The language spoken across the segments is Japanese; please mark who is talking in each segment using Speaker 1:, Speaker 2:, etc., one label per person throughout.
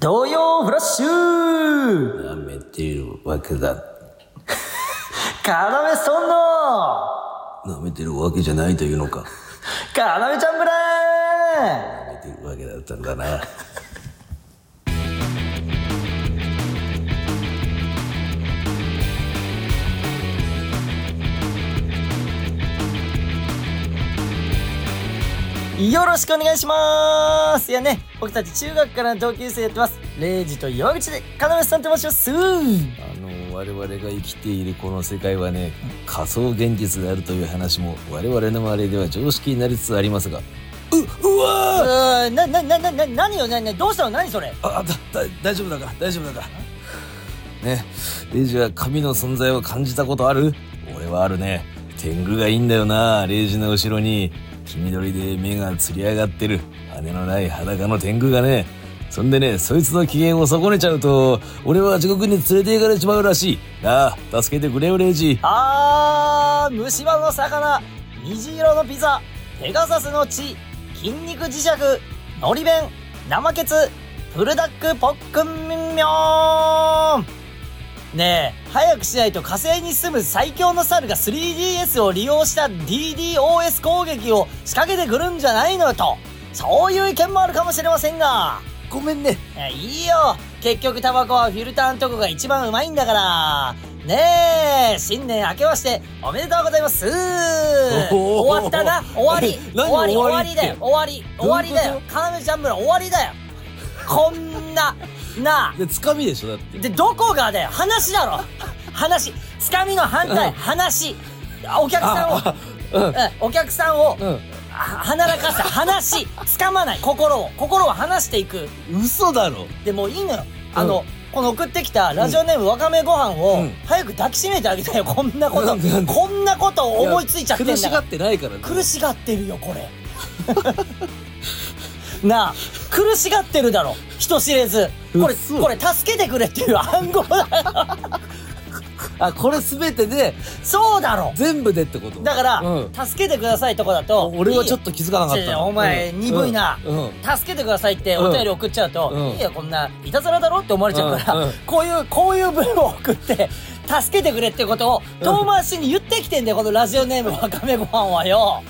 Speaker 1: 東洋フラッシュ
Speaker 2: やめているわけだ。
Speaker 1: カメソンの
Speaker 2: なめてるわけじゃないというのか。
Speaker 1: カメちゃんブレ
Speaker 2: なめてるわけだったんだな。
Speaker 1: よろしくお願いしますいやね、僕たち中学からの同級生やってます。レイジと岩口でカメさんと申します
Speaker 2: あの、我々が生きているこの世界はね、仮想現実であるという話も我々の周りでは常識になりつつありますが。う、う
Speaker 1: う
Speaker 2: わー
Speaker 1: ーん、な、な、な、な、な、何よ、な、な、どうしたの何それ
Speaker 2: あ、だ、だ、大丈夫だか大丈夫だかね、レイジは神の存在を感じたことある俺はあるね。天狗がいいんだよな、レイジの後ろに。黄緑で目がつり上がってる。羽のない裸の天狗がね。そんでね、そいつの機嫌を損ねちゃうと、俺は地獄に連れて行かれちまうらしい。なあ、助けてくれよ、レイジ。
Speaker 1: あー、虫歯の魚、虹色のピザ、ペガサスの血、筋肉磁石、のり弁、生ケツ、プルダックポックンミョンねえ、早くしないと火星に住む最強の猿が 3DS を利用した DDoS 攻撃を仕掛けてくるんじゃないのよと。そういう意見もあるかもしれませんが。
Speaker 2: ごめんね。
Speaker 1: えいいよ結局タバコはフィルターのとこが一番うまいんだからねえ新年明けましておめでとうございます
Speaker 2: おお
Speaker 1: 終わったな終わり
Speaker 2: 何
Speaker 1: 終わり終
Speaker 2: 終
Speaker 1: わ
Speaker 2: わ
Speaker 1: り
Speaker 2: りって
Speaker 1: だよ終わり終わりだ
Speaker 2: どうい
Speaker 1: よ
Speaker 2: う
Speaker 1: カナメちゃん村終わりだよこんななあ
Speaker 2: で、つかみでしょ、だって。
Speaker 1: でどこがだよ話だろ話つかみの反対話あお客さんを
Speaker 2: あ
Speaker 1: うんお客さんを
Speaker 2: うん。うん。
Speaker 1: あはならかした話つかまない心を心を離していく
Speaker 2: 嘘だろ。
Speaker 1: でもういいのよ。あの、この送ってきたラジオネームわかめご飯を
Speaker 2: うん
Speaker 1: 早く抱きしめてあげたよ。こんなこ
Speaker 2: な
Speaker 1: と
Speaker 2: んでなん、で
Speaker 1: こんなことを思いついちゃってん
Speaker 2: 苦し
Speaker 1: だか
Speaker 2: が
Speaker 1: ら
Speaker 2: っ。てないからね。
Speaker 1: 苦しがってるよ、これ。 なあ、苦しがってるだろ。人知れず。これ、
Speaker 2: 嘘
Speaker 1: これ助けてくれっていう暗号だよ。
Speaker 2: あ、これすべてで、
Speaker 1: そうだろ。
Speaker 2: 全部でってこと
Speaker 1: だか
Speaker 2: うん
Speaker 1: ら、助けてくださいとこだと。
Speaker 2: 俺はちょっ
Speaker 1: と
Speaker 2: と気づかなかっ
Speaker 1: 違う違う
Speaker 2: たの
Speaker 1: お前
Speaker 2: うん
Speaker 1: 鈍いな
Speaker 2: うんうん
Speaker 1: 助けてくださいってお便り送っちゃうと、
Speaker 2: うんうん
Speaker 1: いいやこんないたずらだろって思われちゃうから、
Speaker 2: うんうん
Speaker 1: こういうこういう文を送って助けてくれってことを遠回しに言ってきてんだよこのラジオネームわかめご飯はよ。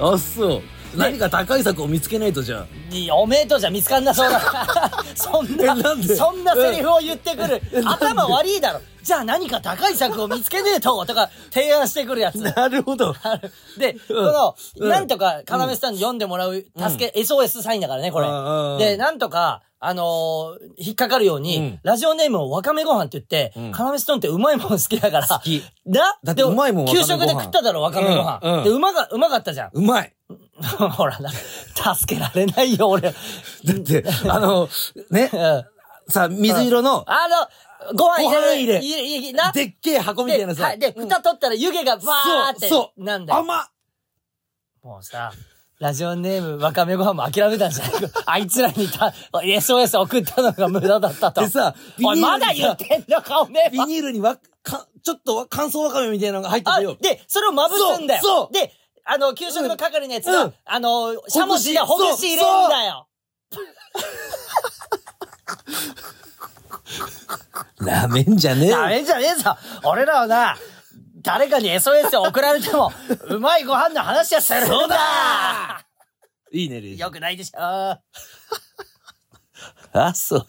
Speaker 2: あそう何か高い策を見つけないとじゃあ
Speaker 1: いやおめえとじゃ見つかんなそうだ そんな
Speaker 2: えなんで
Speaker 1: そんなセリフを言ってくる、
Speaker 2: うん
Speaker 1: 頭悪いだろじゃあ何か高い策を見つけねえととか提案してくるやつ
Speaker 2: なるほど
Speaker 1: あるで、この、
Speaker 2: うん
Speaker 1: なんとか、要さんに読んでもらう、助け、SOS サインだからね、これ
Speaker 2: うんうんう。ん
Speaker 1: で、なんとか、あのー引っかかるように、
Speaker 2: うん
Speaker 1: ラジオネームをわかめご飯って言って、
Speaker 2: うん
Speaker 1: 要さんってうまいもん好きだから。好
Speaker 2: き
Speaker 1: な
Speaker 2: だってうまいもん
Speaker 1: で
Speaker 2: わかめ
Speaker 1: 給
Speaker 2: ご飯
Speaker 1: 食で食っただろ、わかめご飯。
Speaker 2: うんうん
Speaker 1: で、うまが、うまかったじゃん。
Speaker 2: うまい
Speaker 1: ほらな、助けられないよ、俺。
Speaker 2: だってあのね
Speaker 1: うんあ
Speaker 2: さ水色の
Speaker 1: の、ご飯入れる。
Speaker 2: ご飯入れ
Speaker 1: いいいな。
Speaker 2: でっけえ箱みたいな
Speaker 1: で、
Speaker 2: さ
Speaker 1: はいで、蓋取ったら湯気がバーって、
Speaker 2: そうそう
Speaker 1: なんだよ。
Speaker 2: 甘っ
Speaker 1: もうさ、ラジオネームわかめご飯も諦めたんじゃない あいつらにた SOS 送ったのが無駄だったと。
Speaker 2: でさビニー
Speaker 1: おい、
Speaker 2: ルに
Speaker 1: ま
Speaker 2: さ
Speaker 1: だ言ってんのか、おめえ
Speaker 2: ビ
Speaker 1: は。
Speaker 2: ニールにわかちょっとわ乾燥わかめみたいなのが入って
Speaker 1: あ
Speaker 2: てよ
Speaker 1: で、それをまぶすんだよ。
Speaker 2: そうそう
Speaker 1: で、あの、給食の係のやつが、
Speaker 2: うん
Speaker 1: あの、しゃもじでほ
Speaker 2: ほぐし
Speaker 1: ぐし入れるんだよ。
Speaker 2: なめんじゃねえよ
Speaker 1: ダメじゃねえぞ。俺らはな、誰かに SOS を送られても、うまいご飯の話はするんだ
Speaker 2: そうだいいねレイジ
Speaker 1: よくないでしょ。
Speaker 2: あそう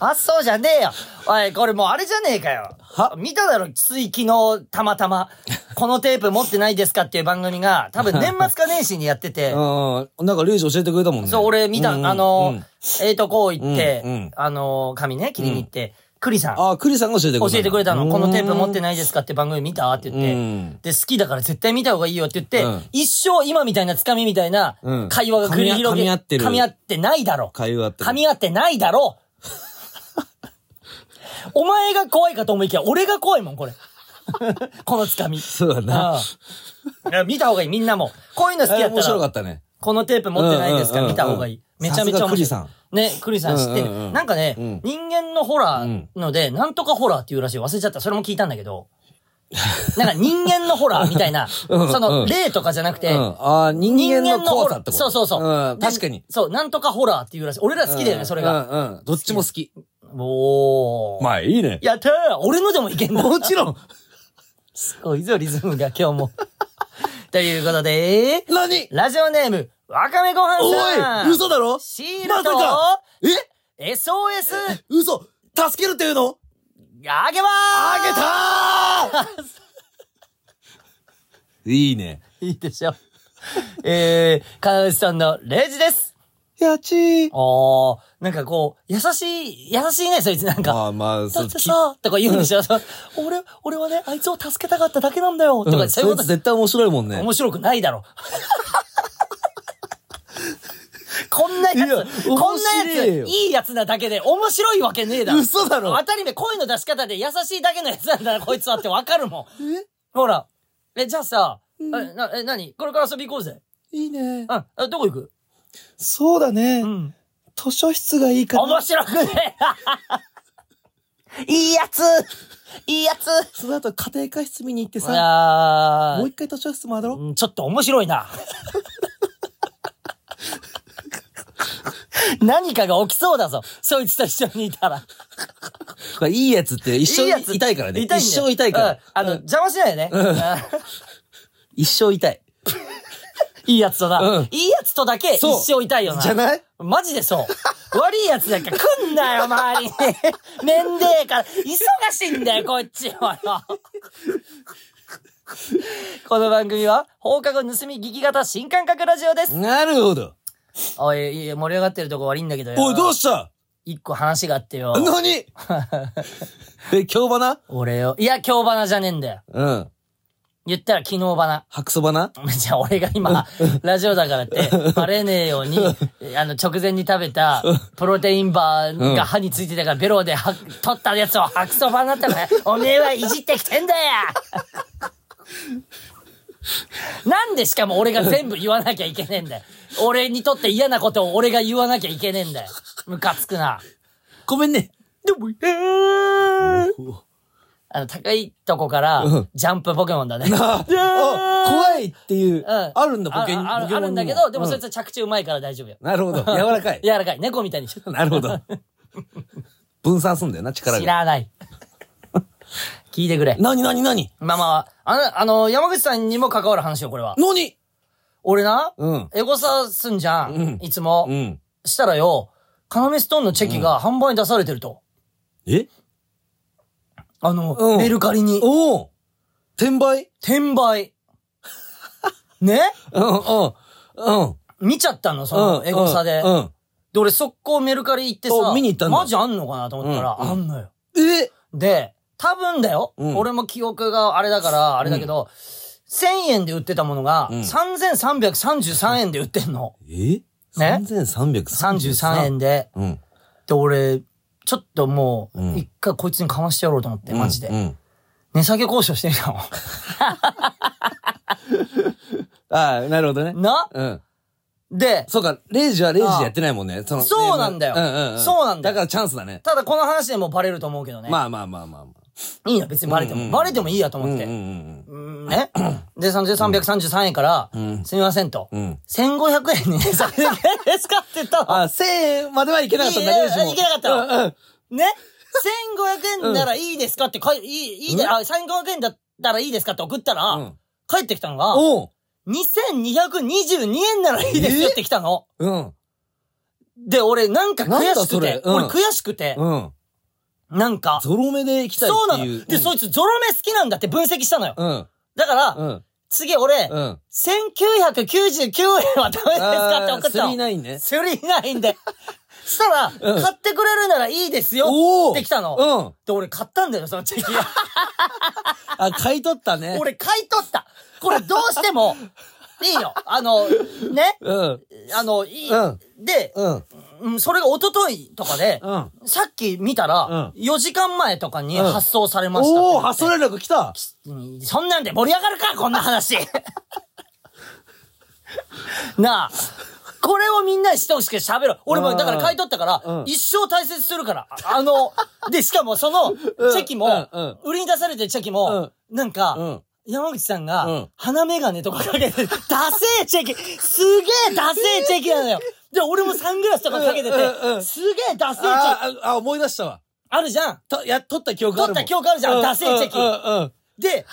Speaker 1: あっそうじゃねえよ。おい、これもうあれじゃねえかよ。
Speaker 2: は
Speaker 1: 見ただろ、つい昨日、たまた ま。このテープ持ってないですかっていう番組が、多分年末か年始にやってて、
Speaker 2: うんなんかレイジ教えてくれたもんね
Speaker 1: そう、俺見た、
Speaker 2: うんうん
Speaker 1: あ
Speaker 2: う
Speaker 1: の
Speaker 2: ん、
Speaker 1: えーと、こう行って、
Speaker 2: うんうん
Speaker 1: あの、髪ね、切りに行って、クリさん、教
Speaker 2: あクリさんが教えてくれた
Speaker 1: えてくれたの。このテープ持って
Speaker 2: ない
Speaker 1: ないですかって番組見たって言って、
Speaker 2: うん
Speaker 1: で、好きだから絶対見た方がいいよって言って、
Speaker 2: うん
Speaker 1: 一生今みたいなつかみみたいな
Speaker 2: うん
Speaker 1: 会話が繰り広げ、
Speaker 2: 噛み合ってる
Speaker 1: 噛み合ってないだろ。
Speaker 2: 会話あった
Speaker 1: 噛み合ってないだ ろうお前が怖いかと思いきや、俺が怖いもん、 これ。このつかみ。
Speaker 2: そうだな
Speaker 1: ああいや見た方がいい、みんなも。こういうの好きやっ
Speaker 2: 面
Speaker 1: た、
Speaker 2: 白からったね
Speaker 1: このテープ持ってないですか、
Speaker 2: うんうんうんうん
Speaker 1: 見た方がいい。めちゃめちゃ面白い。
Speaker 2: さすが
Speaker 1: ね、クリさん知ってる。
Speaker 2: うんうんうん
Speaker 1: なんかね、
Speaker 2: うん
Speaker 1: 人間のホラーので、なんとかホラーっていうらしい。忘れちゃった。それも聞いたんだけど。なんか人間のホラーみたいな、
Speaker 2: うん
Speaker 1: その、霊とかじゃなくて、
Speaker 2: うん、ああ、人間の怖さってこと
Speaker 1: そうそうそう。
Speaker 2: ん、
Speaker 1: で
Speaker 2: 確かに。。
Speaker 1: そう、なんとかホラーっていうらしい。俺ら好きだよね、それが。
Speaker 2: うん、うん。どっちも好き。
Speaker 1: おー。
Speaker 2: まあ、いいね。
Speaker 1: やったー俺のでもいけんの
Speaker 2: もちろん。
Speaker 1: すごいぞ、リズムが今日も。ということで、
Speaker 2: 何
Speaker 1: ラジオネーム、わかめごはんさん。
Speaker 2: おい嘘だろ
Speaker 1: シール
Speaker 2: まさ
Speaker 1: と、
Speaker 2: かえ
Speaker 1: SOS、
Speaker 2: 嘘助けるっていうの
Speaker 1: あげまー
Speaker 2: あげたー いいね。
Speaker 1: いいでしょ。 えー、川内さんのレイジです。
Speaker 2: やちー。
Speaker 1: おー、なんかこう、優しい、優しいね、そいつなんか。
Speaker 2: まあまあ、
Speaker 1: だ
Speaker 2: そ
Speaker 1: っ
Speaker 2: う、
Speaker 1: て
Speaker 2: き
Speaker 1: さ、とか言うんでしょ。そう 俺、俺はね、あいつを助けたかっただけなんだよ。と
Speaker 2: う
Speaker 1: か、
Speaker 2: ん、
Speaker 1: そうい
Speaker 2: そうい
Speaker 1: こ
Speaker 2: つ
Speaker 1: と
Speaker 2: 絶対面白いもんね。
Speaker 1: 面白くないだろ。 こんなや
Speaker 2: いや
Speaker 1: つ、こんな
Speaker 2: 面白い
Speaker 1: や
Speaker 2: よ
Speaker 1: つ、いいやつなだけで面白いわけねえだろ。
Speaker 2: 嘘だろ
Speaker 1: 当たり前、声の出し方で優しいだけのやつなんだな、こいつはってわかる もん。
Speaker 2: え
Speaker 1: ほら。え、じゃあさ、え、な、え、なにこれから遊び行こうぜ。
Speaker 2: いいね。
Speaker 1: うん。えどこ行く
Speaker 2: そうだね
Speaker 1: ん。
Speaker 2: 図書室がいいか
Speaker 1: 面白くね えいいやついいやつ
Speaker 2: その後、家庭科室見に行って
Speaker 1: いやー
Speaker 2: 一回図書室回ろ
Speaker 1: うんちょっと面白い な。何かが起きそうだぞ。そいつと一緒にいたら。
Speaker 2: う。いいやつって一
Speaker 1: いい
Speaker 2: 生
Speaker 1: や
Speaker 2: い
Speaker 1: つ
Speaker 2: 痛いからね。
Speaker 1: 痛いんだよ
Speaker 2: 一生痛いか
Speaker 1: うん
Speaker 2: ら。
Speaker 1: あの、
Speaker 2: うん
Speaker 1: 邪魔しないよね。
Speaker 2: 一生痛い。
Speaker 1: いいやつとな、
Speaker 2: うん
Speaker 1: いいやつとだけ
Speaker 2: そう
Speaker 1: 一生痛いよな。
Speaker 2: じゃない
Speaker 1: マジでそう。悪いやつなんか来んなよ、周 りに。めんでえから。忙しいんだよ、こっちはよ。この番組は、放課後盗み聞き型新感覚ラジオです。
Speaker 2: なるほど。
Speaker 1: おい、いや盛り上がってるとこ悪いんだけどよ。
Speaker 2: おい、どうした
Speaker 1: 一個話があってよ。
Speaker 2: 何え、京花
Speaker 1: 俺よ。いや、今日花じゃねえんだよ。
Speaker 2: うん。
Speaker 1: 言ったら昨日花。
Speaker 2: 白そ花
Speaker 1: じゃあ俺が今、ラジオだからって、バレねえように、あの、直前に食べた、プロテインバーが歯についてたから、ベロでは取ったやつを白そばになった から、おめえはいじってきてんだよなんでしかも俺が全部言わなきゃいけねえんだよ。俺にとって嫌なことを俺が言わなきゃいけねえんだよ。ムカつくな。
Speaker 2: ごめんね。
Speaker 1: でも、えーあの、高いとこから
Speaker 2: うん、
Speaker 1: ジャンプポケモンだね。
Speaker 2: あ、あ怖いっていう、
Speaker 1: うん
Speaker 2: あるんだ、ポ
Speaker 1: ああ
Speaker 2: ケポケモンに
Speaker 1: あ
Speaker 2: も
Speaker 1: るんだけど、でも
Speaker 2: うん
Speaker 1: そいつは着地うまいから大丈夫よ。
Speaker 2: なるほど。柔らかい
Speaker 1: 柔。らかい。猫みたいに。知
Speaker 2: なる ほど。分散すんだよな、力が。
Speaker 1: らない。聞いてくれ。
Speaker 2: なになになに
Speaker 1: まあまあ、あの、あの、山口さんにも関わる話よ、これは。
Speaker 2: なに
Speaker 1: 俺な、
Speaker 2: うん。
Speaker 1: エゴサすんじゃん。
Speaker 2: うん
Speaker 1: いつ
Speaker 2: う
Speaker 1: も。
Speaker 2: ん。
Speaker 1: したらよ、カナメストーンのチェキが販売に出されてると。
Speaker 2: え
Speaker 1: あの、
Speaker 2: うん
Speaker 1: メルカリに。
Speaker 2: おお転売
Speaker 1: 転 売。ね
Speaker 2: うん、うん、うん。
Speaker 1: 見ちゃったの、そ
Speaker 2: うん。
Speaker 1: の、エゴサで
Speaker 2: う。ん。
Speaker 1: で、俺速攻メルカリ行ってさ、
Speaker 2: お見に行ったんだ
Speaker 1: マジあんのかなと思ったら、
Speaker 2: うんうん
Speaker 1: あんのよ。
Speaker 2: え
Speaker 1: で、多分だよ、
Speaker 2: うん
Speaker 1: 俺も記憶があれだから、あれだけど、1000円で売ってたものが、
Speaker 2: うん
Speaker 1: 3333円で売ってんの。
Speaker 2: え
Speaker 1: ね
Speaker 2: ?3333
Speaker 1: 33円で。
Speaker 2: うん。
Speaker 1: で、俺、ちょっとも
Speaker 2: う
Speaker 1: う、
Speaker 2: ん
Speaker 1: 一回こいつにかましてやろうと思って、マジで。
Speaker 2: うん。
Speaker 1: 値下げ交渉してみ たの。
Speaker 2: ああ、なるほどね。
Speaker 1: な
Speaker 2: うん。
Speaker 1: で、
Speaker 2: そうか、レイジはレイジでやってないもんね。その
Speaker 1: そうなんだよ
Speaker 2: うんうん。
Speaker 1: そうなんだよ
Speaker 2: だからチャンスだね。
Speaker 1: ただこの話でもうバレると思うけどね。
Speaker 2: まあまあまあまあまあ。
Speaker 1: いいや、別にバレても。
Speaker 2: うんうん
Speaker 1: バレてもいいやと思っ
Speaker 2: うんう
Speaker 1: て。
Speaker 2: ん
Speaker 1: うん、ね。で、3333円から、
Speaker 2: うん
Speaker 1: すみませんと。
Speaker 2: うん。うん。
Speaker 1: 1500円に値下げできないですかって言ったの。
Speaker 2: あ、1000円まではいけなかったんだ、
Speaker 1: いい
Speaker 2: レイジも。
Speaker 1: いけなかったわ
Speaker 2: うんうん。
Speaker 1: ね ?1500 円ならいいですかってかい、いい、いいで、あ、1500円だったらいいですかって送ったら、
Speaker 2: うん
Speaker 1: 帰ってきたのが、
Speaker 2: おう
Speaker 1: 2222円ならいいですよってきたの。
Speaker 2: うん。
Speaker 1: で、俺なんか悔
Speaker 2: なん
Speaker 1: し
Speaker 2: だ
Speaker 1: く
Speaker 2: そ
Speaker 1: て
Speaker 2: れ、うん
Speaker 1: 俺悔しくて、
Speaker 2: うん。
Speaker 1: なんか、
Speaker 2: ゾロ目で行きたい
Speaker 1: そうな
Speaker 2: って
Speaker 1: の
Speaker 2: いう。
Speaker 1: よ。で、そいつゾロ目好きなんだって分析したのよ。
Speaker 2: うん。
Speaker 1: だから、
Speaker 2: うん。
Speaker 1: 次俺、
Speaker 2: うん。
Speaker 1: 1999円はダメですかって送ったの。
Speaker 2: ないね。
Speaker 1: スリーナイン で。したら、
Speaker 2: うん
Speaker 1: 買ってくれるならいいですよ
Speaker 2: おお
Speaker 1: ってきたの。
Speaker 2: うん。
Speaker 1: で、俺買ったんだよ、そのチェキが。
Speaker 2: あ、買い取ったね。。
Speaker 1: 俺買い取ったこれどうしても、いいよ。あの、ね、
Speaker 2: うん。
Speaker 1: あの、いい。
Speaker 2: うん
Speaker 1: で、
Speaker 2: うん。
Speaker 1: うんそれが一昨日とかで、
Speaker 2: うん。
Speaker 1: さっき見たら、
Speaker 2: う
Speaker 1: 4時間前とかに
Speaker 2: うん
Speaker 1: 発送されましたって言って。
Speaker 2: おお発送連絡来た
Speaker 1: うんそん なんで盛り上がるかこんな話なあ。これをみんなにしてほしくて喋ろう。俺
Speaker 2: う
Speaker 1: も
Speaker 2: ん
Speaker 1: だから買い取ったから、
Speaker 2: うん
Speaker 1: 一生大切にするから。ああ の、で、しかもそのチェキも、
Speaker 2: うんうん
Speaker 1: 売りに出されてるチェキも、なんか、
Speaker 2: うん。
Speaker 1: 山口さん
Speaker 2: う
Speaker 1: が
Speaker 2: ん、
Speaker 1: 鼻メガネとかかけて、 ダセえチェキすげえダセえチェキなのよで、俺もサングラスとかかけて
Speaker 2: うんうんう
Speaker 1: て、
Speaker 2: ん
Speaker 1: すげえダセえチェキ
Speaker 2: ああ、あ、思い出したわ。
Speaker 1: あるじゃん
Speaker 2: と、や、撮った記憶あ
Speaker 1: 取
Speaker 2: るも
Speaker 1: った
Speaker 2: ん。
Speaker 1: 記憶あるじゃん、ダセえチェキ
Speaker 2: うんうんうん。
Speaker 1: で、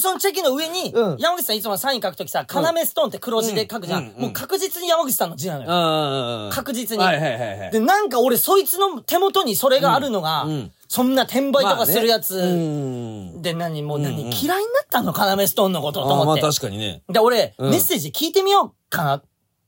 Speaker 1: そのチェキの上に、
Speaker 2: うん
Speaker 1: 山口さんいつもサイン書くときさ、要ストーンって黒字で書くじゃん。
Speaker 2: うんうんうん
Speaker 1: もう確実に山口さんの字なのよ。
Speaker 2: ああ。
Speaker 1: 確実に。
Speaker 2: はいはいはいはい。
Speaker 1: で、なんか俺、そいつの手元にそれがあるのが、
Speaker 2: うんうん
Speaker 1: そんな転売とかするやつ、
Speaker 2: まあねうん。
Speaker 1: で、何、もう何、
Speaker 2: うんうん
Speaker 1: 嫌いになったの要ストーンのことと
Speaker 2: ああ、
Speaker 1: 思
Speaker 2: ま
Speaker 1: っ
Speaker 2: あ
Speaker 1: て。
Speaker 2: 確かにね。
Speaker 1: で、俺、
Speaker 2: うん
Speaker 1: メッセージ聞いてみようかな。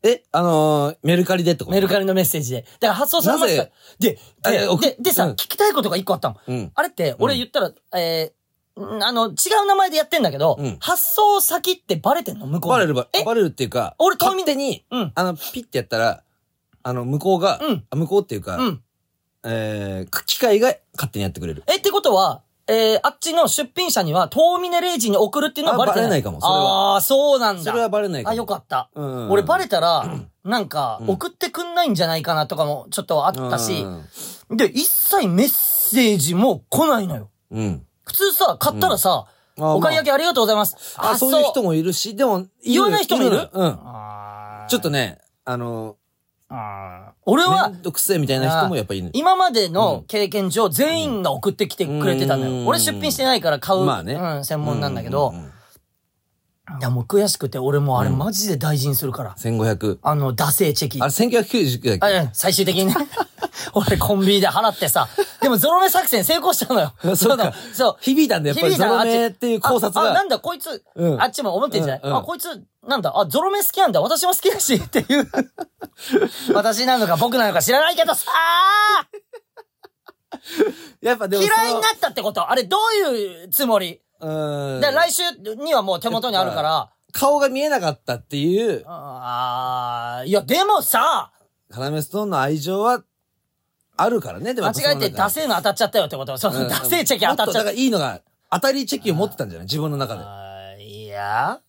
Speaker 2: え、あのー、メルカリでってこと
Speaker 1: メルカリのメッセージで。だから発送されました
Speaker 2: なぜ。
Speaker 1: で、
Speaker 2: あいや
Speaker 1: で
Speaker 2: 送っ
Speaker 1: で、でさ、
Speaker 2: うん
Speaker 1: 聞きたいことが一個あったの。
Speaker 2: うん。
Speaker 1: あれって、俺言ったら、えーんあの、違う名前でやってんだけど、
Speaker 2: うん
Speaker 1: 発送先ってバレてんの向こうに。
Speaker 2: バレるば、
Speaker 1: え
Speaker 2: バレるっていうか、
Speaker 1: 俺遠見
Speaker 2: 勝手に、
Speaker 1: うん。
Speaker 2: あの、ピッてやったら、あの、向こうが
Speaker 1: うん、
Speaker 2: あ向こうっていうか
Speaker 1: う、ん。
Speaker 2: えー、機械が勝手にやってくれる。
Speaker 1: え、ってことは、えー、あっちの出品者には、遠峰レイジに送るっていうのはバレてない。
Speaker 2: あバレないかもそれは
Speaker 1: ああー、そうなんだ。
Speaker 2: それはバレないか
Speaker 1: あ、よかった。
Speaker 2: うんうんうん
Speaker 1: 俺バレたら、なんか、
Speaker 2: うん
Speaker 1: 送ってくんないんじゃないかなとかも、ちょっとあったし、で、一切メッセージも来ないのよ。
Speaker 2: うん。うん。
Speaker 1: 普通さ、買ったらさ、
Speaker 2: うんあー
Speaker 1: お買い上げありがとうございます。
Speaker 2: あ、そういう人もいるし、でも、い
Speaker 1: 言わない人もいる
Speaker 2: のようん。
Speaker 1: あー
Speaker 2: ちょっと。ね、あの
Speaker 1: あー俺
Speaker 2: ー、
Speaker 1: は
Speaker 2: め、んどくせえみたいな人もやっぱいる。
Speaker 1: 今まで
Speaker 2: う
Speaker 1: の
Speaker 2: ん
Speaker 1: 経験上、全員が送ってきてくれてたのよ。
Speaker 2: うん
Speaker 1: 俺出品してないから買う、
Speaker 2: まあね
Speaker 1: うん、専門なんだけど、
Speaker 2: うううん。
Speaker 1: いや、もう悔しくて、俺もうあれ
Speaker 2: うん
Speaker 1: マジで大事にするから。
Speaker 2: 1500。
Speaker 1: あの、ダセーチェキ。
Speaker 2: あれ、1999だ
Speaker 1: あ
Speaker 2: っ
Speaker 1: いや最終的に ね。俺コンビニで払ってさ。でもゾロ目作戦成功した のよ。
Speaker 2: けそうか。
Speaker 1: そう。
Speaker 2: 響いたんだ、やっぱり。
Speaker 1: 響い
Speaker 2: ゾ
Speaker 1: たな
Speaker 2: ロ目
Speaker 1: あ
Speaker 2: っていう考察
Speaker 1: ああ、
Speaker 2: が
Speaker 1: な。んだこいつ、
Speaker 2: うん
Speaker 1: あっちも思ってんじゃない、
Speaker 2: うんうん
Speaker 1: あ、こいつ、なんだあ、ゾロ目好きなんだ。私も好きだし、 っていう。私なのか僕なのか知らないけどさ
Speaker 2: やっぱでも
Speaker 1: 嫌
Speaker 2: その、
Speaker 1: いになったってこと。あれどういうつもり
Speaker 2: うん
Speaker 1: だから来週にはもう手元にあるから。
Speaker 2: 顔が見えなかったっていう、
Speaker 1: ああ、いや、でもさ、
Speaker 2: カメストーンの愛情は、あるからね、で
Speaker 1: 間
Speaker 2: もやっぱその
Speaker 1: 違えて
Speaker 2: 中
Speaker 1: ダセーの当たっちゃったよってこと。そ
Speaker 2: うん
Speaker 1: のダセーチェキ当たっちゃ
Speaker 2: もとだ
Speaker 1: っ
Speaker 2: からいいのが、当たりチェキを持ってたんじゃない自分の中で。
Speaker 1: た。いや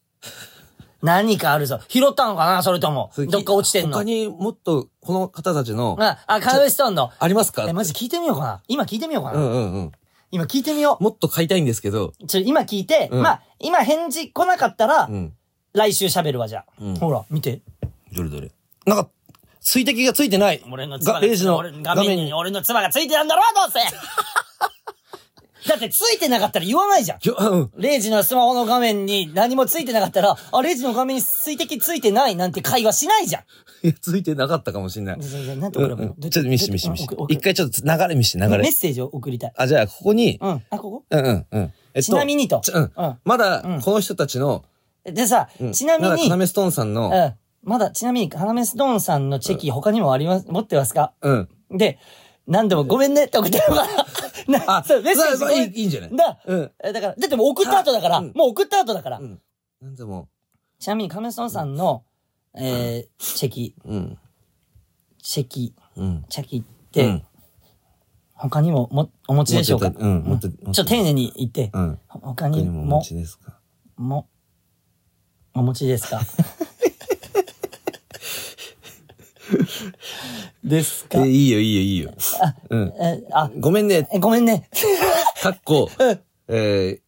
Speaker 1: 何かあるぞ。拾ったのかなそれとも。
Speaker 2: それ
Speaker 1: どっか落ちてんの
Speaker 2: 他。にもっと、この方たちの、
Speaker 1: あ、あ、カウエストーンの。
Speaker 2: ありますか
Speaker 1: え、マジ聞いてみようかな。今聞いてみようか
Speaker 2: う
Speaker 1: な。
Speaker 2: んうんうん。
Speaker 1: 今聞いてみよ
Speaker 2: もっと買いたいんですけど、
Speaker 1: う。ちょ、今聞いて、
Speaker 2: うん
Speaker 1: まあ、今返事来なかったら
Speaker 2: う、ん。
Speaker 1: 来週喋るわ、じゃ
Speaker 2: うん
Speaker 1: あ。ほら、見て。
Speaker 2: どれどれ。なんか、水滴がついてない。
Speaker 1: 俺の妻
Speaker 2: が
Speaker 1: が、
Speaker 2: レイジの
Speaker 1: 俺の
Speaker 2: 画
Speaker 1: 画面
Speaker 2: 面
Speaker 1: に
Speaker 2: に。
Speaker 1: 俺の妻がついてたんだろう、どう せだってついてなかったら言わないじゃん。
Speaker 2: ようん。
Speaker 1: レイジのスマホの画面に何もついてなかったら、あ、レイジの画面に水滴ついてないなんて会話しないじゃん。
Speaker 2: いやついてなかったかもしれない。
Speaker 1: いやいやなんて
Speaker 2: う
Speaker 1: こ
Speaker 2: ん
Speaker 1: れ
Speaker 2: うん
Speaker 1: ど
Speaker 2: ちょっと見して見して見して
Speaker 1: ど。送
Speaker 2: 一
Speaker 1: る
Speaker 2: 回ちょっと流れ見して流
Speaker 1: メッ
Speaker 2: れ。
Speaker 1: セージを送りたい。
Speaker 2: あ、じゃあ、ここに、
Speaker 1: うん。あ、こ
Speaker 2: うんうんうん。えっと
Speaker 1: ちなみにと
Speaker 2: ちうん
Speaker 1: うん。
Speaker 2: ま
Speaker 1: う
Speaker 2: だ
Speaker 1: ん、
Speaker 2: この人たちの、
Speaker 1: こでさ
Speaker 2: うん、
Speaker 1: ちなみ
Speaker 2: まだ、
Speaker 1: に、
Speaker 2: カ
Speaker 1: うん。
Speaker 2: メストーンさんの、
Speaker 1: まだ、ちなみに、花メスドーンさんのチェキ他にもあります、持ってますか
Speaker 2: うん。
Speaker 1: で、何度もごめんねって送ってるから。な、
Speaker 2: あ、
Speaker 1: そう、メッセージ
Speaker 2: まあ
Speaker 1: ご
Speaker 2: い
Speaker 1: め
Speaker 2: い
Speaker 1: ん
Speaker 2: いいんじゃない
Speaker 1: だ、
Speaker 2: うん。
Speaker 1: えだから、だってもう送った後だから、
Speaker 2: うん
Speaker 1: もう送った後だから。
Speaker 2: うん。なんでも、
Speaker 1: ちなみに、カメストンさんの、えー、チェキ、
Speaker 2: うん。
Speaker 1: チェキ、
Speaker 2: うん。
Speaker 1: チェキっ
Speaker 2: う
Speaker 1: て
Speaker 2: ん、
Speaker 1: 他にももお持ちでしょうか
Speaker 2: 持ってたうん持って
Speaker 1: ち
Speaker 2: 持って
Speaker 1: ょっと丁寧に言って、
Speaker 2: うん。
Speaker 1: 他
Speaker 2: 他
Speaker 1: に
Speaker 2: にもお持
Speaker 1: も、
Speaker 2: ちですか
Speaker 1: も、お持ちです かです
Speaker 2: え
Speaker 1: か、
Speaker 2: いいよいいよいいよ。うん。
Speaker 1: え、あ、
Speaker 2: ごめんね、
Speaker 1: えごめんね。
Speaker 2: かっこ、えー、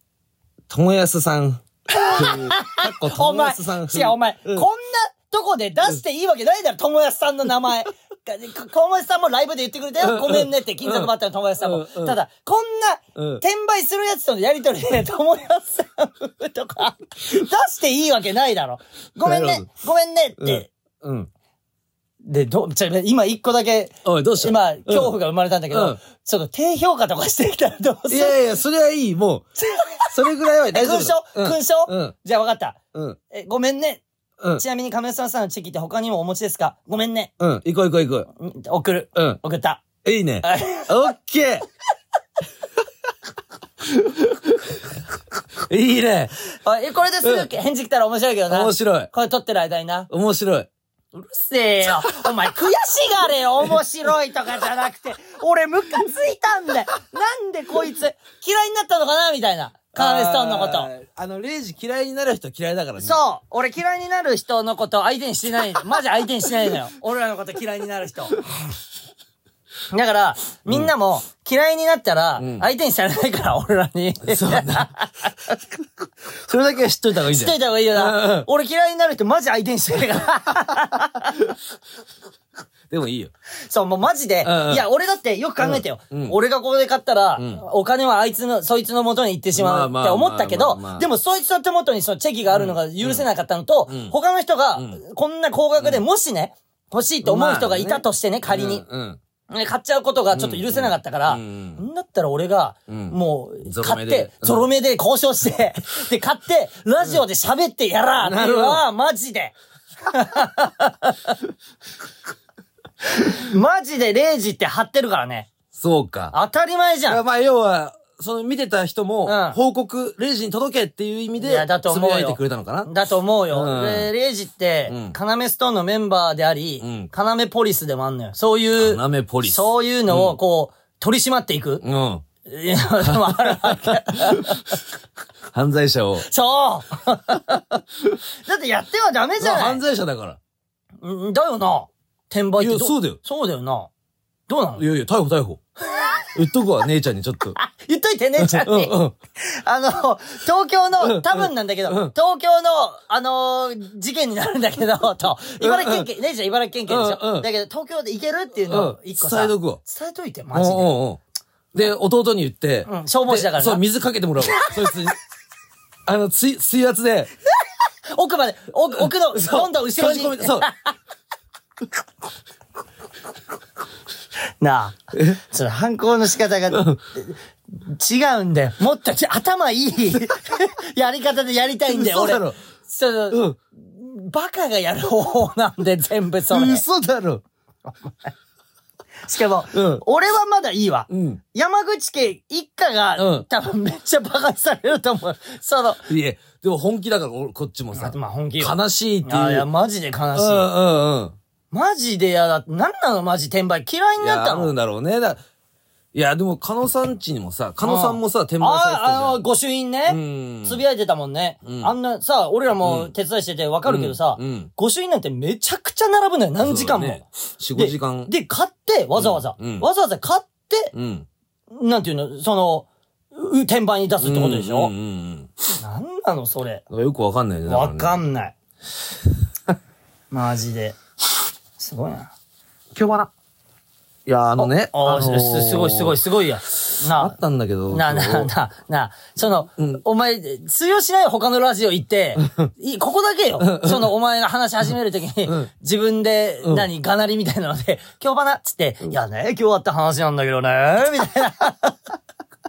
Speaker 2: ともやすさ ん。かっこ、と
Speaker 1: お
Speaker 2: も
Speaker 1: 前、
Speaker 2: やすさん。
Speaker 1: 違う、お前、こんなとこで出していいわけないだろ、友安さんの名 前。友安さんもライブで言ってくれた
Speaker 2: うん
Speaker 1: よ。ごめんねって、金属バッターの友安さんも。
Speaker 2: うんうん
Speaker 1: ただ、こん
Speaker 2: うん
Speaker 1: な、転売するやつとのやりとりで、友安さんとか、出していいわけないだろ。ごめん
Speaker 2: なる
Speaker 1: ね
Speaker 2: ほど、
Speaker 1: ごめんねって。
Speaker 2: うん。うん。
Speaker 1: で、ど、ちょ、今一個だけ、
Speaker 2: おい、どうした
Speaker 1: 今、恐怖
Speaker 2: が。
Speaker 1: が生まれたんだけど、
Speaker 2: うん
Speaker 1: ちょっと低評価とかしてきたらどう
Speaker 2: い
Speaker 1: する
Speaker 2: やいや、それはいい、 もう。それぐらいは大丈夫
Speaker 1: 勲章
Speaker 2: だ。
Speaker 1: 勲章
Speaker 2: うん。
Speaker 1: じゃあ分かった。
Speaker 2: うん。
Speaker 1: え、ごめんね。
Speaker 2: うん。
Speaker 1: ちなみに亀山さんのチェキって他にもお持ちですかごめんね。
Speaker 2: うん。行こう行こう行こ
Speaker 1: ん送る。
Speaker 2: う。うん。
Speaker 1: 送っ た。
Speaker 2: いいね。
Speaker 1: あ
Speaker 2: オッケーいいね。
Speaker 1: おいこれですぐ返事来たら面白いけどな。
Speaker 2: 面白い。
Speaker 1: これ撮ってる間にな。
Speaker 2: 面白い。
Speaker 1: うるせえよ。 お前悔しがれよ。面白いとかじゃなくて。俺ムカついたんだよ。なんでこいつ嫌いになったのかなみたいな。カーメストーンのこと。
Speaker 2: と。あの、レイジ嫌いになる人は嫌いだからね。
Speaker 1: そう俺嫌いになる人のこと相手にして ない。マジ相手にしてないのよ。俺らのこと嫌いになる人。だから、みんなも嫌いになったら、
Speaker 2: ん
Speaker 1: 相手にされないから、俺らに。
Speaker 2: そうね。 それだけは知っといた方がいいん
Speaker 1: し
Speaker 2: だ
Speaker 1: と
Speaker 2: よ。
Speaker 1: いた方がいいよ
Speaker 2: うんう。
Speaker 1: なん俺嫌いになる人マジ相手にしてないから。
Speaker 2: でもいいよ。
Speaker 1: そう、もうマジで。
Speaker 2: うんうん
Speaker 1: いや、俺だってよく考えてよ。
Speaker 2: うんうん
Speaker 1: 俺がここで買ったら、
Speaker 2: ん
Speaker 1: お金はあいつの、そいつの元に行ってしまう
Speaker 2: まあまあ
Speaker 1: って思ったけど
Speaker 2: まあまあま、あ
Speaker 1: でもそいつの手元にそのチェキがあるのが許せなかったのと、
Speaker 2: ん
Speaker 1: 他の人が
Speaker 2: ん、
Speaker 1: こんな高額でもしね、欲しいと思う人がいたとしてね、仮に、
Speaker 2: うんうん。
Speaker 1: ね買っちゃうことがちょっと許せなかったから、
Speaker 2: うんうん
Speaker 1: だったら俺が、
Speaker 2: うん
Speaker 1: もう、
Speaker 2: ゾロ
Speaker 1: 買っ
Speaker 2: 目で
Speaker 1: て、
Speaker 2: うん
Speaker 1: ゾロ目で交渉 して、で、買って、ラジオで喋ってやら、っていうのは、マジ で。マジでレイジって貼ってるからね。
Speaker 2: そうか。
Speaker 1: 当たり前じゃん。
Speaker 2: まあ、要は、その見てた人
Speaker 1: うん
Speaker 2: も、報告、レイジに届けっていう意味
Speaker 1: い
Speaker 2: で
Speaker 1: やだ、と
Speaker 2: つ
Speaker 1: 思う
Speaker 2: ぶ
Speaker 1: よ
Speaker 2: やいてくれたのかな
Speaker 1: だと思うよ。
Speaker 2: うん
Speaker 1: でレイジって
Speaker 2: う、ん
Speaker 1: カナメストーンのメンバーであり、
Speaker 2: うん
Speaker 1: カナメポリスでもあんのよ。そういう、
Speaker 2: ナメポリス。
Speaker 1: そういうのをこう、取り締まってい く。
Speaker 2: うん。
Speaker 1: いや、でもあるわけ。
Speaker 2: 犯罪者を。
Speaker 1: そう だってやってはダメじゃない
Speaker 2: 犯罪者だから。
Speaker 1: うんだよな。転売って
Speaker 2: いや
Speaker 1: ど
Speaker 2: そうだよ
Speaker 1: そうだよな。どうなの
Speaker 2: いやいや、逮捕逮捕。言っとく わ、姉ちゃんにちょっと。
Speaker 1: 言っといて、姉ちゃん
Speaker 2: うん
Speaker 1: に。
Speaker 2: うん。
Speaker 1: あの、東京
Speaker 2: うんう
Speaker 1: の、
Speaker 2: ん
Speaker 1: 多分なんだけど、
Speaker 2: うん
Speaker 1: 東京の、あのー事件になるんだけど、と、茨城県警、姉ちゃん茨城県警でしょ、
Speaker 2: うんうん
Speaker 1: だけど、東京で行けるっていうのを
Speaker 2: うん
Speaker 1: 一個さ、
Speaker 2: 伝えとくわ
Speaker 1: 伝えといて、マジで。
Speaker 2: うんうんうんで、弟に言って。
Speaker 1: うん消防士だからな
Speaker 2: でそう、水かけて もらおう。そいつに。あの、水、水圧で。
Speaker 1: 奥まで、奥、奥の、
Speaker 2: そう
Speaker 1: どんどん後ろ
Speaker 2: 閉じ込め
Speaker 1: に
Speaker 2: て。そう。
Speaker 1: なあ。その犯行の仕方が、違うんだよ。もっとち頭いい やり方でやりたいんだよ、
Speaker 2: 嘘
Speaker 1: 俺
Speaker 2: だろ。
Speaker 1: その、
Speaker 2: うん。
Speaker 1: バカがやる方法なんで、全部それ。
Speaker 2: 嘘だろ。
Speaker 1: しかも、
Speaker 2: うん
Speaker 1: 俺はまだいいわ。
Speaker 2: うん。
Speaker 1: 山口家一家が、
Speaker 2: うん
Speaker 1: 多分めっちゃバカにされると思う。その、
Speaker 2: いえ、でも本気だから、俺こっちもさ。
Speaker 1: まあ本気よ。
Speaker 2: 悲しいっていう。
Speaker 1: あいや、マジで悲
Speaker 2: う
Speaker 1: しい。
Speaker 2: んうんうん。
Speaker 1: マジで嫌だって。なんなのマジ転売嫌いに
Speaker 2: い
Speaker 1: なっ
Speaker 2: や、
Speaker 1: た
Speaker 2: ある
Speaker 1: の
Speaker 2: んだろうね。だいや、でも、加野さんちにもさ、加野さんもさ、転売されてたじ
Speaker 1: あ
Speaker 2: ゃ
Speaker 1: あ、
Speaker 2: ん。
Speaker 1: 御朱印
Speaker 2: う
Speaker 1: ね。
Speaker 2: ん
Speaker 1: つぶやいてたもんね。
Speaker 2: うん
Speaker 1: あんな、さ、俺らも手伝いしててわかるけどさ
Speaker 2: うんうん、
Speaker 1: 御朱印なんてめちゃくちゃ並ぶのよ。何時間
Speaker 2: そうね
Speaker 1: も。
Speaker 2: 四
Speaker 1: で
Speaker 2: 五時間。
Speaker 1: で、買って、わざわざ。
Speaker 2: うんうん
Speaker 1: わざわざ買って、
Speaker 2: うん。
Speaker 1: なんていうの、その、う転売に出すってことでしょ、
Speaker 2: うんうんうん
Speaker 1: なんなのそれ。
Speaker 2: うん。よくわかんないね。だら
Speaker 1: わ
Speaker 2: ね
Speaker 1: かんない。マジで。すごいな。
Speaker 2: 今日はな。いや、あのね。
Speaker 1: ああ、
Speaker 2: のー
Speaker 1: すすごいすごい。すごいや。
Speaker 2: あ
Speaker 1: な
Speaker 2: ったんだけ
Speaker 1: あ、
Speaker 2: ど。
Speaker 1: なあなあ
Speaker 2: 今日
Speaker 1: なあなあ、その、
Speaker 2: うん
Speaker 1: お前、通用しないよ他のラジオ行って、いここだけよ。そのお前が話し始めるときに、
Speaker 2: うん
Speaker 1: 自分で、
Speaker 2: うん
Speaker 1: 何、がなりみたいなので、今日ばなっつって、いやね、今日あった話なんだけどね、みたいな。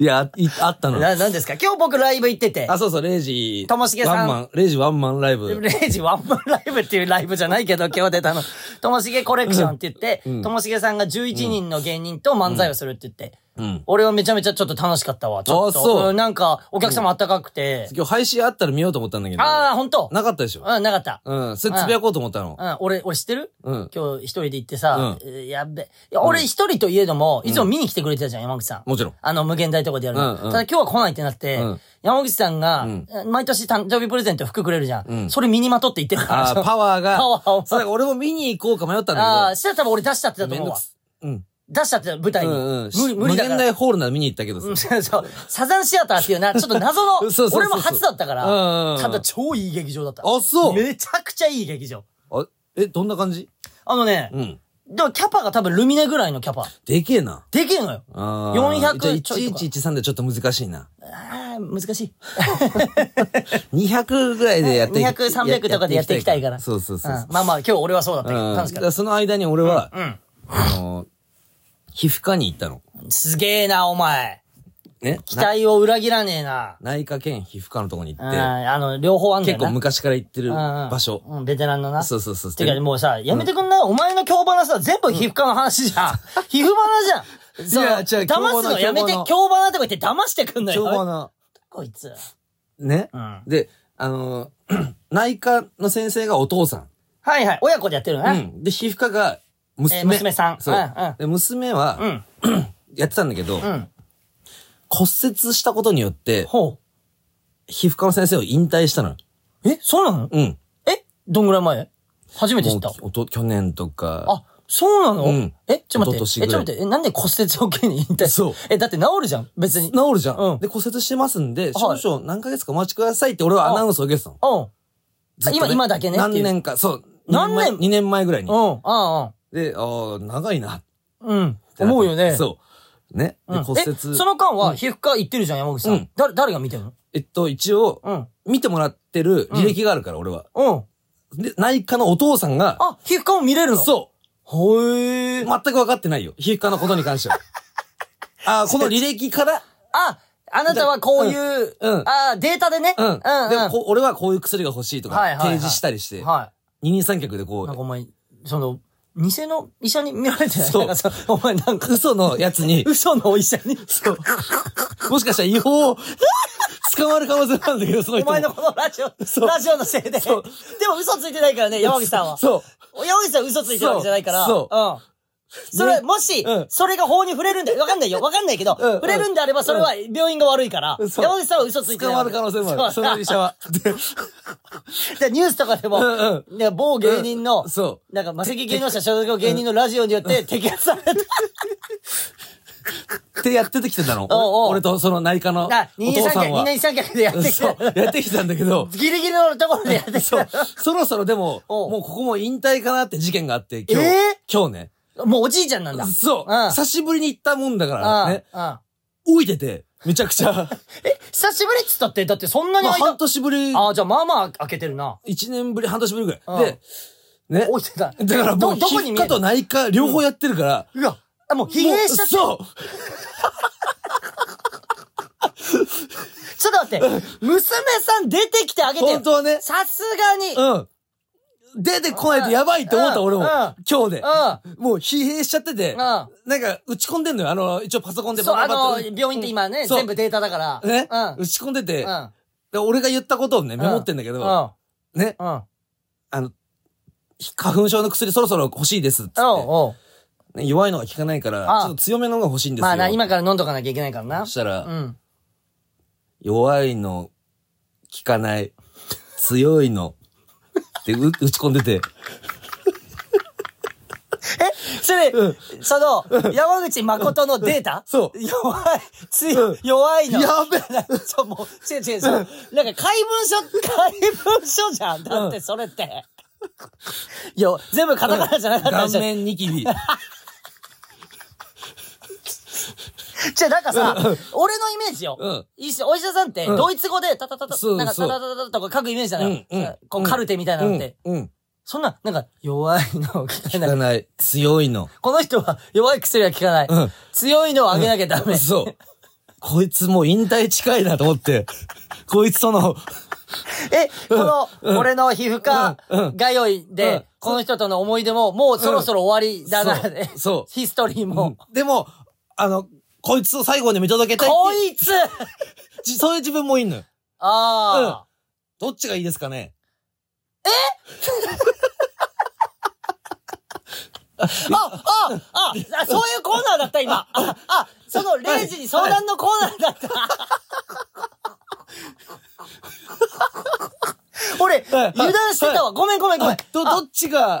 Speaker 2: いや、いあったのよ。
Speaker 1: な、なんですか今日僕ライブ行ってて、
Speaker 2: あ、そうそう、レイジ。
Speaker 1: ともしげさん
Speaker 2: ワンマン、レイジワンマンライブ。
Speaker 1: レイジワンマンライブっていうライブじゃない けど、今日出たの。ともしげコレクションって言って
Speaker 2: う、ん
Speaker 1: ともしげさんが11人の芸人と漫才をするって言って。
Speaker 2: うん。
Speaker 1: 俺はめちゃめちゃちょっと楽しかったわ。ちょっと。
Speaker 2: あそうん
Speaker 1: なんか、お客様あったかくて。
Speaker 2: 今日配信あったら見ようと思ったんだけど。
Speaker 1: ああ、ほんと
Speaker 2: なかったでしょ。
Speaker 1: うん、なかった。
Speaker 2: うん。それつぶやこうと思ったの。
Speaker 1: うん、俺、俺知ってる
Speaker 2: うん。
Speaker 1: 今日一人で行ってさ、
Speaker 2: う
Speaker 1: えーやっべ。いや俺一人といえども、いつも見に来てくれてたじゃん、山口さん。
Speaker 2: もちろん。
Speaker 1: あの、無限大とかでやるの。
Speaker 2: うんうん
Speaker 1: ただ今日は来ないってなって、
Speaker 2: うん
Speaker 1: 山口さんが、
Speaker 2: うん
Speaker 1: 毎年誕生日プレゼント服くれるじゃん。
Speaker 2: うん
Speaker 1: それ身にまとって言ってるから。
Speaker 2: ああ、パワーが。
Speaker 1: パワーを
Speaker 2: そうだから俺も見に行こうか迷ったん
Speaker 1: ああー、
Speaker 2: だ
Speaker 1: したら多分俺出しちゃって
Speaker 2: け
Speaker 1: たと
Speaker 2: ど。めん
Speaker 1: 思う
Speaker 2: ど
Speaker 1: わ
Speaker 2: く。す。うん。
Speaker 1: 出しちゃってた、舞台に。
Speaker 2: うんうん。
Speaker 1: 無理、無理だから。
Speaker 2: 無限大ホールなら見に行ったけどさ。
Speaker 1: そうそう。サザンシアターっていうな、ちょっと謎の
Speaker 2: そうそうそう、そう
Speaker 1: 俺も初だったから
Speaker 2: うんうんう、ん
Speaker 1: ただ超いい劇場だった。
Speaker 2: あ、そう
Speaker 1: めちゃくちゃいい劇場。
Speaker 2: あえ、どんな感じ
Speaker 1: あのね、
Speaker 2: うん。
Speaker 1: でもキャパが多分ルミネぐらいのキャパ。
Speaker 2: でけえな。
Speaker 1: でけえのよ。
Speaker 2: あ
Speaker 1: 400
Speaker 2: じゃあ
Speaker 1: ちょいとか
Speaker 2: 1113でちょっと難しいな。
Speaker 1: ああ、難しい。
Speaker 2: 200ぐらいでやってい
Speaker 1: 200、300とかでやっていきたいから。
Speaker 2: そうそうそうう。
Speaker 1: んまあまあ、今日俺はそうだったけ
Speaker 2: う
Speaker 1: ど、
Speaker 2: ん
Speaker 1: 楽しか
Speaker 2: だか
Speaker 1: っ
Speaker 2: らその間に俺は、
Speaker 1: た。うん。
Speaker 2: あの、皮膚科に行ったの。
Speaker 1: すげえな、お前。
Speaker 2: ね。
Speaker 1: 期
Speaker 2: な
Speaker 1: 待を裏切らねえな。
Speaker 2: 内科兼皮膚科のとこに
Speaker 1: う
Speaker 2: 行
Speaker 1: ん
Speaker 2: って、
Speaker 1: あの、両方あんだよ
Speaker 2: 結
Speaker 1: な。
Speaker 2: 構昔から行ってる
Speaker 1: うんうん
Speaker 2: 場所。
Speaker 1: うん、ベテランのな。
Speaker 2: そうそうそう。
Speaker 1: てか、もうさ、やめてくんない、お前の競馬なさ、全部皮膚科の話じゃん。 皮膚花じゃん。
Speaker 2: いや違う
Speaker 1: その騙すのやめて、
Speaker 2: 競馬の
Speaker 1: 競馬なとか言って騙してくんの
Speaker 2: ちょうど
Speaker 1: よ。
Speaker 2: な、
Speaker 1: こいつ。
Speaker 2: ね
Speaker 1: う。ん。
Speaker 2: で、あの、 内科の先生がお父さん。
Speaker 1: はいはい。親子でやってるの
Speaker 2: う
Speaker 1: ね。
Speaker 2: ん。で、皮膚科が
Speaker 1: え
Speaker 2: 娘。
Speaker 1: ー娘さん
Speaker 2: そう
Speaker 1: うんうん
Speaker 2: で娘
Speaker 1: う
Speaker 2: は、
Speaker 1: ん。
Speaker 2: やってたんだけ
Speaker 1: う、
Speaker 2: ど
Speaker 1: ん。
Speaker 2: 骨折したことによって、
Speaker 1: ほ
Speaker 2: 皮膚科の先生を引退したの。
Speaker 1: う。え、そうなの
Speaker 2: うん。
Speaker 1: えどんぐらい前初めて知った
Speaker 2: も。うおと去年とか。
Speaker 1: あ、そうなの、
Speaker 2: うん
Speaker 1: え、ちょっと待
Speaker 2: 一
Speaker 1: って。
Speaker 2: 昨年
Speaker 1: え、
Speaker 2: ぐ
Speaker 1: ちょ
Speaker 2: ら
Speaker 1: っと待
Speaker 2: い
Speaker 1: って。え、なんで骨折を機に引退
Speaker 2: そう
Speaker 1: え、だって治るじゃん。別に。
Speaker 2: 治るじゃん。
Speaker 1: うん
Speaker 2: で、骨折してますんで、
Speaker 1: はい
Speaker 2: 少々何ヶ月かお待ちくださいって俺はアナウンスを受けてた
Speaker 1: う
Speaker 2: の。
Speaker 1: ん。
Speaker 2: ずっと
Speaker 1: 今今だけねってい
Speaker 2: 何
Speaker 1: う
Speaker 2: 年か、そう。
Speaker 1: 何年
Speaker 2: ?2 年前ぐらいに
Speaker 1: う。ん。あ
Speaker 2: で、ああ、長いなっ
Speaker 1: あ、うん。うん。
Speaker 2: てなって
Speaker 1: 思うよね。う。
Speaker 2: そう。ね。で、
Speaker 1: ん、
Speaker 2: 骨折
Speaker 1: え、。その間は皮膚科行ってるじゃん、山口さん。
Speaker 2: うん
Speaker 1: 誰、誰が見てるの
Speaker 2: えっと、一応、
Speaker 1: うん。
Speaker 2: 見てもらってる履歴があるから、俺は。
Speaker 1: うん。
Speaker 2: で、内科のお父さんが、
Speaker 1: あ、皮膚科も見れるのう。
Speaker 2: そ
Speaker 1: ほえー。
Speaker 2: う。全く分かってないよ。皮膚科のことに関 しては。あーこの履歴から、
Speaker 1: あ、あなたはこういう、
Speaker 2: うんうん
Speaker 1: あーデータでね。
Speaker 2: うん。
Speaker 1: うん、うん。
Speaker 2: でもこう、俺はこういう薬が欲しいとか
Speaker 1: はいはい、はい
Speaker 2: 提示したりして、
Speaker 1: は
Speaker 2: 二人三脚でこ
Speaker 1: い。なんかお
Speaker 2: う、
Speaker 1: 前、その、偽の医者に見られてない
Speaker 2: そう
Speaker 1: なんかさ、お前なんか、
Speaker 2: 嘘のやつに、
Speaker 1: 嘘のお医者に。そう。
Speaker 2: もしかしたら違法を捕まる可能性もあるんだけど、その
Speaker 1: お
Speaker 2: 人も。
Speaker 1: 前のこのラジオ、
Speaker 2: そう
Speaker 1: ラジオのせいで。でも
Speaker 2: う
Speaker 1: 嘘ついてないからね、山口さんは。
Speaker 2: そう。
Speaker 1: 山口さんは嘘ついてるわけじゃないから。。
Speaker 2: そう
Speaker 1: ん。それ、
Speaker 2: ね
Speaker 1: もし
Speaker 2: うん、
Speaker 1: それが法に触れるんで、わかんないよ、わかんないけど、
Speaker 2: うんうん
Speaker 1: 触れるんであれば、それは病院が悪いから、
Speaker 2: うんそう
Speaker 1: 山口さんは嘘ついて
Speaker 2: 捕
Speaker 1: ない。
Speaker 2: まる可能性もある。その医 者は。で、
Speaker 1: でニュースとかでも、
Speaker 2: うん
Speaker 1: ね某芸人の
Speaker 2: うん、そ
Speaker 1: なんか、魔石芸能者所属の芸人のラジオによって摘発された。
Speaker 2: う。ってやっててきてたの。
Speaker 1: おうおう
Speaker 2: 俺とその内科のお
Speaker 1: な二人
Speaker 2: 父
Speaker 1: 三
Speaker 2: さん
Speaker 1: 脚、
Speaker 2: は
Speaker 1: 二。人三脚でやってき
Speaker 2: そう
Speaker 1: て。。
Speaker 2: やってきたんだけど、
Speaker 1: ギリギリのところでやってき
Speaker 2: そう
Speaker 1: て。。
Speaker 2: そろそろでも、
Speaker 1: おう
Speaker 2: もうここも引退かなって事件があって、今日。
Speaker 1: え
Speaker 2: 今日ね。
Speaker 1: もうおじいちゃんなんだ。
Speaker 2: そう、
Speaker 1: うん
Speaker 2: 久しぶりに行ったもんだか
Speaker 1: う
Speaker 2: ら、
Speaker 1: ん
Speaker 2: ね。
Speaker 1: うん。
Speaker 2: 老いてて、めちゃ くちゃ。ま
Speaker 1: え、久しぶりっつったって、だってそんなに
Speaker 2: あ
Speaker 1: 間
Speaker 2: 半年ぶり、
Speaker 1: ああ、じゃあまあまあ開けてるな。
Speaker 2: 1年ぶり、半年ぶりぐらい。
Speaker 1: うん
Speaker 2: で、ね。
Speaker 1: 置いてた。
Speaker 2: だからもう、
Speaker 1: ど、どこ
Speaker 2: 皮
Speaker 1: に見
Speaker 2: 膚
Speaker 1: え
Speaker 2: 科
Speaker 1: る
Speaker 2: と内科両方やってるから、
Speaker 1: うわ、あもう疲弊しちゃって。ちょ
Speaker 2: もうそ
Speaker 1: っと
Speaker 2: う
Speaker 1: 待って、娘さん出てきてあげてよ
Speaker 2: 本当はね。
Speaker 1: さすがに。うん。
Speaker 2: うん。出てこないとやばいって思った
Speaker 1: うん
Speaker 2: 俺も
Speaker 1: うん。
Speaker 2: 今日で。
Speaker 1: あ
Speaker 2: もう疲弊しちゃってて。なん
Speaker 1: あ。
Speaker 2: か打ち込んでんのよ。あの、一応パソコンで
Speaker 1: そう、あ
Speaker 2: ババ
Speaker 1: の、
Speaker 2: バッと
Speaker 1: 病院って今ね、
Speaker 2: そう
Speaker 1: 全部データだから。
Speaker 2: ね
Speaker 1: うん。
Speaker 2: 打ち込んでて。
Speaker 1: うん。
Speaker 2: で俺が言ったことをね、メモってんだけど。
Speaker 1: うん。
Speaker 2: ね。
Speaker 1: うん。
Speaker 2: あの、花粉症の薬そろそろ欲しいですっつって。
Speaker 1: おうおう
Speaker 2: ね弱いのが効かないから、
Speaker 1: ああ
Speaker 2: ちょっと強めのが欲しいんですよ。
Speaker 1: まあな、今から飲んどかなきゃいけないからな
Speaker 2: そ。したら、
Speaker 1: うん。
Speaker 2: 弱いの、効かない、強いの、ってう打ち込んでて、
Speaker 1: それ、その、山口誠のデータ。
Speaker 2: そう
Speaker 1: 弱い、
Speaker 2: う
Speaker 1: 強
Speaker 2: ん
Speaker 1: い、弱いの。
Speaker 2: やべえ
Speaker 1: なそう、もう、違う違う、そうなんか、怪文書、怪文書じゃん。だって、それって。いや、全部カタカナじゃなかった
Speaker 2: 顔
Speaker 1: じゃん。
Speaker 2: 面ニキビ。
Speaker 1: じゃあなんかさ、俺のイメージよ。
Speaker 2: うん
Speaker 1: 医師お医者さんって、
Speaker 2: うん
Speaker 1: ドイツ語で、タタタタ、
Speaker 2: そう
Speaker 1: なんか、
Speaker 2: そ
Speaker 1: タ
Speaker 2: う
Speaker 1: タタタタとか書くイメージだよ。
Speaker 2: うんうん
Speaker 1: こう、カルテみたいなのって。
Speaker 2: うん、うん。
Speaker 1: そんな、なんか、弱いの聞か
Speaker 2: 効
Speaker 1: ない
Speaker 2: か。ない、強いの。
Speaker 1: この人は弱い薬は効かない。
Speaker 2: うん
Speaker 1: 強いのをあげなきゃダメ。
Speaker 2: そう。こいつもう引退近いなと思って、こいつその、
Speaker 1: え、この、俺の皮膚科
Speaker 2: うんうん
Speaker 1: がよいうで
Speaker 2: ん、
Speaker 1: この人との思い出も、もうそろそろ終わりだな
Speaker 2: うんそう。そう
Speaker 1: ヒストリーも。
Speaker 2: でも、あの、こいつを最後に見届けたい
Speaker 1: こ
Speaker 2: って
Speaker 1: いつ
Speaker 2: じそういう自分もいんのよ。
Speaker 1: ああ。
Speaker 2: どっちがいいですかね
Speaker 1: あ、あ、あ、あ、そういうコーナーだった、今。あ、あ、その0時に相談のコーナーだ った。俺、
Speaker 2: はい
Speaker 1: 油断してたわ。ごめんごめんごめん。あ
Speaker 2: ど、どっちが、
Speaker 1: あ、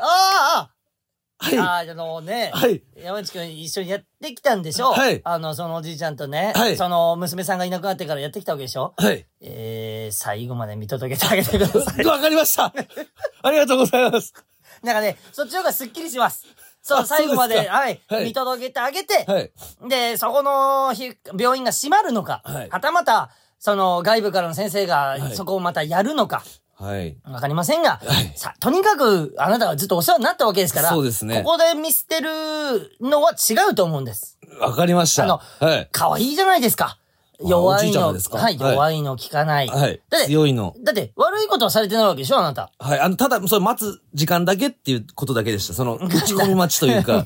Speaker 1: あ
Speaker 2: はい、
Speaker 1: あ、
Speaker 2: は
Speaker 1: ああのね。
Speaker 2: い、
Speaker 1: 山内くん一緒にやってきたんでしょ
Speaker 2: はい
Speaker 1: あの、そのおじいちゃんとね、
Speaker 2: はい
Speaker 1: その娘さんがいなくなってからやってきたわけでしょ
Speaker 2: はい。
Speaker 1: えー、最後まで見届けてあげてください。
Speaker 2: わかり ました。ありがとうございます。
Speaker 1: なんかね、そっちの方がスッキリします。そう、
Speaker 2: あそうで
Speaker 1: 最
Speaker 2: す
Speaker 1: 後
Speaker 2: か
Speaker 1: まで、はい、
Speaker 2: はい
Speaker 1: 見届けてあげて、
Speaker 2: はい。
Speaker 1: で、そこの日病院が閉まるのか、
Speaker 2: はい
Speaker 1: はたまた、その外部からの先生が
Speaker 2: はい
Speaker 1: そこをまたやるのか、
Speaker 2: はい。
Speaker 1: わかりませんが、
Speaker 2: はい
Speaker 1: さ、とにかくあなたはずっとお世話になったわけですから、
Speaker 2: そうですね
Speaker 1: ここで見捨てるのは違うと思うんです。
Speaker 2: わかりました。
Speaker 1: あの
Speaker 2: はい。
Speaker 1: 可愛いじゃないですか。弱
Speaker 2: おじ
Speaker 1: い
Speaker 2: いちゃ
Speaker 1: の。
Speaker 2: まですか
Speaker 1: はい、
Speaker 2: はい
Speaker 1: 弱いの聞かない。
Speaker 2: はい
Speaker 1: だっ。て
Speaker 2: 強いの。
Speaker 1: だって、悪いことはされてないわけでしょ、あなた。
Speaker 2: はい。あの、ただ、それ待つ時間だけっていうことだけでした。その、打ち込み待ちとい うか。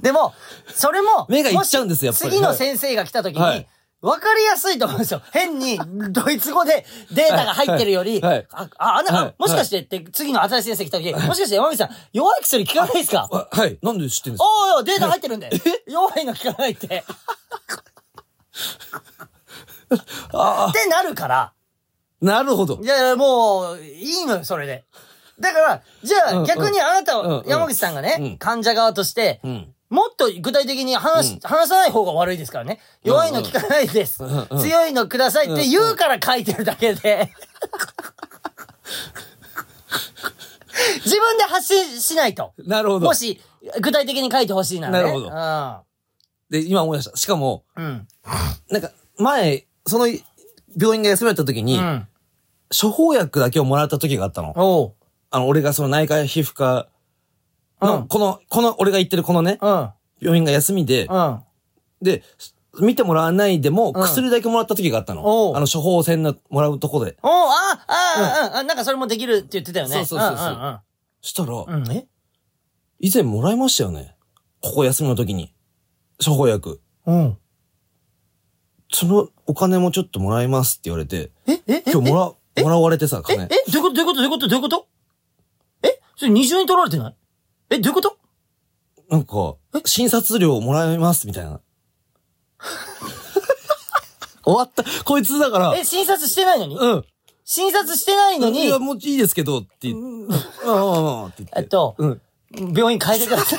Speaker 1: でも、それも、
Speaker 2: 目がいっちゃうんですよやっぱり
Speaker 1: もし次の先生が来た時に、わ、
Speaker 2: はい
Speaker 1: かりやすいと思うんですよ。変に、ドイツ語でデータが入ってるより、
Speaker 2: はいはい
Speaker 1: あ、あ、あな
Speaker 2: はい
Speaker 1: あもしかしてって、次の新しい先生来た時、もしかして山口さん、弱い薬効かないですか
Speaker 2: あはい。なんで知ってんですか
Speaker 1: おーおーデータ入ってるんで。弱いの効かないって。
Speaker 2: あ
Speaker 1: てなるから。
Speaker 2: あ、なるほど
Speaker 1: い。やいや、もう、いいのよ、それで。だから、じゃ
Speaker 2: うん
Speaker 1: あ逆にあなた
Speaker 2: うん
Speaker 1: は
Speaker 2: う、ん
Speaker 1: 山口さんが
Speaker 2: う
Speaker 1: ね
Speaker 2: ん、
Speaker 1: 患者側として、
Speaker 2: うん。
Speaker 1: もっと具体的に話し、
Speaker 2: うん
Speaker 1: 話さない方が悪いですからね。
Speaker 2: うん
Speaker 1: 弱いの聞かないです。
Speaker 2: うんうん
Speaker 1: 強いのくださいって言うから書いてるだけ で。自分で発信しないと。
Speaker 2: なるほど
Speaker 1: も。し、具体的に書いてほしいならね。
Speaker 2: なるほどで、今思い出した。しかも、
Speaker 1: うん。うん。
Speaker 2: なんか、前、その病院が休まれた時
Speaker 1: う
Speaker 2: に、
Speaker 1: ん。
Speaker 2: 処方薬だけをもらった時があったの。
Speaker 1: おう。
Speaker 2: あの、俺がその内科皮膚科の、
Speaker 1: うん
Speaker 2: この、この、俺が行ってるこのね、
Speaker 1: うん。
Speaker 2: 病院が休みで、
Speaker 1: うん。
Speaker 2: で、見てもらわないでも、
Speaker 1: うん
Speaker 2: 薬だけもらった時があった
Speaker 1: お
Speaker 2: の。
Speaker 1: う
Speaker 2: あの、処方箋のもらうとこで。
Speaker 1: おう、あ、あ、あ、あ、なんかそれもできるって言ってたよね。
Speaker 2: そうそうそうそうんしたら、
Speaker 1: うんうん。うん、え
Speaker 2: 以前もらいましたよね。ここ休みの時に。処方薬。
Speaker 1: うん。
Speaker 2: そのお金もちょっともらいますって言われて、
Speaker 1: え、え、え、
Speaker 2: 今日もら、もらわれてさ、
Speaker 1: え、え、
Speaker 2: 金。
Speaker 1: どういうことどういうことどういうことどういうことえそれ二重に取られてないえ、どういうこと
Speaker 2: なんか、診察料もらいますみた いな。終わった。こいつだから、
Speaker 1: え、診察してないのに
Speaker 2: うん。
Speaker 1: 診察してないの
Speaker 2: い
Speaker 1: に
Speaker 2: や、、もういいですけど、って言って。うん、うん、うん、って言って。
Speaker 1: えっと、
Speaker 2: うん。
Speaker 1: 病院変えてください。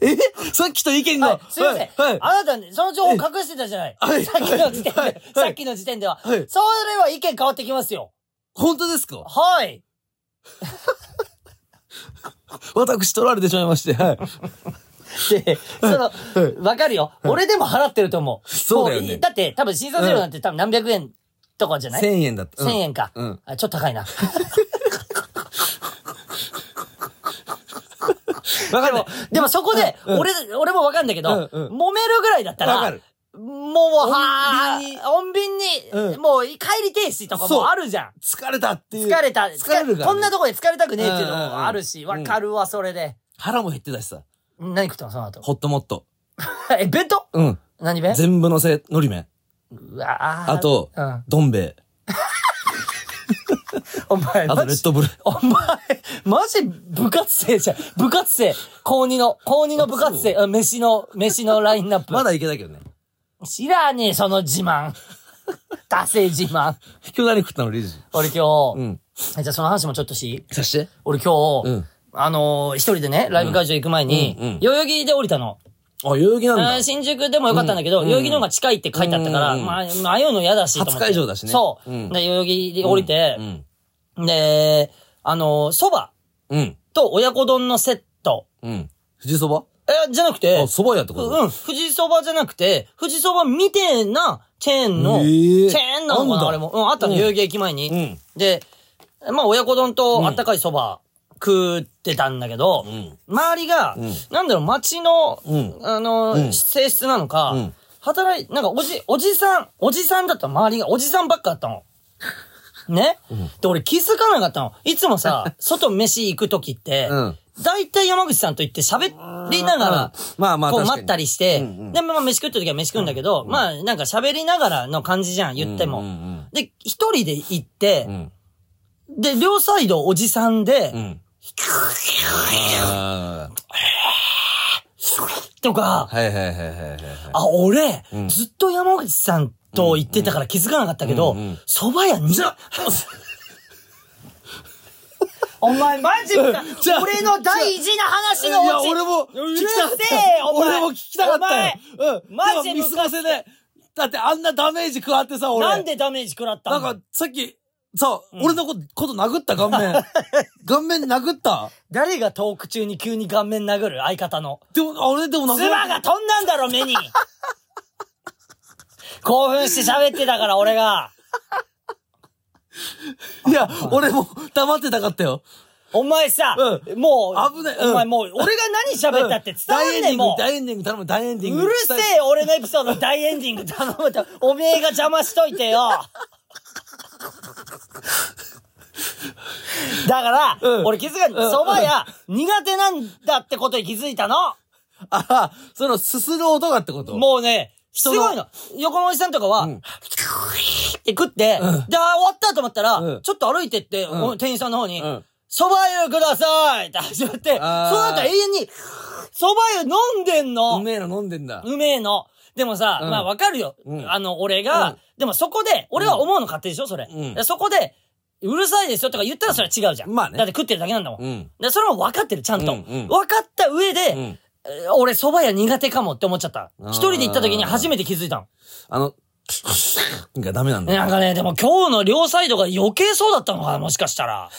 Speaker 2: えさっきと意見が、
Speaker 1: すいません。
Speaker 2: はい。はい
Speaker 1: あなたね、その情報隠してたじゃない。
Speaker 2: はい
Speaker 1: さっきの時点で、
Speaker 2: はいはい
Speaker 1: さっきの時点では。
Speaker 2: はい
Speaker 1: それは意見変わってきますよ。
Speaker 2: 本当ですか
Speaker 1: はい。
Speaker 2: 私取られてしまいまして、はい。
Speaker 1: で、その
Speaker 2: はい、
Speaker 1: わかるよ。俺でも払ってると思う。
Speaker 2: そうだよね
Speaker 1: もいだって、多分診察料なんて多分何百円とかじゃない
Speaker 2: 1000円だった。
Speaker 1: 1000円か
Speaker 2: うん。
Speaker 1: あちょっと高いな。
Speaker 2: わかる。
Speaker 1: でもそこで、
Speaker 2: うんうん
Speaker 1: 俺、俺もわかんだけど、
Speaker 2: うんうん
Speaker 1: 揉めるぐらいだった
Speaker 2: わからる、
Speaker 1: もう、はぁ、穏便に、
Speaker 2: うん
Speaker 1: もう、帰り停止とか
Speaker 2: そう
Speaker 1: もあるじゃん。
Speaker 2: 疲れたっていう。
Speaker 1: 疲れた。
Speaker 2: 疲れるからね
Speaker 1: こんなとこで疲れたくねえっていうの
Speaker 2: うんうんうん
Speaker 1: もあるし、わかるわ、それで。
Speaker 2: 腹も減ってたしさ。
Speaker 1: 何食ったのその後。
Speaker 2: ホットモット。
Speaker 1: え、弁当
Speaker 2: うん。
Speaker 1: 何弁
Speaker 2: 全部のせ、のり麺。
Speaker 1: うわー
Speaker 2: あと
Speaker 1: うん。
Speaker 2: どん兵衛。
Speaker 1: お前、
Speaker 2: あと
Speaker 1: マ
Speaker 2: レッ
Speaker 1: ジ、
Speaker 2: ドブル。
Speaker 1: お前、マジ部活生じゃん。部活生。高2の、高2の部活生。うん飯の、飯のラインナップ。
Speaker 2: まだいけたけどね。
Speaker 1: 知らねえ、その自慢。 ダセ自慢。
Speaker 2: 今日何食ったの、リージ。
Speaker 1: 俺今
Speaker 2: う
Speaker 1: 日、
Speaker 2: ん。
Speaker 1: えじゃあその話もちょっとし、
Speaker 2: さして。
Speaker 1: 俺今日、
Speaker 2: うん
Speaker 1: あのー一人でね、ライブ会場行く前に、
Speaker 2: うんうん
Speaker 1: 代々木で降りたの。
Speaker 2: あ、代々木なん
Speaker 1: あ
Speaker 2: だ
Speaker 1: ー。新宿でもよかったんだけど、
Speaker 2: うん
Speaker 1: 代々木の方が近いって書いてあったから、
Speaker 2: うん
Speaker 1: まあ、迷うの嫌だしと思って。
Speaker 2: 初会場だしね
Speaker 1: そう。
Speaker 2: うん
Speaker 1: で、代々木で降りて、
Speaker 2: うん。
Speaker 1: で、あのー蕎麦
Speaker 2: うん。
Speaker 1: と親子丼のセット。
Speaker 2: うん。富士そば
Speaker 1: え、じゃなくて
Speaker 2: あ、、そば屋ってこと
Speaker 1: うん、富士蕎麦じゃなくて、富士蕎麦みてえなチェーンの、
Speaker 2: へえ
Speaker 1: チェーンなのか
Speaker 2: あんだ
Speaker 1: なあれも。うん、あったの、
Speaker 2: うん
Speaker 1: 代々木駅前に。
Speaker 2: うん
Speaker 1: で、まあ、親子丼
Speaker 2: うん
Speaker 1: とあったかい蕎麦食ってたんだけど、
Speaker 2: うん
Speaker 1: 周りが、
Speaker 2: うん
Speaker 1: なんだろう、町の、
Speaker 2: うん
Speaker 1: あの、
Speaker 2: うん
Speaker 1: 性質なのか、
Speaker 2: うん
Speaker 1: 働い、なんかおじ、おじさん、おじさんだったの周りが、おじさんばっかだ ったの。ね、で、俺気づかなかったの。いつも さ、外飯行く時って、
Speaker 2: うん
Speaker 1: だいたい山口さんと行って喋りながら、
Speaker 2: まあまあ
Speaker 1: こう
Speaker 2: 確かに
Speaker 1: 待ったりして、
Speaker 2: うんうん
Speaker 1: で、まあ飯食った時は飯食うんだけど、まあなんか喋りながらの感じじゃん、言っても。
Speaker 2: うんうん
Speaker 1: で、一人で行って
Speaker 2: う、ん。
Speaker 1: で、両サイドおじさんで、
Speaker 2: うん。あ
Speaker 1: とか、
Speaker 2: ーはいはいはいはいはいはい。
Speaker 1: あ、俺、
Speaker 2: うん
Speaker 1: ずっと山口さんと言ってたから気づかなかったけど
Speaker 2: うんうん、
Speaker 1: 蕎麦屋に。 お前マジか
Speaker 2: じゃあ
Speaker 1: 俺の大事な話の
Speaker 2: いや、
Speaker 1: オチ
Speaker 2: 俺も
Speaker 1: う
Speaker 2: 聞
Speaker 1: る
Speaker 2: きたかっ
Speaker 1: せえ
Speaker 2: た。
Speaker 1: よお前
Speaker 2: 俺も聞きたかったよ。うん。
Speaker 1: マジ
Speaker 2: でも見過ごせねえ。だってあんなダメージ食らってさ、俺。
Speaker 1: なんでダメージ食らった
Speaker 2: なん
Speaker 1: んだ
Speaker 2: か、さっき、さ、俺のこと、こと殴った、顔面。顔面殴った。
Speaker 1: 誰がトーク中に急に顔面殴る相方の。
Speaker 2: でも、あ俺でも殴
Speaker 1: 唾が飛んだんだろ、目に 興奮して喋ってたから、俺が。
Speaker 2: いや、俺も黙ってたかったよ。
Speaker 1: お前さ、
Speaker 2: う
Speaker 1: もう、
Speaker 2: 危ないうん
Speaker 1: お前もう、俺が何喋ったって伝わんねえ、もう。
Speaker 2: 大エンディング、大エンディング頼む、大エンディング。
Speaker 1: うるせえよ俺のエピソードの大エンディング頼むと、おめえが邪魔しといてよだから、
Speaker 2: うん
Speaker 1: 俺気づかない。蕎麦屋、苦手なんだってことに気づいたの
Speaker 2: ああ、その、すする音がってこと
Speaker 1: もうね、す
Speaker 2: 人の
Speaker 1: ごいの。横のおじさんとかは、
Speaker 2: うん
Speaker 1: って食って、で、あ終わったと思ったら、
Speaker 2: うん
Speaker 1: ちょっと歩いてって、
Speaker 2: ん
Speaker 1: この店員さんの方に、
Speaker 2: うん
Speaker 1: 蕎麦湯くださいって始まって、その
Speaker 2: あー
Speaker 1: 後永遠に、蕎麦湯飲んでん
Speaker 2: う
Speaker 1: の
Speaker 2: めえの飲んでんだ。
Speaker 1: うめえの。でもさ、
Speaker 2: うん
Speaker 1: まあわかるよ。
Speaker 2: うん
Speaker 1: あの、俺が、
Speaker 2: うん
Speaker 1: でもそこで、俺は思うの勝手でしょそれ。
Speaker 2: うん
Speaker 1: でそこで、うるさいですよとか言ったらそれは違うじゃん。
Speaker 2: まあね
Speaker 1: だって食ってるだけなんだもん。
Speaker 2: うん。
Speaker 1: でそれも分かってる、ちゃんと。
Speaker 2: うんうん
Speaker 1: 分かった上で、
Speaker 2: うん。
Speaker 1: えー俺蕎麦屋苦手かもって思っちゃった。
Speaker 2: あー
Speaker 1: 一人で行った時に初めて気づいたの。
Speaker 2: あの、 がダメなんだ。
Speaker 1: なんかね、でも今日の両サイドが余計そうだったのかな、もしかした ら。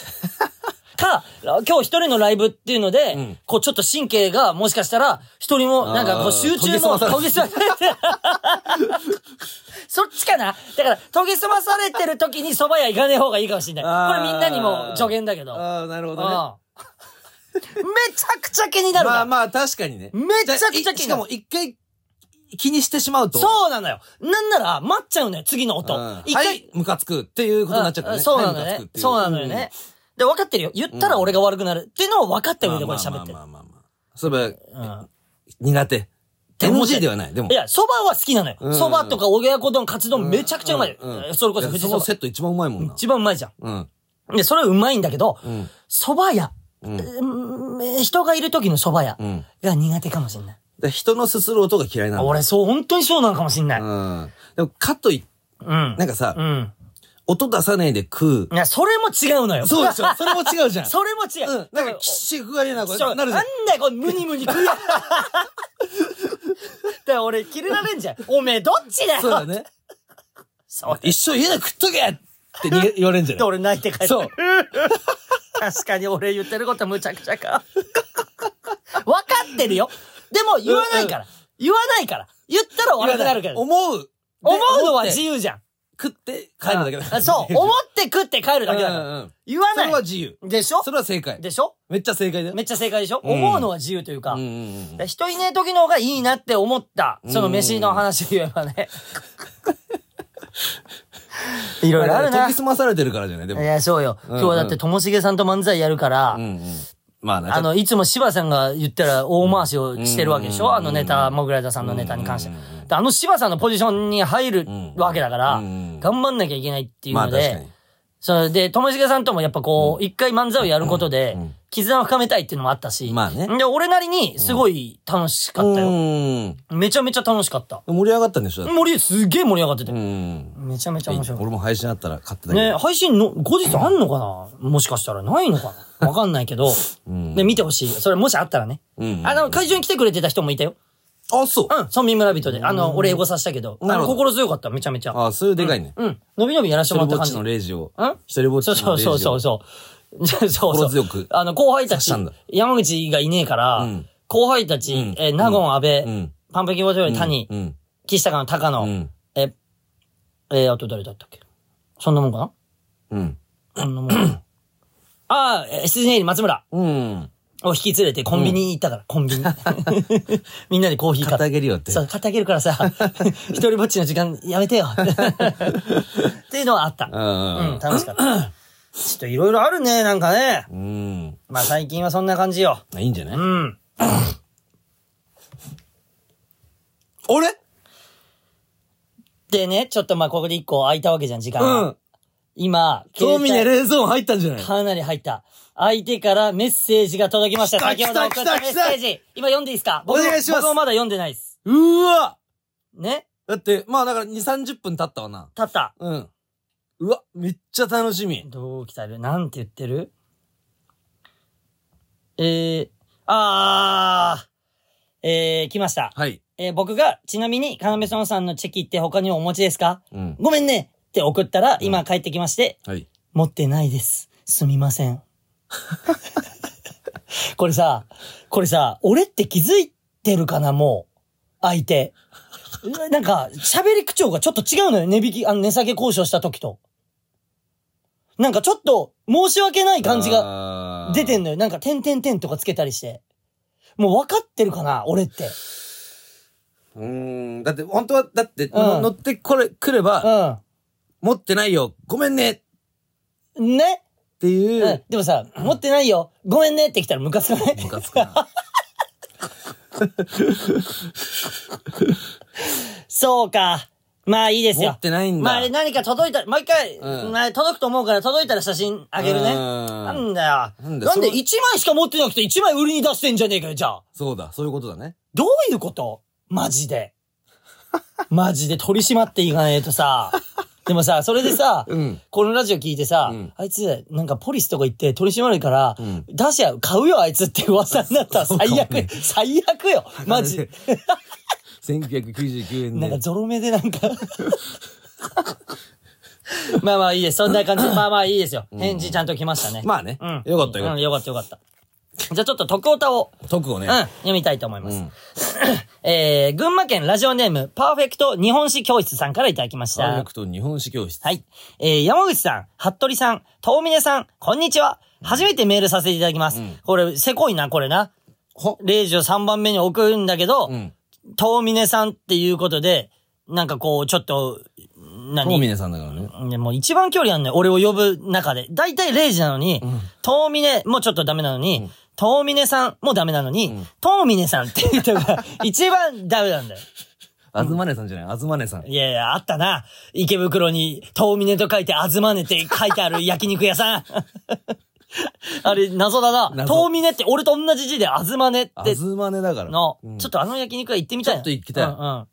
Speaker 1: か、今日一人のライブっていうので、
Speaker 2: うん
Speaker 1: こうちょっと神経がもしかしたら、一人も、なんかこ
Speaker 2: あ
Speaker 1: う
Speaker 2: ー
Speaker 1: 集中
Speaker 2: 研ぎ澄
Speaker 1: も
Speaker 2: まされて
Speaker 1: 研ぎ澄まされて。 そっちかなだから、研ぎ澄まされてる時に蕎麦屋行かねえ方がいいかもしれない。
Speaker 2: あー
Speaker 1: これみんなにも助言だけど。うん
Speaker 2: ああ、なるほどね。
Speaker 1: めちゃくちゃ気になるわ
Speaker 2: まあまあ、確かにね。
Speaker 1: めちゃくちゃ気になる
Speaker 2: しかも、一回気にしてしまうと。
Speaker 1: そうなのよ。なんなら、待っちゃうのよ、次の音
Speaker 2: うん。
Speaker 1: 一
Speaker 2: は
Speaker 1: 回
Speaker 2: い、ムカつくっていうことになっちゃうから
Speaker 1: ん
Speaker 2: ね。
Speaker 1: そうなの
Speaker 2: はいムカつく
Speaker 1: ね
Speaker 2: っ。てい
Speaker 1: そうなのよね。。で、分かってるよ。言ったら俺が悪くなる。っていうのを分かった上でこれ喋ってる
Speaker 2: まあ。まあまあまあまあ。そういえば、
Speaker 1: うん
Speaker 2: 苦手。
Speaker 1: 思っちゃう
Speaker 2: NG ではない。でも
Speaker 1: い、や、蕎麦は好きなのよ。
Speaker 2: うん
Speaker 1: 蕎麦とか親子丼、カツ丼めちゃくちゃうまいよ
Speaker 2: んん。
Speaker 1: それこそ富士
Speaker 2: いやその
Speaker 1: 蕎
Speaker 2: セット一番うまいもん
Speaker 1: 麦。
Speaker 2: な。
Speaker 1: 一番うまいじゃ
Speaker 2: うん。
Speaker 1: ん。で、それはうまいんだけど、
Speaker 2: うん。
Speaker 1: 蕎麦屋。
Speaker 2: うん
Speaker 1: うんえー人がいる時の蕎麦屋
Speaker 2: うん。
Speaker 1: が苦手かもしんない。
Speaker 2: で人のすする音が嫌いなんだ。
Speaker 1: 俺、そう、本当にそうなのかもしんない。
Speaker 2: うん。でも、かといっ
Speaker 1: うん。
Speaker 2: なんかさ、
Speaker 1: うん。
Speaker 2: 音出さないで食う
Speaker 1: い。や、それも違うのよ。
Speaker 2: そうでしょそれも違うじゃん。
Speaker 1: それも違
Speaker 2: う。。
Speaker 1: うん
Speaker 2: なんか、きっしくがりな、これ。
Speaker 1: そう
Speaker 2: なるじゃ
Speaker 1: ん
Speaker 2: ん。
Speaker 1: だよ、これ、ムニムニ食い や。だから俺、キレられんじゃん。おめえ、どっちだよ
Speaker 2: そうだね。
Speaker 1: そう
Speaker 2: 一生家で食っとけって 逃げ言われんじゃ
Speaker 1: で、
Speaker 2: ない
Speaker 1: 俺泣いて帰った。
Speaker 2: そう。
Speaker 1: 確かに俺言ってることむちゃくちゃか。分かってるよ。でも、言わないから。言わないから。言ったら悪くなるけど。思
Speaker 2: 思う。で
Speaker 1: うのは
Speaker 2: 思って
Speaker 1: 自由じゃん。
Speaker 2: 食って帰るだけだから。
Speaker 1: そう。思って食って帰るだけだか
Speaker 2: うんうんう
Speaker 1: ら
Speaker 2: ん。
Speaker 1: 言わ
Speaker 2: それは
Speaker 1: ない。
Speaker 2: 自由。
Speaker 1: でしょ
Speaker 2: それは正解。
Speaker 1: でしょ
Speaker 2: めっちゃ正解だよ。
Speaker 1: めっちゃ正解でしょ
Speaker 2: うん
Speaker 1: 思うのは自由というか
Speaker 2: うん。うんうん。
Speaker 1: だから人いねえ時の方がいいなって思った。その飯の話で言えばね。いろいろある
Speaker 2: 研
Speaker 1: な。
Speaker 2: ぎ
Speaker 1: い
Speaker 2: 澄まされてるからじゃないでも。
Speaker 1: や、そうよ。
Speaker 2: んうん
Speaker 1: 今日だってともしげさんと漫才やるから、
Speaker 2: うんうん。まあね。
Speaker 1: あの、いつも柴さんが言ったら大回しをしてるわけでし
Speaker 2: うん
Speaker 1: ょあのネタ、モグライダーさんのネタに関して
Speaker 2: うん。
Speaker 1: であの柴さんのポジションに入る
Speaker 2: ん
Speaker 1: わけだから
Speaker 2: うん、
Speaker 1: 頑張んなきゃいけないっていう
Speaker 2: まあ
Speaker 1: の
Speaker 2: 確かに
Speaker 1: で、。それで、ともしげさんともやっぱこう、一回漫才をやることで、絆を深めたいっていうのもあったし、
Speaker 2: まあね
Speaker 1: で、俺なりにすごい楽しかったよ。
Speaker 2: うん。
Speaker 1: めちゃめちゃ楽しかった。
Speaker 2: 盛り上がったんでしょだって
Speaker 1: 盛り、すげえ盛り上がってて。
Speaker 2: うん。
Speaker 1: めちゃめちゃ面白かっ
Speaker 2: 俺も配信あったら買ってた
Speaker 1: た。
Speaker 2: けど。
Speaker 1: ね、配信の、後日あんのかなもしかしたらないのかなわかんないけど、
Speaker 2: ん
Speaker 1: ね、見てほしい。それもしあったらね。
Speaker 2: うんうん
Speaker 1: あの、会場に来てくれてた人もいたよ。
Speaker 2: あ、そう。
Speaker 1: うん、村民村人で。あの、俺エゴさしたけど、あ
Speaker 2: なる
Speaker 1: の
Speaker 2: ほど
Speaker 1: 心強かった、めちゃめちゃ。
Speaker 2: あ、そういうでかいね。
Speaker 1: うん、伸び伸びやらせ
Speaker 2: 一
Speaker 1: てもらった
Speaker 2: 人ぼっ
Speaker 1: 感
Speaker 2: ち
Speaker 1: じ
Speaker 2: の。レイジを。
Speaker 1: ん
Speaker 2: 一人ぼっち
Speaker 1: そ
Speaker 2: の
Speaker 1: うそうそうそうう。そう。そうそう
Speaker 2: 心強く
Speaker 1: あの、後輩た
Speaker 2: 刺し
Speaker 1: ち
Speaker 2: たんだ、
Speaker 1: 山口がいねえから、
Speaker 2: ん
Speaker 1: 後輩たち、
Speaker 2: うん
Speaker 1: えー、納言、安倍、
Speaker 2: うん
Speaker 1: パンペキボジョリ、谷、
Speaker 2: うん。
Speaker 1: 岸高の高野、
Speaker 2: うん。
Speaker 1: え、えー、あと誰だったっけそんなもんかな
Speaker 2: うん。
Speaker 1: そんなもんかな。ああ、えー羊ネイリ松村
Speaker 2: うん。
Speaker 1: を引き連れてコンビニ行ったから、コンビ ニ。みんなでコーヒー買って
Speaker 2: 肩。げるよって。
Speaker 1: そう、買ってあげる からさ、一人ぼっちの時間やめてよ。っていうのはあった
Speaker 2: う。んう
Speaker 1: うん
Speaker 2: うん
Speaker 1: ん、楽しかった。ちょっといろいろあるね、なんかね。
Speaker 2: うん。
Speaker 1: まあ最近はそんな感じよ。
Speaker 2: いいんじゃない
Speaker 1: うん。
Speaker 2: 俺
Speaker 1: でね、ちょっとまあここで一個空いたわけじゃん、時間が。
Speaker 2: うん。
Speaker 1: 今、携
Speaker 2: 興
Speaker 1: 帯
Speaker 2: 味ね、冷蔵入ったんじゃない
Speaker 1: かなり入った。相手からメッセージが届きました。
Speaker 2: 来た
Speaker 1: 先ほど送ったメ
Speaker 2: 来た来た
Speaker 1: ッ
Speaker 2: 来
Speaker 1: セ
Speaker 2: た
Speaker 1: ージ。今読んでいいですか僕も
Speaker 2: お願いします
Speaker 1: 僕もまだ読んでないです。
Speaker 2: うわ
Speaker 1: ね
Speaker 2: だって、まあだから2、30分経ったわな。
Speaker 1: たった。
Speaker 2: うん。うわ、めっちゃ楽しみ。
Speaker 1: どう来たるなんて言ってるえー、あー、えー、来ました。
Speaker 2: はい。
Speaker 1: えー、僕が、ちなみに、カナメソンさんのチェキって他にもお持ちですか
Speaker 2: うん。
Speaker 1: ごめんねって送ったら、今帰ってきまして、
Speaker 2: はい。
Speaker 1: 持ってないです。すみません。これさ、これさ、俺って気づいてるかな、もう。相手。なんか、喋り口調がちょっと違うのよ。値引き、あの、値下げ交渉した時と。なんかちょっと、申し訳ない感じが
Speaker 2: が
Speaker 1: 出てん
Speaker 2: の。
Speaker 1: のよ。なんか、点々点とかつけたりして。もう分かってるかな、俺って。
Speaker 2: うーん。だって、本当は、だって、
Speaker 1: ん
Speaker 2: 乗ってこれ、来れば、
Speaker 1: う
Speaker 2: 持ってないよ。ごめんねっ
Speaker 1: ん。ね。。
Speaker 2: ていううん
Speaker 1: でもさ、持ってないよ。ごめんねって来たらムカつかない。
Speaker 2: ムカつくな。
Speaker 1: そうか。まあいいです
Speaker 2: 持
Speaker 1: よ
Speaker 2: っ。てないんだ。
Speaker 1: まああれ何か届いたら、もう一回、
Speaker 2: うん
Speaker 1: まあ届くと思うから届いたら写真あげるね。
Speaker 2: うん
Speaker 1: なんだよ。
Speaker 2: なんだ
Speaker 1: なんで1
Speaker 2: その
Speaker 1: 枚しか持ってなくて1枚売りに出してんじゃねえかよ、じゃあ。
Speaker 2: そうだ、そういうことだね。
Speaker 1: どういうことマジ で。マジで取り締まっていかないとさ。でもさ、それでさ、
Speaker 2: うん。
Speaker 1: このラジオ聞いてさ、
Speaker 2: うん
Speaker 1: あいつ、なんかポリスとか行って取り締まるから、
Speaker 2: うん
Speaker 1: 出しゃ、買うよあいつって噂になったら
Speaker 2: そうかも
Speaker 1: 最
Speaker 2: ね
Speaker 1: 悪、最悪よマジ。
Speaker 2: 1999円で。
Speaker 1: なんかゾロ目でなんか。 まあまあいいです。そんな感 じで。まあまあいいですよ。返事ちゃんと来ましたね。
Speaker 2: まあね。
Speaker 1: うん。
Speaker 2: よかったよか
Speaker 1: う
Speaker 2: っ
Speaker 1: んよかったよかった。じゃあちょっと徳歌を、
Speaker 2: た。徳をね。
Speaker 1: うん、読みたいと思います。
Speaker 2: うん
Speaker 1: えー、群馬県ラジオネーム、パーフェクト日本史教室さんからいただきまし
Speaker 2: パーフェ
Speaker 1: た。
Speaker 2: クト日本史教室。
Speaker 1: はい。えー、山口さん、服部さん、遠峰さん、こんにちは。初めてメールさせていただきます。これ、せこいな、これな。
Speaker 2: ほ
Speaker 1: 0時を3番目に送るんだけど、
Speaker 2: うん。
Speaker 1: 遠峰さんっていうことで、なんかこう、ちょっと、何
Speaker 2: 大峰さんだからね。
Speaker 1: いやもう一番距離あんね俺を呼ぶ中で。だいたい0時なのに、遠峰もちょっとダメなのに、遠峰さんもダメなのに、遠峰さんっていう人が 一番ダメなんだよ。
Speaker 2: あずまねさんじゃない、あずまねさん。
Speaker 1: いやいや、あったな。池袋に遠峰と書いてあずまねって書いてある焼肉屋さん。 あれ、謎だな。
Speaker 2: 謎
Speaker 1: 遠峰って俺と同じ字であずまねっ
Speaker 2: あ
Speaker 1: て
Speaker 2: ずまねだから。
Speaker 1: の、
Speaker 2: うん
Speaker 1: ちょっとあの焼肉屋行ってみたいな
Speaker 2: ちょっと行きたい
Speaker 1: うんうん。ま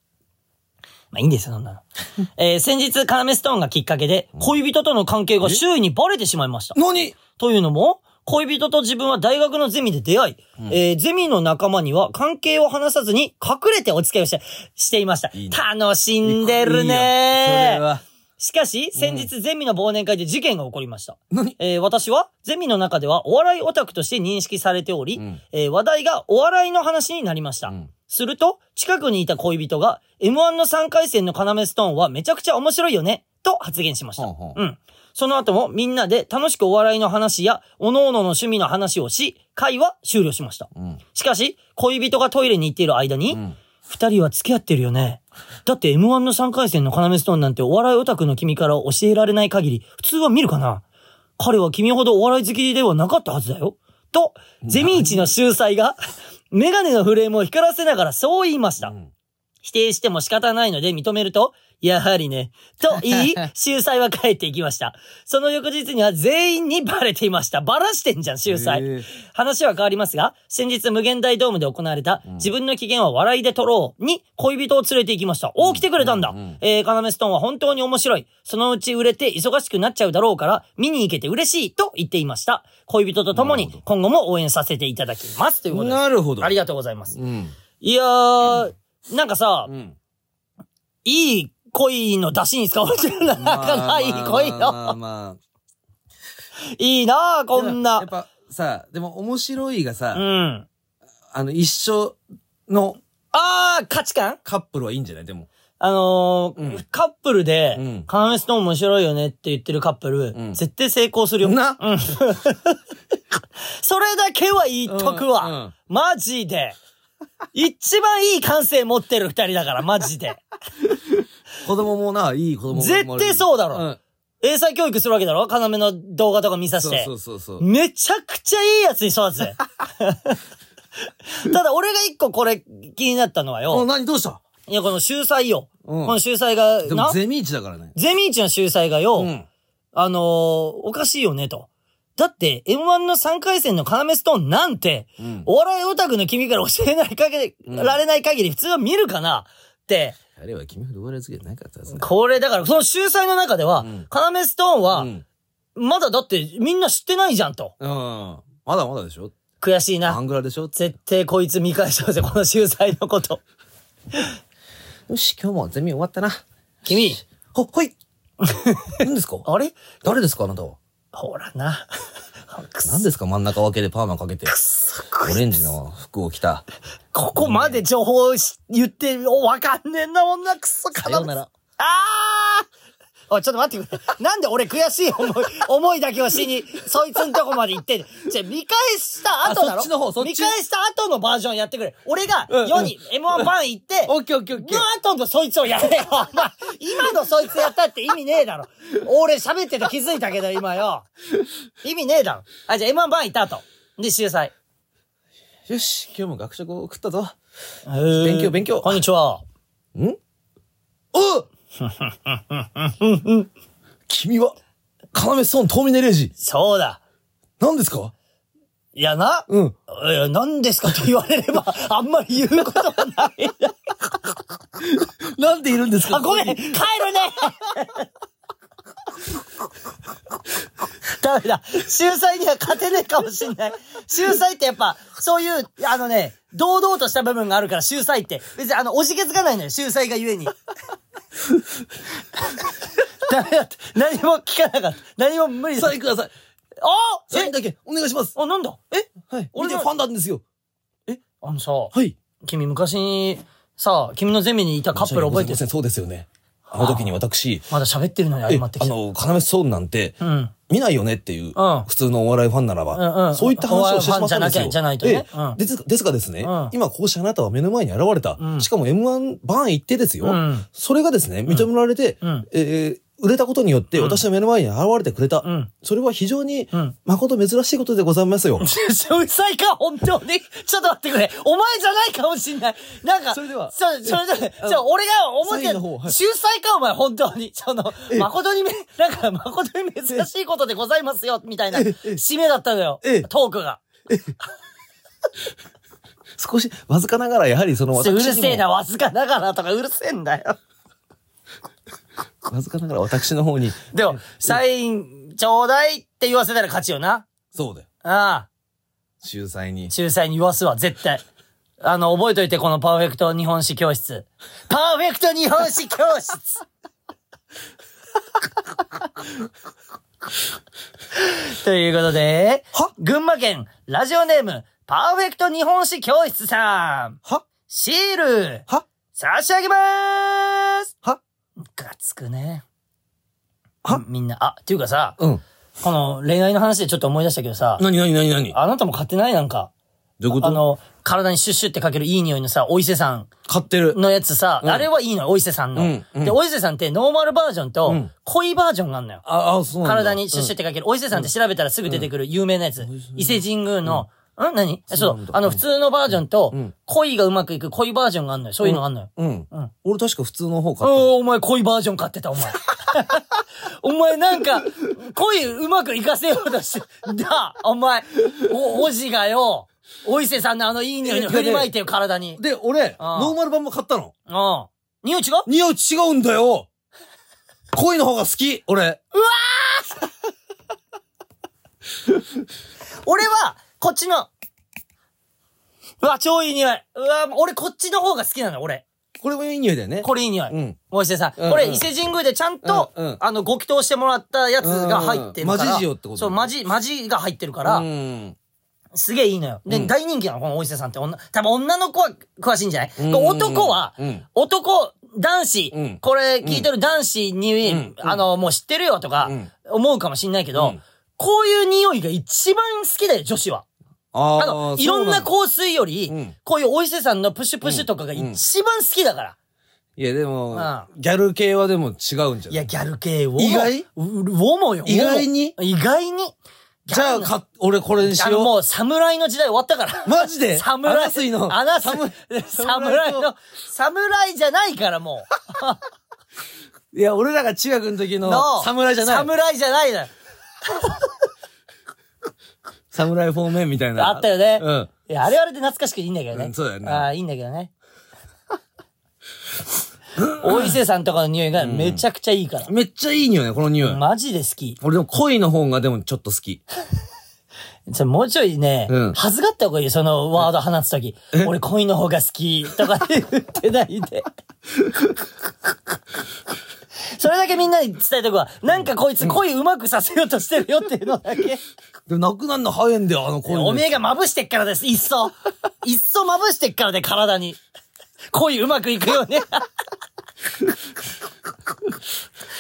Speaker 1: あいいんですよ、そんなの。 えー先日、カラメストーンがきっかけで、恋人との関係が周囲にバレてしまいました。
Speaker 2: 何
Speaker 1: というのも、恋人と自分は大学のゼミで出会い、えーゼミの仲間には関係を話さずに隠れてお付き合いをしてしていました。
Speaker 2: いいね
Speaker 1: 楽しんでる
Speaker 2: いいよそれ
Speaker 1: ね
Speaker 2: は。
Speaker 1: しかし、先日ゼミの忘年会で事件が起こりました。
Speaker 2: 何
Speaker 1: えー私はゼミの中ではお笑いオタクとして認識されており、
Speaker 2: うん
Speaker 1: えー話題がお笑いの話になりました。
Speaker 2: うん
Speaker 1: すると、近くにいた恋人が、M1 の3回戦の要ストーンはめちゃくちゃ面白いよね、と発言しました。
Speaker 2: ほうほう
Speaker 1: うん。その後もみんなで楽しくお笑いの話や、おのおのの趣味の話をし、会は終了しました。
Speaker 2: うん。
Speaker 1: しかし、恋人がトイレに行っている間に、
Speaker 2: うん。
Speaker 1: 二人は付き合ってるよね。だって M1 の3回戦の要ストーンなんてお笑いオタクの君から教えられない限り、普通は見るかな彼は君ほどお笑い好きではなかったはずだよ。と、ゼミ一の秀才が、 メガネのフレームを光らせながらそう言いました。
Speaker 2: うん
Speaker 1: 否定しても仕方ないので認めると、やはりね、と 言い、秀才は帰っていきました。その翌日には全員にバレていました。バラしてんじゃん、秀才。
Speaker 2: へえ
Speaker 1: 話は変わりますが、先日無限大ドームで行われた、自分の機嫌は笑いで取ろうに恋人を連れて行きました。おお、来てくれたんだ。
Speaker 2: うんうん
Speaker 1: えー、カナメストーンは本当に面白い。そのうち売れて忙しくなっちゃうだろうから、見に行けて嬉しいと言っていました。恋人と共
Speaker 2: なる
Speaker 1: に
Speaker 2: ほど
Speaker 1: 今後も応援させていただきます。ということで
Speaker 2: なるほ
Speaker 1: す。
Speaker 2: ど。
Speaker 1: ありがとうございます。
Speaker 2: うん。
Speaker 1: いやー、なんかさ、
Speaker 2: うん。
Speaker 1: いい恋の出しに使われてるな。
Speaker 2: ま
Speaker 1: な
Speaker 2: あ
Speaker 1: んかないい恋
Speaker 2: まあまあまあ
Speaker 1: の。
Speaker 2: ま
Speaker 1: いいなあ
Speaker 2: あ
Speaker 1: こんな
Speaker 2: やっ。ぱさ、でも面白いが
Speaker 1: う
Speaker 2: さ、
Speaker 1: ん。
Speaker 2: あの、一緒の
Speaker 1: あー、価値観
Speaker 2: カップルはいいんじゃないでも。
Speaker 1: あのー
Speaker 2: うん
Speaker 1: カップルで、
Speaker 2: うん
Speaker 1: カナメストーン面白いよねって言ってるカップル、
Speaker 2: ん
Speaker 1: 絶対成功するよ。
Speaker 2: な
Speaker 1: うん。 それだけは言っとくわ。
Speaker 2: うんうん
Speaker 1: マジで。一番いい感性持ってる二人だから、マジ で。
Speaker 2: 子供もな、いい子供も生まれる。
Speaker 1: 絶対そうだろ
Speaker 2: ん
Speaker 1: 英才教育するわけだろカナメの動画とか見させ
Speaker 2: そう
Speaker 1: て。
Speaker 2: そうそうそう。
Speaker 1: めちゃくちゃいいやつに 育つぜ。ただ俺が一個これ気になったのは
Speaker 2: お、
Speaker 1: よ。
Speaker 2: 何どうした
Speaker 1: いや、この秀才よ。
Speaker 2: うん
Speaker 1: この秀才が、
Speaker 2: でも
Speaker 1: な、
Speaker 2: ゼミ一だからね。
Speaker 1: ゼミ一の秀才がよ、
Speaker 2: うん。
Speaker 1: あのーおかしいよね、と。だって、M1 の3回戦の要ストーンなんて、
Speaker 2: うん
Speaker 1: お笑いオタクの君から教えない限り、
Speaker 2: うん
Speaker 1: られない限り普通は見るかなって、
Speaker 2: あれは君ほど笑い好きじゃなかったはずね
Speaker 1: これだから、その秀才の中では、
Speaker 2: うん
Speaker 1: 要ストーンは、
Speaker 2: うん。
Speaker 1: まだだってみんな知ってないじゃんと。
Speaker 2: うん。まだまだでしょ
Speaker 1: 悔しいな
Speaker 2: ア。ングラでしょ
Speaker 1: 絶対こいつ見返しちゃうぜ、この秀才のこと。
Speaker 2: よし、今日もゼミ終わったな。
Speaker 1: 君、
Speaker 2: ほ、ほ い何ですか
Speaker 1: あれ
Speaker 2: 誰ですかあなたは。
Speaker 1: ほらな。くそ
Speaker 2: 何ですか真ん中分けでパーマかけて、
Speaker 1: こ
Speaker 2: オレンジの服を着た。
Speaker 1: ここまで情報をし言って、お、わかんねえな、女くそ、
Speaker 2: さようなら。
Speaker 1: あーおい、ちょっと待ってくれ。 なんで俺悔しい 思い、思いだけをしに、そいつんとこまで行ってんのじゃ、見返した後だろ
Speaker 2: あそっちの方そっち
Speaker 1: 見返した後のバージョンやってくれ。俺が
Speaker 2: うんうん
Speaker 1: 世に M1 ファン行って、
Speaker 2: オッケーオッケーオッケー
Speaker 1: の後のそいつをやれよ。お 前、今のそいつやったって意味ねえだろ。俺喋ってて気づいたけど、今よ。意味ねえだろ。あ、じゃあ M1 ファン行った後。で、秀才。
Speaker 2: よし、今日も学食を食ったぞ。
Speaker 1: 勉
Speaker 2: 強勉強
Speaker 1: こんにちは。
Speaker 2: んおう君は、要ストーン、遠峰レイジ。
Speaker 1: そうだ。
Speaker 2: 何ですか
Speaker 1: いやな、
Speaker 2: うん。
Speaker 1: いや、何ですかと言われれば、 あんまり言うことは ない。
Speaker 2: なんでいるんですか
Speaker 1: あ、ごめん帰るねダメだ。秀才には勝てねえかもしんない。秀才ってやっぱ、そういう、あのね、堂々とした部分があるから、秀才って。別にあの、おじけづかないのよ、秀才がゆえに。 ダメだって。何も聞かなかった。何も無理だ
Speaker 2: サインくださ
Speaker 1: あ
Speaker 2: い。サインだけ、お願いします。
Speaker 1: あ、なんだえ
Speaker 2: はい。
Speaker 1: 俺
Speaker 2: 俺
Speaker 1: の
Speaker 2: のファンなんですよ。
Speaker 1: あのさ、
Speaker 2: はい。
Speaker 1: 君昔、さ、君のゼミにいたカップル覚えて
Speaker 2: ませ
Speaker 1: る
Speaker 2: ん、そうですよね。あの時に私、
Speaker 1: まだ喋ってるのに
Speaker 2: え
Speaker 1: 謝って
Speaker 2: あ
Speaker 1: きた。
Speaker 2: の、要ストーンなんて、
Speaker 1: うん。
Speaker 2: 見ないよねっていう、
Speaker 1: うん
Speaker 2: 普通のお笑いファンなら
Speaker 1: うんうん
Speaker 2: ば、そういった話をしてしまったんですよ。
Speaker 1: お笑いファンじゃなきゃじゃないとね
Speaker 2: ええ
Speaker 1: うん
Speaker 2: ですですがですね、
Speaker 1: うん
Speaker 2: 今こうしてあなたは目の前に現れた、
Speaker 1: うん
Speaker 2: しかも M1 バーン行ってですよ、
Speaker 1: うん
Speaker 2: それがですね、認められて、
Speaker 1: うん
Speaker 2: えー売れたことによって私の目の前に現れてくれた。
Speaker 1: うん
Speaker 2: それは非常に
Speaker 1: うん、
Speaker 2: 誠珍しいことでございますよ。
Speaker 1: 秀才か、本当に。ちょっと待ってくれ。お前じゃないかもしんない。なんか、
Speaker 2: それでは
Speaker 1: ちょ、それで
Speaker 2: あ
Speaker 1: は、じゃ俺が思って
Speaker 2: サイ
Speaker 1: る、
Speaker 2: ンの方はい
Speaker 1: 秀才か、お前、本当に。その、
Speaker 2: ええ
Speaker 1: 誠にめ、なんか、誠に珍しいことでございますよ、みたいな、
Speaker 2: ええええ
Speaker 1: 締めだったのよ。
Speaker 2: ええ
Speaker 1: トークが。
Speaker 2: 少し、わずかながらやはりその
Speaker 1: う
Speaker 2: 私に
Speaker 1: る
Speaker 2: も。
Speaker 1: せえな、わずかながらとか、うるせえんだよ。
Speaker 2: わずかながら私の方に。
Speaker 1: でも、サイン、ちょうだいって言わせたら勝ちよな。
Speaker 2: そうだよ。
Speaker 1: ああ、
Speaker 2: 仲裁に。
Speaker 1: 秀才に言わすわ、絶対。あの、覚えといて、このパーフェクト日本史教室。パーフェクト日本史教室 ということで、
Speaker 2: は
Speaker 1: 群馬県ラジオネームパーフェクト日本史教室さん、
Speaker 2: は
Speaker 1: シール
Speaker 2: は
Speaker 1: 差し上げまーす
Speaker 2: は
Speaker 1: がつくね。
Speaker 2: は
Speaker 1: みんな、あ、っていうかさ、
Speaker 2: うん。
Speaker 1: この恋愛の話でちょっと思い出したけどさ、
Speaker 2: なになになになに
Speaker 1: あなたも買ってないなんか。
Speaker 2: どういうこ
Speaker 1: あ
Speaker 2: と
Speaker 1: の、体にシュッシュってかけるいい匂いのさ、お伊勢さん
Speaker 2: 買ってる。
Speaker 1: のやつさ、
Speaker 2: うん
Speaker 1: あれはいいのお伊勢さんの。
Speaker 2: うんうん
Speaker 1: で、お伊勢さんってノーマルバージョン
Speaker 2: う
Speaker 1: と
Speaker 2: ん
Speaker 1: 濃いバージョンがあるのよ。
Speaker 2: あ、あ、そうなんだ。
Speaker 1: 体にシュッシュってかける。お伊勢さんって調べたらすぐ出てくる有名なやつ。伊勢神宮の、ん何えそ
Speaker 2: そうな
Speaker 1: うん
Speaker 2: だ
Speaker 1: あの、
Speaker 2: うん
Speaker 1: 普通のバージョンと
Speaker 2: ん、
Speaker 1: 恋がうまくいく恋バージョンがあるのよ。そういうのがあるのよ。
Speaker 2: うん。
Speaker 1: うん
Speaker 2: 俺確か普通の方買った。
Speaker 1: おーお前恋バージョン買って た、お前。お前なんか、恋うまくいかせようとして、だ、お前、お、おじがよ、お伊勢さんのあのいい匂いに振りまいてよ、体に。
Speaker 2: で、俺、
Speaker 1: ああ
Speaker 2: ノーマル版も買ったの。
Speaker 1: うん。匂い違う
Speaker 2: 匂い違うんだ よ恋の方が好き俺。
Speaker 1: 俺は、こっちの、うわ、超いい匂い。うわ、俺こっちの方が好きなの、俺。
Speaker 2: これもいい匂いだよね。
Speaker 1: これいい匂い。
Speaker 2: うん。
Speaker 1: お伊勢さん。
Speaker 2: うん
Speaker 1: これ、
Speaker 2: うん
Speaker 1: 伊勢神宮でちゃんと、
Speaker 2: うんうん
Speaker 1: あの、ご祈祷してもらったやつが入ってるから。
Speaker 2: うんうんマジ塩ってこと
Speaker 1: そう、マジ、マジが入ってるから、
Speaker 2: うん。
Speaker 1: すげえいいのよ。で、
Speaker 2: うん
Speaker 1: 大人気なの、このお伊勢さんって女、多分女の子は詳しいんじゃない、
Speaker 2: うん
Speaker 1: 男は、
Speaker 2: うん
Speaker 1: 男、男子、
Speaker 2: うん
Speaker 1: これ聞いてる男子に、
Speaker 2: うん
Speaker 1: あの、もう知ってるよとか
Speaker 2: うん、
Speaker 1: 思うかもしんないけど、
Speaker 2: うん
Speaker 1: こういう匂いが一番好きだよ、女子は。
Speaker 2: あー
Speaker 1: あの、いろんな。香水より、
Speaker 2: うん
Speaker 1: こういうお伊勢さんのプシュプシュとかが一番好きだから。
Speaker 2: そうなんだいや、でも
Speaker 1: ああ、
Speaker 2: ギャル系はでも違うんじゃ
Speaker 1: い
Speaker 2: ない
Speaker 1: や、ギャル系をも。
Speaker 2: 意外
Speaker 1: うをもよ。
Speaker 2: 意外に
Speaker 1: をも意外に。
Speaker 2: じ
Speaker 1: ギャ
Speaker 2: ゃあ、
Speaker 1: ルの
Speaker 2: か、俺これにし
Speaker 1: あの、
Speaker 2: よ
Speaker 1: もう侍の時代終わったから。
Speaker 2: う。マジで
Speaker 1: 侍。
Speaker 2: アナスイの。
Speaker 1: アナス
Speaker 2: サム
Speaker 1: 侍
Speaker 2: 侍
Speaker 1: の
Speaker 2: の、
Speaker 1: 侍じゃないからも
Speaker 2: いや、俺らが中学の時
Speaker 1: う。の
Speaker 2: の、侍じゃない。
Speaker 1: 侍じゃないのよ。
Speaker 2: 侍フォーメンみたいな。
Speaker 1: あったよね。
Speaker 2: うん。
Speaker 1: いや、あれはあれで懐かしくていいんだけどね。
Speaker 2: うんそうだよね
Speaker 1: ああ、いいんだけどね。 お伊勢さんとかの匂いがめちゃくちゃいいから。
Speaker 2: めっちゃいい匂いね、この匂い。
Speaker 1: マジで好き。
Speaker 2: 俺でも恋の方がでもちょっと好き。
Speaker 1: ちょもうちょいね、
Speaker 2: うん
Speaker 1: 恥ずかった方がいいよ、そのワード放つとき。俺恋の方が好きとかって言ってない で。それだけみんなに伝えとくわ。なんかこいつ恋うまくさせようとしてるよっていうのだけ。
Speaker 2: でもなくなんの早いんだよ、あの恋の。
Speaker 1: おめえがまぶしてっからです、いっそ。いっそまぶしてっからで、体に。恋うまくいくよ ね。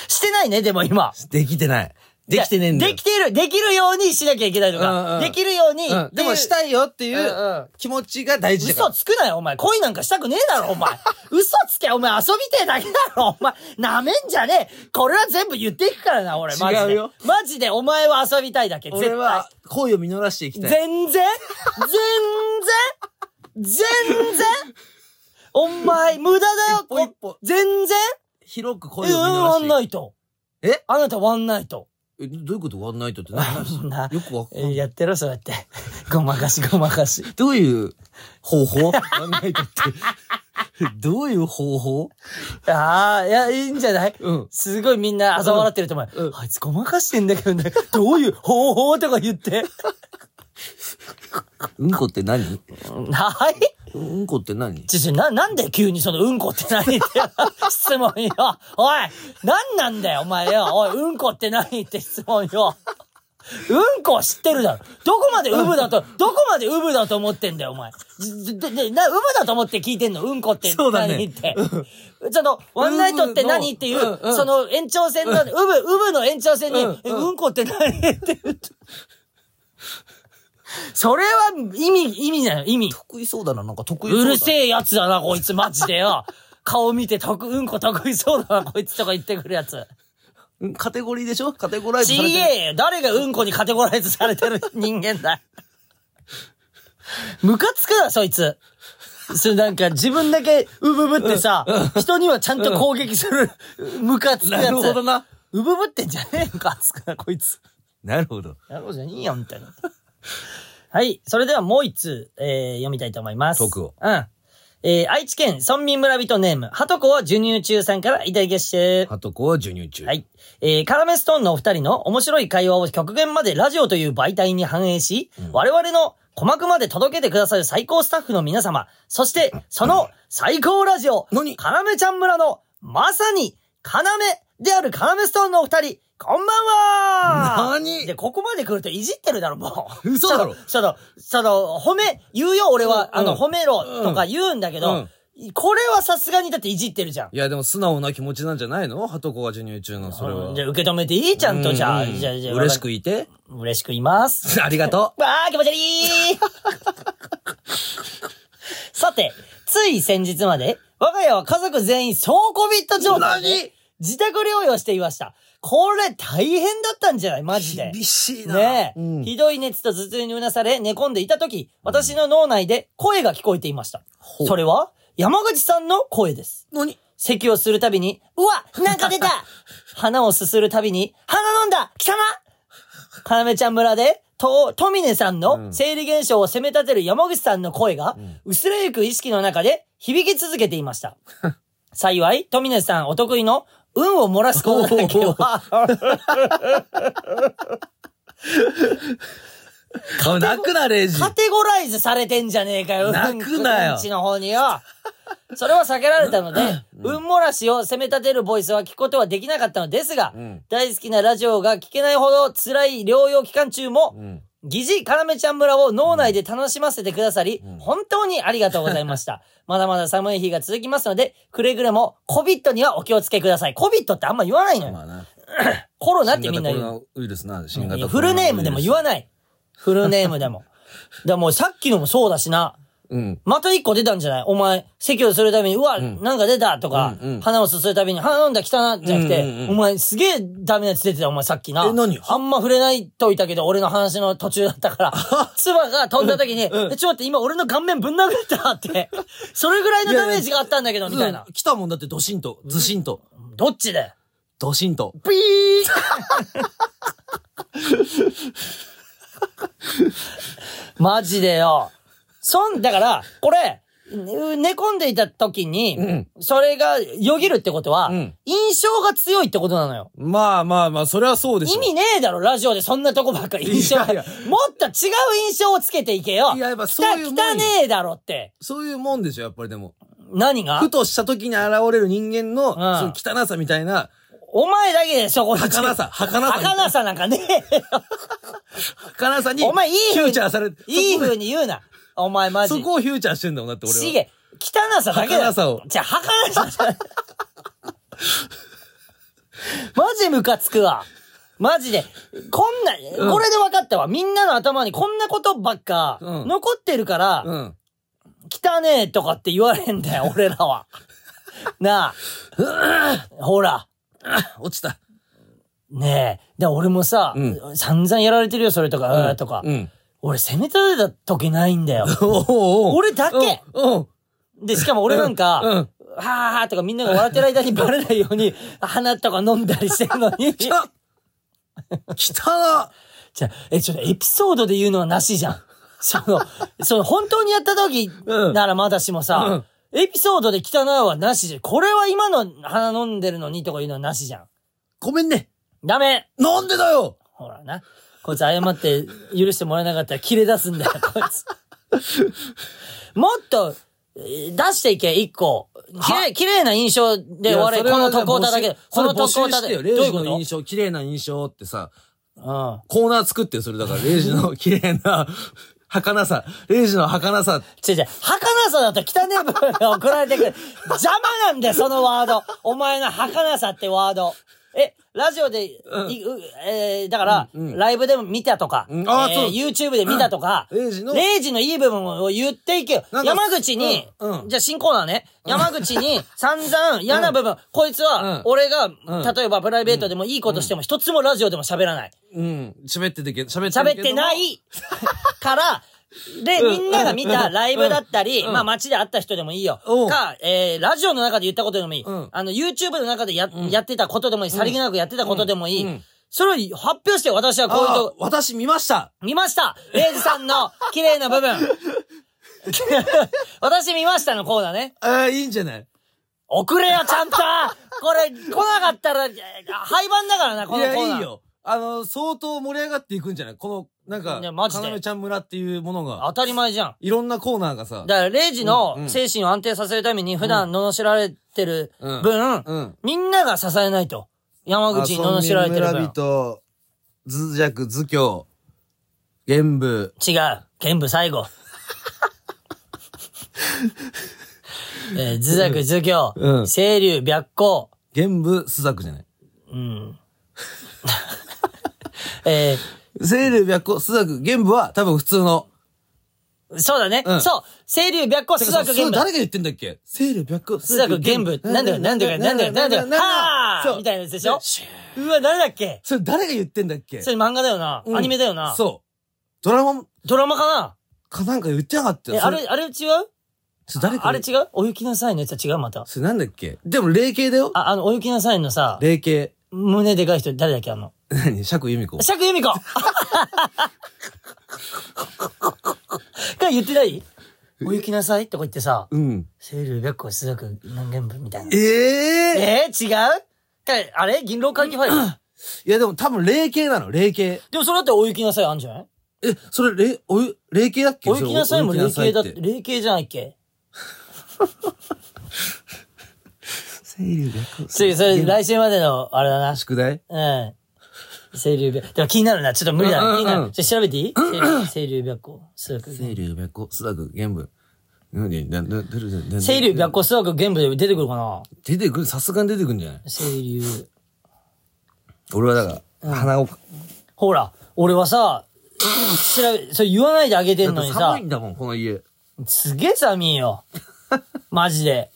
Speaker 1: してないね、でも今。
Speaker 2: できてない。できてねえんだよ。
Speaker 1: できてる、できるようにしなきゃいけないと
Speaker 2: うん
Speaker 1: か。
Speaker 2: うん
Speaker 1: できるように。
Speaker 2: うんでもしたいよってい
Speaker 1: うんうん
Speaker 2: う気持ちが大事だから。
Speaker 1: 嘘つくなよ、お前。恋なんかしたくねえだろ、お 前。嘘つけ、お前。遊びてえだけだろ、お前。なめんじゃねえ。これは全部言っていくからな、俺。マジで。
Speaker 2: 違うよ
Speaker 1: マジで、お前は遊びたいだけ。絶対。
Speaker 2: 俺は恋を実らしていきたい。
Speaker 1: 全然全然全然お前、無駄だよ、
Speaker 2: 一歩一
Speaker 1: こ
Speaker 2: 歩
Speaker 1: 全然
Speaker 2: 広く
Speaker 1: え
Speaker 2: 声を見
Speaker 1: ー、ワン
Speaker 2: 鳴らし
Speaker 1: ナイト。
Speaker 2: え
Speaker 1: あなたワンナイト。
Speaker 2: てえどういうことワンナイトって何
Speaker 1: ワ
Speaker 2: 何そ
Speaker 1: ンナ
Speaker 2: れよくわかんない
Speaker 1: やってろ、そうやって。ごまかし、ごまかし。
Speaker 2: どういう方法ワンナイトって。 どういう方法
Speaker 1: ああ、いや、いいんじゃない
Speaker 2: うん。
Speaker 1: すごいみんな嘲笑ってると思う。
Speaker 2: うんうん
Speaker 1: あいつごまかしてんだけどね、どういう方法とか言って。
Speaker 2: うんこって何
Speaker 1: はい
Speaker 2: うんこって何
Speaker 1: ちょ、ちょ、な、なんで急にそのうんこって何 って質問よ。おい、なんなんだよ、お前よ。おい、うんこって何って質問よ。うんこは知ってるだろ。どこまでウブだと、どこまでウブだと思ってんだよ、お前。じで、で、な、ウブだと思って聞いてんのうんこって
Speaker 2: そうだね
Speaker 1: 何、って。ちょっと、ワンナイトって何っ
Speaker 2: ウブの
Speaker 1: ていう、
Speaker 2: うんうん
Speaker 1: その延長線の、ウブ、ウブの延長線に、
Speaker 2: うんうん
Speaker 1: えうんこって何って言って。それは意味、意味だよ、意味。
Speaker 2: 得意そうだな、なんか得意そう
Speaker 1: う
Speaker 2: だ。
Speaker 1: るせえやつだな、こいつ、マジでよ。 顔見て、得、うんこ得意そうだな、こいつとか言ってくるやつ。
Speaker 2: うんカテゴリーでしょカテゴライズ
Speaker 1: ち
Speaker 2: されてる。
Speaker 1: げえよ。誰がうんこにカテゴライズされてる人間だ。ムカつくな、そいつ。それなんか、自分だけ、うぶぶってさ、人にはちゃんと攻撃する、ムカ つくやつ。
Speaker 2: なるほどな。
Speaker 1: うぶぶってんじゃねえよ、ムカつくな、こいつ。
Speaker 2: なるほど。
Speaker 1: やろうじゃねえよ、みたいな。はい。それではもう一通、えー読みたいと思います。
Speaker 2: トークを
Speaker 1: うん。えー愛知県村民村人ネーム、はとこは授乳中さんからいただきまして。
Speaker 2: ハトコは授乳中。
Speaker 1: はい。えーカラメストーンのお二人の面白い会話を極限までラジオという媒体に反映し、我々の鼓膜まで届けてくださる最高スタッフの皆様、そしてその最高ラジオ、
Speaker 2: 何
Speaker 1: カラメちゃん村のまさに要であるカラメストーンのお二人、こんばんは
Speaker 2: 何
Speaker 1: で、ここまで来るといじってるだろ、もう。
Speaker 2: 嘘だろ
Speaker 1: その、その、その褒め、言うよ、俺は、
Speaker 2: うん
Speaker 1: あの、
Speaker 2: うん
Speaker 1: 褒めろとか言うんだけど、これはさすがにだっていじってるじゃん。
Speaker 2: いや、でも素直な気持ちなんじゃないのハトコは授乳中の、それは。
Speaker 1: じゃあ受け止めていいちゃんと、じゃあ、
Speaker 2: うんうん
Speaker 1: じゃあ、じゃあ、
Speaker 2: 嬉しくいて。
Speaker 1: わか。嬉しくい ます。
Speaker 2: ありがと
Speaker 1: わー、気持ち悪いさて、つい先日まで、我が家は家族全員総コビット状態
Speaker 2: 何
Speaker 1: で、自宅療養していました。これ大変だったんじゃないマ
Speaker 2: う。
Speaker 1: ジで。
Speaker 2: 厳しいな。
Speaker 1: ねえ、
Speaker 2: うん
Speaker 1: ひどい熱と頭痛にうなされ寝込んでいた時、私の脳内で声が聞こえていました。
Speaker 2: ほう
Speaker 1: それは、山口さんの声です。
Speaker 2: 何
Speaker 1: 咳をするたびに、うわなんか出 た鼻をすするたびに、鼻飲んだ貴様かなめちゃん村で、と、とみねさん
Speaker 2: う
Speaker 1: の
Speaker 2: ん
Speaker 1: 生理現象を責め立てる山口さんの声が、薄れゆく意識の中で響き続けていま した。幸い、とみねさんお得意の、運を漏らすことだけ は、
Speaker 2: 顔泣くな、レイジ。
Speaker 1: カテゴライズされてんじゃねえかよ。
Speaker 2: 泣くなよ
Speaker 1: うんちの方によ。それは避けられたので、うんもらしを責め立てるボイスは聞くことはできなかったのですが、
Speaker 2: うん
Speaker 1: 大好きなラジオが聞けないほど辛い療養期間中
Speaker 2: う
Speaker 1: も、
Speaker 2: ん。
Speaker 1: 疑似かなめちゃん村を脳内で楽しませてくださり、本当にありがとうございました。まだまだ寒い日が続きますので、くれぐれも COVID にはお気をつけください。COVID ってあんま言わないのよ。
Speaker 2: まあな。
Speaker 1: コロナってみんな言う。
Speaker 2: 新型コロナウイルスな、新型コロナ
Speaker 1: フルネームでも言わない。フルネームで も。だからもうさっきのもそうだしな。
Speaker 2: うん。
Speaker 1: また一個出たんじゃないお前、席をするたびに、うわ、なんか出たとか、
Speaker 2: うんうん
Speaker 1: 鼻をすするたびに、鼻飲んだ汚なじゃなくて、
Speaker 2: うんうんうん
Speaker 1: お前すげえダメなやつ出てた、お前さっきな。
Speaker 2: え何
Speaker 1: あんま触れないといたけど、俺の話の途中だった から、唾が飛んだ時に、
Speaker 2: うんうん
Speaker 1: えちょっと待って、今俺の顔面ぶん殴った って、それぐらいのダメージがあったんだけど、みたいな
Speaker 2: うん。来たもんだって、ドシンと、ズシンと、
Speaker 1: どっちだよ。
Speaker 2: ドシンと。
Speaker 1: ピー マジでよ。そん、だから、これ、う寝込んでいた時に、
Speaker 2: うん
Speaker 1: それがよぎるってことは、
Speaker 2: うん
Speaker 1: 印象が強いってことなのよ。
Speaker 2: まあまあまあ、それはそうでしょ。
Speaker 1: 意味ねえだろ、ラジオでそんなとこばっかり印象
Speaker 2: いやいや
Speaker 1: もっと違う印象をつけていけよ。
Speaker 2: いややっぱそういうもん
Speaker 1: き
Speaker 2: よ
Speaker 1: た汚ねえだろって。
Speaker 2: そういうもんでしょ、やっぱりでも。
Speaker 1: 何が
Speaker 2: ふとした時に現れる人間の、
Speaker 1: うん
Speaker 2: その汚さみたいな、
Speaker 1: お前だけでそこに。
Speaker 2: 儚さ儚さ
Speaker 1: 儚さなんかねえよ。
Speaker 2: 儚さに、
Speaker 1: お前いい風に
Speaker 2: フューチャーされ、
Speaker 1: いい
Speaker 2: そこ
Speaker 1: 風に言うな。お前マジ。
Speaker 2: そこをフューチャーしてんだもんだって、俺は。
Speaker 1: ちげ、汚さだけだよ。
Speaker 2: 儚さを
Speaker 1: じゃあ、儚さじゃない。マジムカつくわ。マジで。こんな、
Speaker 2: うん
Speaker 1: これで分かったわ。みんなの頭にこんなことばっか、
Speaker 2: うん
Speaker 1: 残ってるから、
Speaker 2: うん。
Speaker 1: 汚ねえとかって言われんだよ、俺らは。なあ。ほら。
Speaker 2: 落ちた。
Speaker 1: ねえ。で、俺もさ、
Speaker 2: う
Speaker 1: 散々やられてるよ、それとか、う
Speaker 2: うん
Speaker 1: んとか。
Speaker 2: うん。
Speaker 1: 俺、責め立てた時ないんだよ。
Speaker 2: おうおうおう
Speaker 1: 俺だけ
Speaker 2: うん。
Speaker 1: で、しかも俺なんか、
Speaker 2: うん
Speaker 1: はあはあとかみんなが笑ってる間にバレないよ うに、花とか飲んだりしてるのに。
Speaker 2: きたきたな
Speaker 1: じゃあえ、ちょっとエピソードで言うのはなし じゃん。その、その本当にやった時
Speaker 2: うん
Speaker 1: ならまだしもさ、エピソードで汚いはなしじゃん。これは今の花飲んでるのにとか言うのはなしじゃん。
Speaker 2: ごめんね
Speaker 1: ダメ
Speaker 2: なんでだよ
Speaker 1: ほらな。こいつ謝って許してもらえなかったら切れ出す んだよ、こいつ。もっと、えー出していけ、一個。きれい、綺麗な印象で終われ、
Speaker 2: い
Speaker 1: こ
Speaker 2: やそ
Speaker 1: の
Speaker 2: は
Speaker 1: 特攻叩ける。こ
Speaker 2: それ
Speaker 1: の
Speaker 2: 募
Speaker 1: 特攻
Speaker 2: 集し
Speaker 1: 叩
Speaker 2: て
Speaker 1: け
Speaker 2: よ
Speaker 1: る。どういう
Speaker 2: レイジの
Speaker 1: こ
Speaker 2: 印象、綺麗な印象ってさ、
Speaker 1: とう
Speaker 2: コーナー作ってよ、それだから。レイジ の綺麗な、儚さ。レイジの儚さ。
Speaker 1: ん。違う違う。儚さだと汚ねえ部分が送られてくる。邪魔なんだよ、そのワード。お前の儚さってワード。え、ラジオで、いうん、えーだから、ライブでも見たとか、
Speaker 2: うんあー
Speaker 1: えー
Speaker 2: そう
Speaker 1: YouTube で見たとか、
Speaker 2: レイジの
Speaker 1: レイジのいい部分を言っていけよ。
Speaker 2: なんか
Speaker 1: 山口に、
Speaker 2: うんうん
Speaker 1: じゃあ新コーナーね。山口に散々嫌な部分、こいつは
Speaker 2: うん、
Speaker 1: 俺が、
Speaker 2: ん
Speaker 1: 例えばプライベートでもいいことしても一つもラジオでも喋らない。
Speaker 2: うん。喋っててけ、喋ってるけども
Speaker 1: 喋ってな。いから、で、みんなが見たライブだったり、まあ街で会った人でもいいよ
Speaker 2: うん。
Speaker 1: か、えー、ラジオの中で言ったことでもいい
Speaker 2: うん。
Speaker 1: あの、YouTube の中でや、やってたことでもいい。さりげなくやってたことでもい
Speaker 2: うんう
Speaker 1: い
Speaker 2: ん。
Speaker 1: それを発表して、私はこういう
Speaker 2: あ
Speaker 1: と、
Speaker 2: 私見ました
Speaker 1: 見ましたレイジさんの綺麗な部 分私見ましたのコーナーね。
Speaker 2: ああ、いいんじゃない
Speaker 1: 遅れよ、ちゃんとこれ、来なかったら、えー廃盤だからな、こ
Speaker 2: い
Speaker 1: のコーナー。
Speaker 2: や、いいよ。あの、相当盛り上がっていくんじゃないこの、なんか、
Speaker 1: いやマジで
Speaker 2: かなめちゃん村っていうものが、
Speaker 1: 当たり前じゃん。
Speaker 2: いろんなコーナーがさ、
Speaker 1: だから、レイジ
Speaker 2: うんう
Speaker 1: の
Speaker 2: ん
Speaker 1: 精神を安定させるために、普段罵られてる
Speaker 2: うん
Speaker 1: 分、
Speaker 2: うん。
Speaker 1: みんなが支えないと。山口に罵られてる分。
Speaker 2: 村人、図弱、図教、玄武、
Speaker 1: 違う。剣部最後。 えー、図作、図教、
Speaker 2: うん
Speaker 1: 清流、白光、
Speaker 2: 玄武、朱雀じゃない
Speaker 1: うん。 え
Speaker 2: 清流、白虎、朱雀、玄武は多分普通の。
Speaker 1: ーそうだね。
Speaker 2: うん
Speaker 1: そう。清流、白光、
Speaker 2: て
Speaker 1: 朱
Speaker 2: かさ
Speaker 1: 雀、玄武。
Speaker 2: それ誰が言ってんだっけ清流、白虎、朱
Speaker 1: 朱雀、玄武。なんだか、なんだか、なんだか、なんだか、は
Speaker 2: そ
Speaker 1: ー
Speaker 2: う
Speaker 1: みたいなやつでしょうわ、誰だっけ
Speaker 2: それ誰が言ってんだっけ
Speaker 1: それ漫画だよな。
Speaker 2: うん
Speaker 1: アニメだよな。
Speaker 2: そう。ドラマ
Speaker 1: ドラマかな
Speaker 2: かなんか言ってなかった
Speaker 1: え、
Speaker 2: よ。
Speaker 1: あ
Speaker 2: それ
Speaker 1: れ、あれ違う
Speaker 2: それ誰か
Speaker 1: あれ違うお行きなさいのやつは違うまた。
Speaker 2: それなんだっけでも、霊系だよ。
Speaker 1: あ、あの、お行きなさいのさ、
Speaker 2: 霊系。
Speaker 1: 胸でかい人誰だっけあの。
Speaker 2: 何釈由美子。
Speaker 1: 釈由美子が言ってないお行きなさいとか言ってさ、
Speaker 2: うん。
Speaker 1: 清流白虎朱雀何原文みたいな。
Speaker 2: ええ
Speaker 1: えー、違うかあれ銀狼会議ファイ ル
Speaker 2: いや、でも多分霊系なの、霊系。
Speaker 1: でもそれだったらお行きなさいあんじゃない
Speaker 2: え、それ、霊、おゆ、霊系だっけ
Speaker 1: お行きなさいも霊系だって、
Speaker 2: 清
Speaker 1: 霊系じゃないっけ
Speaker 2: 流白虎。
Speaker 1: それ、それ、来週までの、あれだな。
Speaker 2: 宿題
Speaker 1: うん。清流白。でも気になるな。ちょっと無理だ
Speaker 2: うんうん
Speaker 1: な。気に
Speaker 2: うん
Speaker 1: なる。ちょっと調べていい清流白虎。数学。
Speaker 2: 清流白虎、朱雀、玄武。何な、な、出るじゃん。
Speaker 1: 清流白虎数学玄武で出てくるかな
Speaker 2: 出てくる、さすがに出てくるんじゃない
Speaker 1: 清流。
Speaker 2: 俺はだから、鼻を、
Speaker 1: ほら、俺はさ、調べ、それ言わないであげてんのにさ
Speaker 2: 寒い、んだもん、この家。
Speaker 1: すげえ寒いよ。マジで。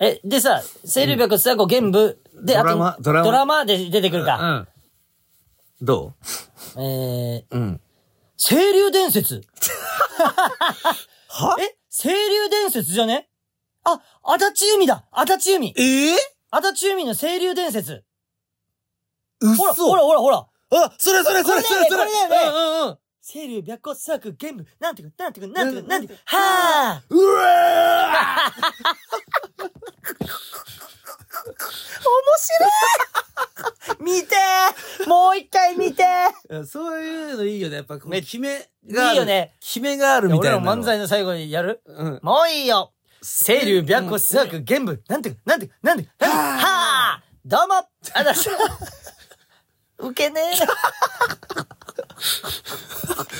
Speaker 1: え、でさ、清流白虎数学玄武で、
Speaker 2: ドラマ
Speaker 1: あと
Speaker 2: ドラマ
Speaker 1: ドラマで出てくる
Speaker 2: う
Speaker 1: か。
Speaker 2: ん。ど
Speaker 1: えー、
Speaker 2: ううん。
Speaker 1: 清流伝説。
Speaker 2: は
Speaker 1: え清流伝説じゃねあ、足立由美だ足立由美
Speaker 2: ええ
Speaker 1: 足立由美の清流伝説。
Speaker 2: 嘘
Speaker 1: ほら、ほら、ほら、ほら。
Speaker 2: あ、それそれそれそれそれ
Speaker 1: これだよねこれだよね
Speaker 2: うんうんうん。
Speaker 1: 清流白骨作玄武。なんてく、なんてく、なんてく、
Speaker 2: な
Speaker 1: なんんてく。はぁ
Speaker 2: うわ
Speaker 1: 面白い見てーもう一回見 てー
Speaker 2: ーそういうのいいよね。やっぱ、こう、決め
Speaker 1: いいよね。
Speaker 2: 決めがあるみた
Speaker 1: 俺
Speaker 2: いな
Speaker 1: ら
Speaker 2: の。
Speaker 1: も漫才の最後にやる
Speaker 2: うん。
Speaker 1: もういいよ清流白骨作玄武。なんてく、なんてく、なんてく、なんてく。はぁどうもあだし。ウケねえな。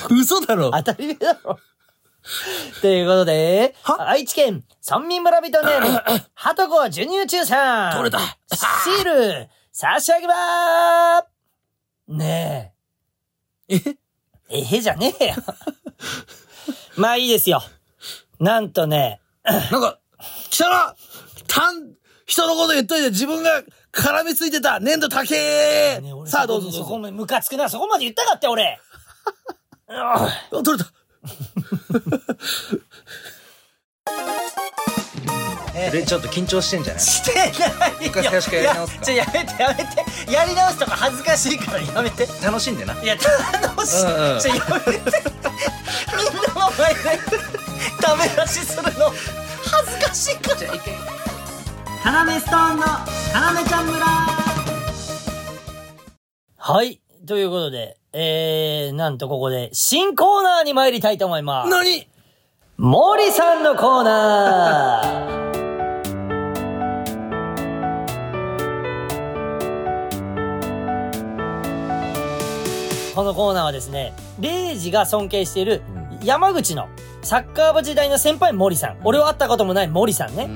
Speaker 2: 嘘だろ
Speaker 1: 当たり前だろ。ということで、愛知県村民村人ネーム、 はとこ授乳中さん。
Speaker 2: 取れた
Speaker 1: シール、差し上げまーね
Speaker 2: え
Speaker 1: え、えへじゃね えよ。まあいいですよ。なんとね、
Speaker 2: なんか、来たなたん、人のこと言っといて自分が絡みついてた粘土高え
Speaker 1: ね俺
Speaker 2: さあどうぞど
Speaker 1: そうこ
Speaker 2: ぞ。
Speaker 1: まで、ムカつくな、そこまで言ったかって俺。
Speaker 2: あ取れた
Speaker 3: でちょっと緊張してんじゃない
Speaker 1: してないよ
Speaker 3: 一回最初からやり直すか
Speaker 1: いやちょやめてやめてやり直すとか恥ずかしいからやめて
Speaker 3: 楽しんでない
Speaker 1: や楽しい、
Speaker 3: うんうん
Speaker 1: ちょやめてみんなの前でダメ出しするの恥ずかしいからカナメストーンのカナメちゃん村はいということでえー、なんとここで新コーナーに参りたいと思います
Speaker 2: 何
Speaker 1: 森さんのコーナーこのコーナーはですね、レイジが尊敬している山口のサッカー部時代の先輩森さん。俺は会ったこともない森さんね。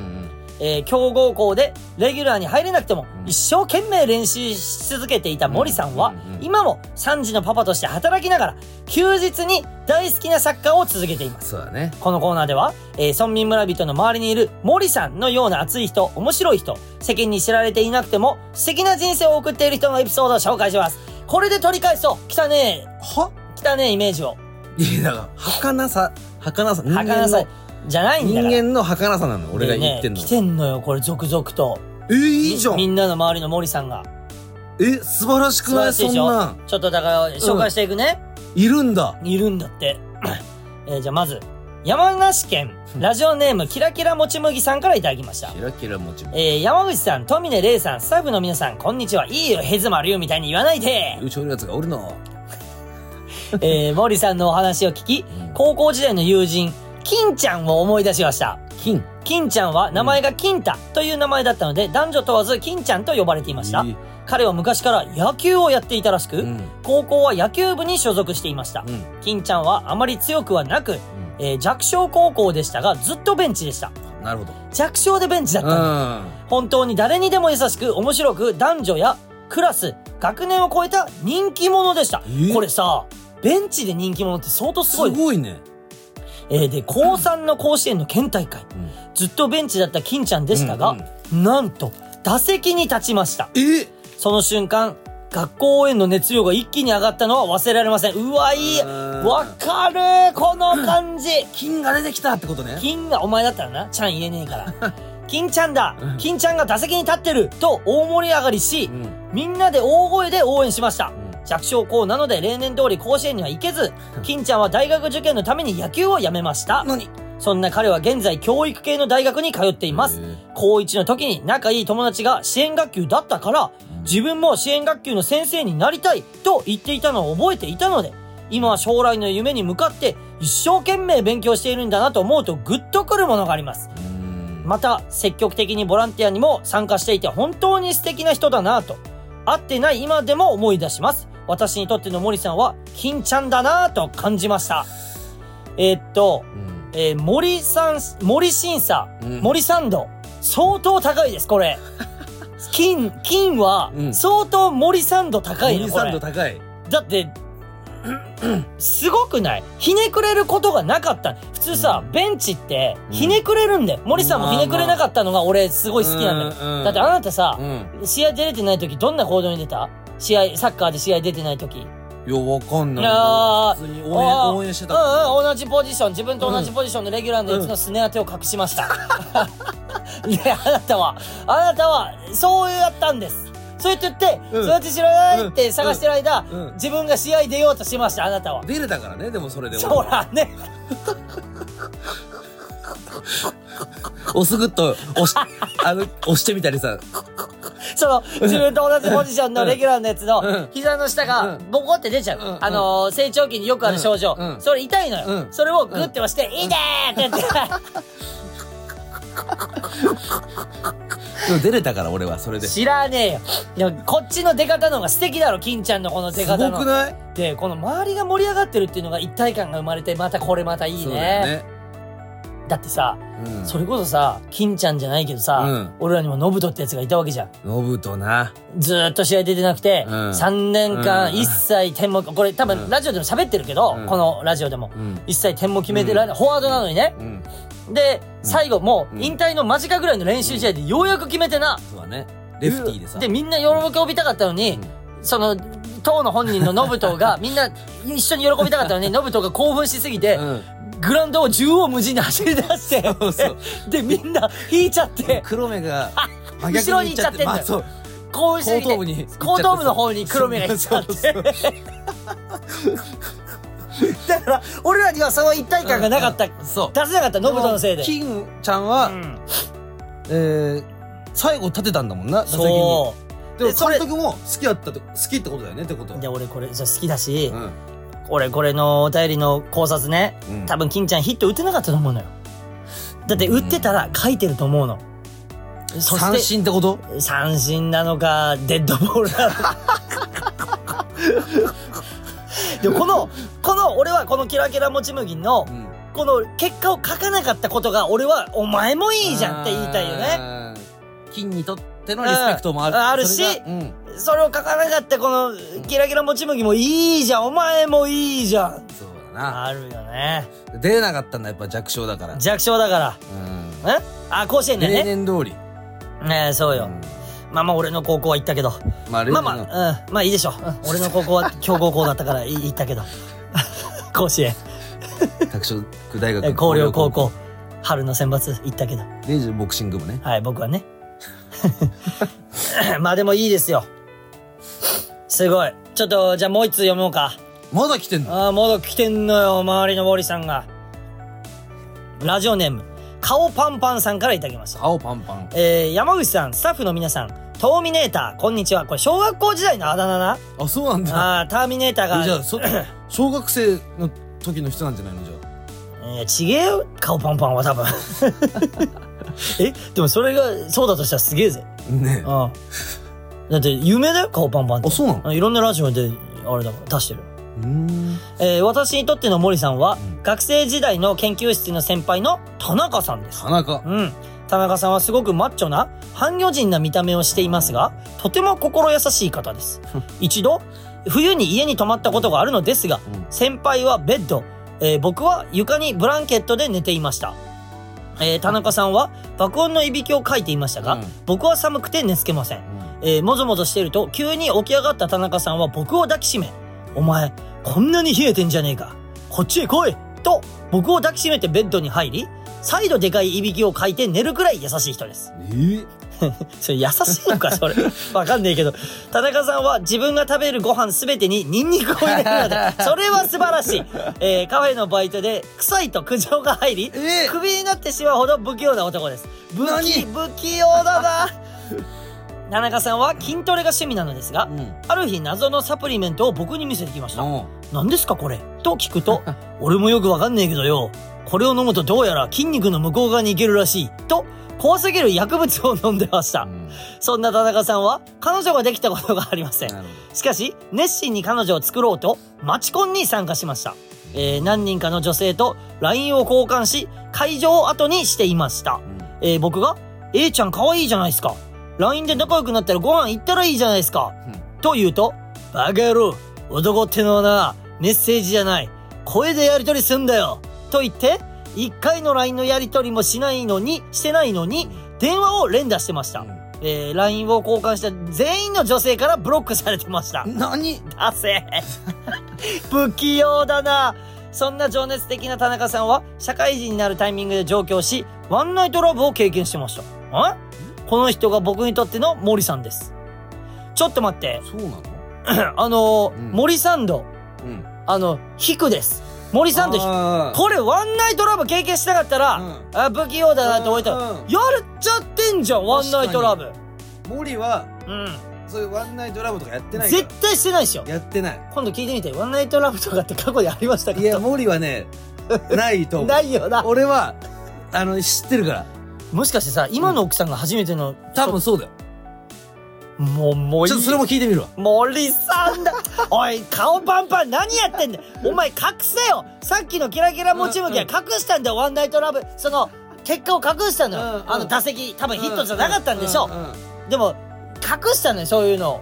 Speaker 1: えー強豪校でレギュラーに入れなくても
Speaker 2: うん
Speaker 1: 一生懸命練習し続けていた森さんは
Speaker 2: うんうんうん
Speaker 1: 今も3児のパパとして働きながら休日に大好きなサッカーを続けています。
Speaker 2: そうだね。
Speaker 1: このコーナーでは、えー村民村人の周りにいる森さんのような熱い人、面白い人、世間に知られていなくても素敵な人生を送っている人のエピソードを紹介します。これで取り返そう汚ねえ、
Speaker 2: はい
Speaker 1: 汚ねえイメージを。
Speaker 2: いや、だから、儚さ、儚さ、人間
Speaker 1: 儚さ
Speaker 2: の、、
Speaker 1: じゃないん
Speaker 2: 人
Speaker 1: だから。
Speaker 2: 間の儚さなの、俺が言ってん
Speaker 1: で
Speaker 2: の。
Speaker 1: ね、来てんのよ、これ続々と。
Speaker 2: えー、いいじゃん
Speaker 1: みみんなの周りの森さんが。
Speaker 2: え、素晴らしくな
Speaker 1: 素晴ら
Speaker 2: い
Speaker 1: しい
Speaker 2: そ
Speaker 1: で
Speaker 2: ん
Speaker 1: しょ
Speaker 2: なん。
Speaker 1: ちょっとだから、紹介していくね。
Speaker 2: いるんだ。
Speaker 1: いるんだって。 えーじゃあまず、山梨県、ラジオネーム、キラキラもち麦さんからいただきました。
Speaker 2: キラキラもちも。
Speaker 1: えー、山口さん、富根礼さん、スタッフの皆さん、こんにちは。いいよ、ヘズマリュウみたいに言わない で。
Speaker 2: うちおるやつがおるの。
Speaker 1: えー、森さんのお話を聞き、高校時代の友人、金ちゃんを思い出しました。
Speaker 2: 金。
Speaker 1: 金ちゃんは名前が金太という名前だったので、男女問わず金ちゃんと呼ばれていました。
Speaker 2: いい
Speaker 1: 彼は昔から野球をやっていたらしく、
Speaker 2: うん。
Speaker 1: 高校は野球部に所属していました。
Speaker 2: うん。
Speaker 1: 金ちゃんはあまり強くはなく、
Speaker 2: う
Speaker 1: えー弱小高校でしたが、ずっとベンチでした。
Speaker 2: んなるほど。
Speaker 1: 弱小でベンチだったんだ本当に誰にでも優しく面白く男女やクラス学年を超えた人気者でした
Speaker 2: え
Speaker 1: これさベンチで人気者って相当すご
Speaker 2: う
Speaker 1: い
Speaker 2: ん。すごいね。
Speaker 1: えーで高3の甲子園の県大会
Speaker 2: うん
Speaker 1: ずっとベンチだった金ちゃんでしたが、
Speaker 2: うん
Speaker 1: なんと打席に立ちました
Speaker 2: え
Speaker 1: その瞬間学校応援の熱量が一気に上がったのは忘れられませんうわいい
Speaker 2: うん
Speaker 1: わかるこの感じ
Speaker 2: 金が出てきたってことね。
Speaker 1: 金がお前だったらな、ちゃん言えねえ から。金ちゃんだ金ちゃんが打席に立ってると大盛り上がりし
Speaker 2: う、ん。
Speaker 1: みんなで大声で応援しました。
Speaker 2: う
Speaker 1: 弱小校なので例年通り甲子園には行けず、金ちゃんは大学受験のために野球をやめました
Speaker 2: ん。何
Speaker 1: そんな彼は現在教育系の大学に通っています
Speaker 2: へえ。
Speaker 1: 高1の時に仲いい友達が支援学級だったから、自分も支援学級の先生になりたいと言っていたのを覚えていたので、今は将来の夢に向かって一生懸命勉強しているんだなと思うとグッとくるものがあります。
Speaker 2: うん。
Speaker 1: また、積極的にボランティアにも参加していて本当に素敵な人だなと、会ってない今でも思い出します。私にとっての森さんは、金ちゃんだなと感じました。えーっと、
Speaker 2: うん
Speaker 1: えー森さん、森審査、
Speaker 2: うん
Speaker 1: 森サンド、相当高いです、こ れ。金、金は
Speaker 2: う、ん
Speaker 1: 相当森サンド高いの、
Speaker 2: 森
Speaker 1: こ
Speaker 2: サ
Speaker 1: れ
Speaker 2: ンド。高い。
Speaker 1: だって、すごくないひねくれることがなかった。普通さ、
Speaker 2: うん
Speaker 1: ベンチって、
Speaker 2: うん
Speaker 1: ひねくれるんだよ。森さんも
Speaker 2: まあ
Speaker 1: ひ
Speaker 2: まあ
Speaker 1: ねくれなかったのが俺すごい好きなんだよ。
Speaker 2: だ
Speaker 1: だってあなたさ
Speaker 2: う、ん。
Speaker 1: 試合出れてない時どんな行動に出た試合、サッカーで試合出てない時。
Speaker 2: いや、わかんないけど。
Speaker 1: あー
Speaker 2: 普通に
Speaker 1: あー
Speaker 2: 応援、応援してた
Speaker 1: う
Speaker 2: か
Speaker 1: ん
Speaker 2: ら。
Speaker 1: うん、同じポジション、自分と同じポジションのレギュラーのやつのすね当てを隠しました。 で、あなたは、あなたは、そうやったんです。そう言って言って、
Speaker 2: うん
Speaker 1: そのうち知らないって探してる間、
Speaker 2: うんうん
Speaker 1: 自分が試合出ようとしました、あなたは。
Speaker 2: 出れたからね、でもそれで。
Speaker 1: そらね、
Speaker 2: おすぐっと、押し、あの、押してみたりさ。
Speaker 1: その、自分と同じポジションのレギュラーのやつ
Speaker 2: う
Speaker 1: の
Speaker 2: ん、
Speaker 1: 膝の下が
Speaker 2: う、
Speaker 1: ボコって出ちゃ
Speaker 2: うん
Speaker 1: う。あのー、成長期によくある症状
Speaker 2: うんう。ん
Speaker 1: それ痛いのよ
Speaker 2: う。ん
Speaker 1: それをグッて押して、いいねーって言って。
Speaker 2: でも出れたから、俺は、それで。す
Speaker 1: 知らねえよ。でもこっちの出方の方が素敵だろ、金ちゃんのこの出方
Speaker 2: ご
Speaker 1: の。
Speaker 2: くない
Speaker 1: で、この周りが盛り上がってるっていうのが一体感が生まれて、またこれまたいい
Speaker 2: そう
Speaker 1: ね。
Speaker 2: だよ
Speaker 1: だ
Speaker 2: ね。
Speaker 1: ってさ、
Speaker 2: うん。
Speaker 1: それこそさ、金ちゃんじゃないけどさ、
Speaker 2: うん
Speaker 1: 俺らにもノブトってやつがいたわけじゃん。
Speaker 2: ノブとな。
Speaker 1: ずーっと試合出てなくて、
Speaker 2: うん
Speaker 1: 3年間
Speaker 2: うん
Speaker 1: 一切点も、これ多
Speaker 2: う
Speaker 1: 分
Speaker 2: ん
Speaker 1: ラジオでも喋ってるけど、
Speaker 2: うん
Speaker 1: このラジオでも。
Speaker 2: うん。
Speaker 1: 一切点も決めてられない、フォワードなのにね。
Speaker 2: うん。
Speaker 1: で、最後もう
Speaker 2: うん
Speaker 1: 引退の間近ぐらいの練習試合でようやく決めてな。
Speaker 2: そうだね。レフティーでさ。
Speaker 1: で、みんな喜びたかったのに、その、 当の本人の信人が、みんな一緒に喜びたかったのに、信人が興奮しすぎて
Speaker 2: う、ん。
Speaker 1: グラウンドを縦横無尽に走り出して
Speaker 2: そうそう。
Speaker 1: でみんな引いちゃって
Speaker 2: 黒目が真
Speaker 1: 後ろに行っちゃってんだよ
Speaker 2: まあそう
Speaker 1: こうして
Speaker 2: 後頭部に
Speaker 1: 後頭部の方に黒目が行っちゃって
Speaker 2: そうそうそう
Speaker 1: だから俺らにはその一体感がなかった、
Speaker 2: そう
Speaker 1: 出せなかったノブトのせいで、
Speaker 2: 金ちゃん
Speaker 1: う
Speaker 2: は、
Speaker 1: ん
Speaker 2: えー最後立てたんだもんな打席に
Speaker 1: そ
Speaker 2: でも
Speaker 1: でそれ
Speaker 2: 監督も好きだったって好きってことだよねってこと
Speaker 1: うで俺これじゃあ好きだし、
Speaker 2: うん
Speaker 1: 俺これのお便りの考察ね、
Speaker 2: うん
Speaker 1: 多分金ちゃんヒット打てなかったと思うのよだって打ってたら書いてると思うの、そ
Speaker 2: 三
Speaker 1: して
Speaker 2: 振ってこと
Speaker 1: 三振なのかデッドボールなのか でもこのこの俺はこのキラキラもち麦の
Speaker 2: うん
Speaker 1: この結果を書かなかったことが俺はお前もいいじゃんって言いたいよね
Speaker 2: あー金にとってのリスペクトもある、
Speaker 1: うんあるし
Speaker 2: それがうん
Speaker 1: それを書かなかったこのキラキラもち麦もいいじゃんお前もいいじゃん
Speaker 2: そうだ
Speaker 1: あるよね
Speaker 2: な出れなかったんだやっぱ弱小だから、
Speaker 1: 弱小だから
Speaker 2: うん、
Speaker 1: えあ甲子園だ
Speaker 2: 例
Speaker 1: よね
Speaker 2: 年通り、
Speaker 1: ねえそうよ、
Speaker 2: う
Speaker 1: まあまあ俺の高校は行ったけど
Speaker 2: んまあ例
Speaker 1: まあ
Speaker 2: 年の、
Speaker 1: まあ、うん、まあいいでし ょう、うん俺の高校は強豪校だったからい行ったけど 甲子園
Speaker 2: 拓殖大学
Speaker 1: え広陵高校春の選抜行ったけど
Speaker 2: レイジボクシング部ね
Speaker 1: はい僕はね まあでもいいですよすごいちょっとじゃあもう一通読もうか
Speaker 2: まだ来てんの
Speaker 1: ああもう来てんのよ周りの森さんがラジオネーム顔パンパンさんからいただきました
Speaker 2: 顔パンパン
Speaker 1: えー、山口さんスタッフの皆さんトーミネーターこんにちはこれ小学校時代のあだ名 な
Speaker 2: あそうなんだ
Speaker 1: ああーターミネーターが
Speaker 2: えじゃ あそ小学生の時の人なんじゃないのじゃあ
Speaker 1: えー、ちげえよ顔パンパンは 多分えでもそれがそうだとしたらすげえぜ
Speaker 2: ねえ
Speaker 1: うんだって有名だよ顔パンパンって
Speaker 2: あそうなの
Speaker 1: うんいろんなラジオであれだから出してる、
Speaker 2: うーん
Speaker 1: えー、私にとっての森さんは、
Speaker 2: うん
Speaker 1: 学生時代の研究室の先輩の田中さんです
Speaker 2: 田中
Speaker 1: うん田中さんはすごくマッチョな半魚人な見た目をしていますがとても心優しい方です一度冬に家に泊まったことがあるのですが
Speaker 2: うん
Speaker 1: 先輩はベッド、えー僕は床にブランケットで寝ていました、えー田中さんは爆音のいびきをかいていましたが、
Speaker 2: うん
Speaker 1: 僕は寒くて寝つけません、えーもぞもぞしてると急に起き上がった田中さんは僕を抱きしめ「お前こんなに冷えてんじゃねえかこっちへ来い!」と僕を抱きしめてベッドに入り再度でかいいびきをかいて寝るくらい優しい人です
Speaker 2: えー
Speaker 1: それ優しいのか それわかんねえけど田中さんは自分が食べるご飯すべてにニンニクを入れるの でそれは素晴らしい、えーカフェのバイトで臭いと苦情が入り
Speaker 2: え
Speaker 1: クビになってしまうほど不器用な男です不器
Speaker 2: 何
Speaker 1: 不器用だな 田中さんは筋トレが趣味なのですが
Speaker 2: うんうん
Speaker 1: ある日謎のサプリメントを僕に見せてきました何ですかこれと聞くと、俺もよくわかんねえけどよ。これを飲むとどうやら筋肉の向こう側に行けるらしい。と、怖すぎる薬物を飲んでました
Speaker 2: う。ん
Speaker 1: そんな田中さんは、彼女ができたことがありません。
Speaker 2: なる
Speaker 1: しかし、熱心に彼女を作ろうと、マチコンに参加しました。えー何人かの女性と LINE を交換し、会場を後にしていました。
Speaker 2: ほどうん
Speaker 1: えー僕が、A ちゃん可愛いじゃないですか。LINE で仲良くなったらご飯行ったらいいじゃないですか。と言うと、バカ野郎、男ってのはな、メッセージじゃない、声でやり取りすんだよ。と言って、一回の LINE のやり取りもしないのに、してないのに、電話を連打してました。えー、LINE を交換した全員の女性からブロックされてました
Speaker 2: う。ん何
Speaker 1: ダセー 不器用だなそんな情熱的な田中さんは社会人になるタイミングで上京しワンナイトラブを経験してましたあこの人が僕にとっての森さんですちょっと待って
Speaker 2: そうなの
Speaker 1: あのー
Speaker 2: うん
Speaker 1: 森サンド
Speaker 2: うん
Speaker 1: あの引くです森サンド引く
Speaker 2: あー
Speaker 1: これワンナイトラブ経験しなかったら、
Speaker 2: うん
Speaker 1: あ不器用だなと思った
Speaker 2: う
Speaker 1: ら
Speaker 2: ん
Speaker 1: やっちゃってんじゃんワンナイトラブ
Speaker 2: 森は
Speaker 1: うん
Speaker 2: そういうワンナイトラブとかやってないから
Speaker 1: 絶対してないでしょ
Speaker 2: やってない
Speaker 1: 今度聞いてみてワンナイトラブとかって過去にありました
Speaker 2: い
Speaker 1: け
Speaker 2: や
Speaker 1: ど
Speaker 2: 森はねないと思 う
Speaker 1: ないよな
Speaker 2: 俺はあの知ってるから
Speaker 1: もしかしてさ、今の奥さんが初めての、
Speaker 2: 多分そうだよ
Speaker 1: そ、もう、もうい
Speaker 2: ちょっとそれも聞いてみるわ
Speaker 1: 森さ んだおい、顔パンパン何やってんだよお前隠せよさっきのキラキラ持ち向きは隠したんだよ、ワンナイトラブ。その、結果を隠したのよ。
Speaker 2: うんうん
Speaker 1: あの打席、多分ヒットじゃなかったんでしょ、
Speaker 2: ううんうん
Speaker 1: でも、隠したのよ、そういうの を。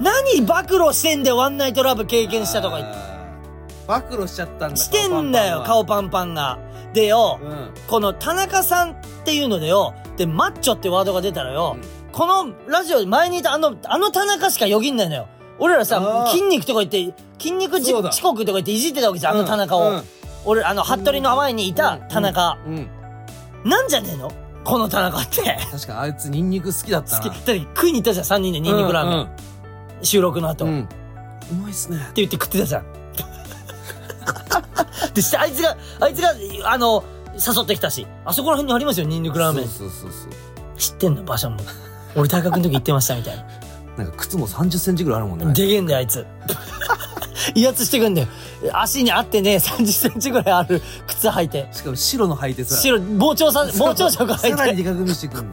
Speaker 1: 何暴露してんだよ、ワンナイトラブ経験したとか言って
Speaker 2: あー暴露しちゃったんだ
Speaker 1: してんだよ、顔パンパンが。でよ、
Speaker 2: うん
Speaker 1: この田中さんっていうのでよ、で、マッチョってワードが出たらよ、このラジオで前にいたあの、あの田中しかよぎんないのよ。俺ら
Speaker 2: あ
Speaker 1: さ、
Speaker 2: ー
Speaker 1: 筋肉とか言って、筋肉じ
Speaker 2: そうだ
Speaker 1: 遅刻とか言っていじってたわけじゃん、あの田中を。
Speaker 2: うんうん
Speaker 1: 俺、あの、服部の前にいた田中。
Speaker 2: うん。
Speaker 1: なんじゃねえのこの田中って。
Speaker 2: 確かあいつニンニク好きだった
Speaker 1: 好
Speaker 2: な。
Speaker 1: き。だって食いに行ったじゃん、3人でニンニクラーメン。収録の後。
Speaker 2: うんう
Speaker 1: って
Speaker 2: んうんうまいっすね。
Speaker 1: 言って食ってたじゃん。で、してあいつが、あいつが、あの、誘ってきたし。あそこら辺にありますよ、ニンニクラーメン。
Speaker 2: そうそうそうそ
Speaker 1: 知ってんの、場所も。俺大学の時行ってましたみたいな。
Speaker 2: う。なんか靴も30センチぐらいあるもんね。
Speaker 1: でげえんだよ、あい つ。威圧してくんだよ。足に合ってね、30センチぐらいある靴履いて。
Speaker 2: しかも白の履いてさ。
Speaker 1: 白、膨張さ、膨張色
Speaker 2: さら
Speaker 1: 履い
Speaker 2: に
Speaker 1: て。
Speaker 2: でかく見してくんの。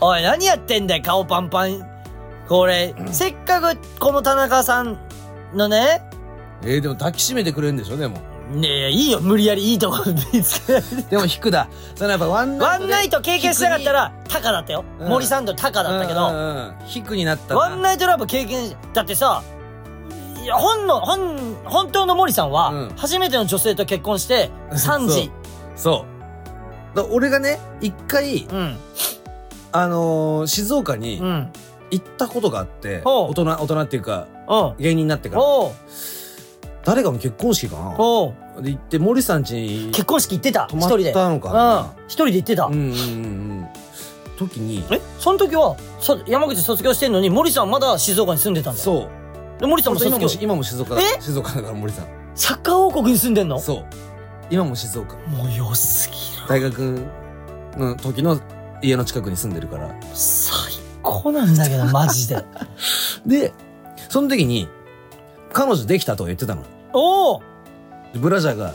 Speaker 1: おい、何やってんだよ、顔パンパン。これ、せっかくこの田中さんのね、
Speaker 2: えー、でも抱きしめてくれるんでしょでも。
Speaker 1: ねえ、いいよ、無理やりいいとこ見つ けられて
Speaker 2: でも引くだ。そのやっぱワンナ
Speaker 1: ワ
Speaker 2: イト
Speaker 1: ン
Speaker 2: で。
Speaker 1: ナイト経験してなかったら、タカだったよ。
Speaker 2: うん
Speaker 1: 森さんとタカだったけど、
Speaker 2: ど。引くになったな。
Speaker 1: ワンナイトラブ経験し、だってさ、いや本の、本、本当の森さん
Speaker 2: うん
Speaker 1: は、初めての女性と結婚 して、3時。
Speaker 2: そう。だ俺がね、一回、
Speaker 1: うん。
Speaker 2: あのー静岡に
Speaker 1: うん。うん。
Speaker 2: 行ったことがあって、
Speaker 1: ほう
Speaker 2: 大人、大人っていうか、
Speaker 1: お
Speaker 2: 芸人になってから、
Speaker 1: おう
Speaker 2: 誰かの結婚式か
Speaker 1: おう
Speaker 2: なで、行って、森さん家に
Speaker 1: 結婚式行ってた。
Speaker 2: 泊
Speaker 1: 一
Speaker 2: ま
Speaker 1: 人で。
Speaker 2: ったの
Speaker 1: うん
Speaker 2: か。
Speaker 1: 一人で行ってた
Speaker 2: な。う。んうんうんうん。時に、
Speaker 1: えその時は、さ山口卒業してんのに、森さんまだ静岡に住んでたんだ。
Speaker 2: そう。
Speaker 1: で森さんも
Speaker 2: 俺今
Speaker 1: 卒
Speaker 2: も
Speaker 1: 業。
Speaker 2: 今も静岡だ静岡だから森さん。
Speaker 1: サッカー王国に住んでんの
Speaker 2: そう。今も静岡。
Speaker 1: もう良すぎる。
Speaker 2: 大学の時の家の近くに住んでるから。
Speaker 1: 最高なんだけど、マ ジで。
Speaker 2: で、その時に、彼女できたとは言ってたの。
Speaker 1: おお
Speaker 2: でブラジャーが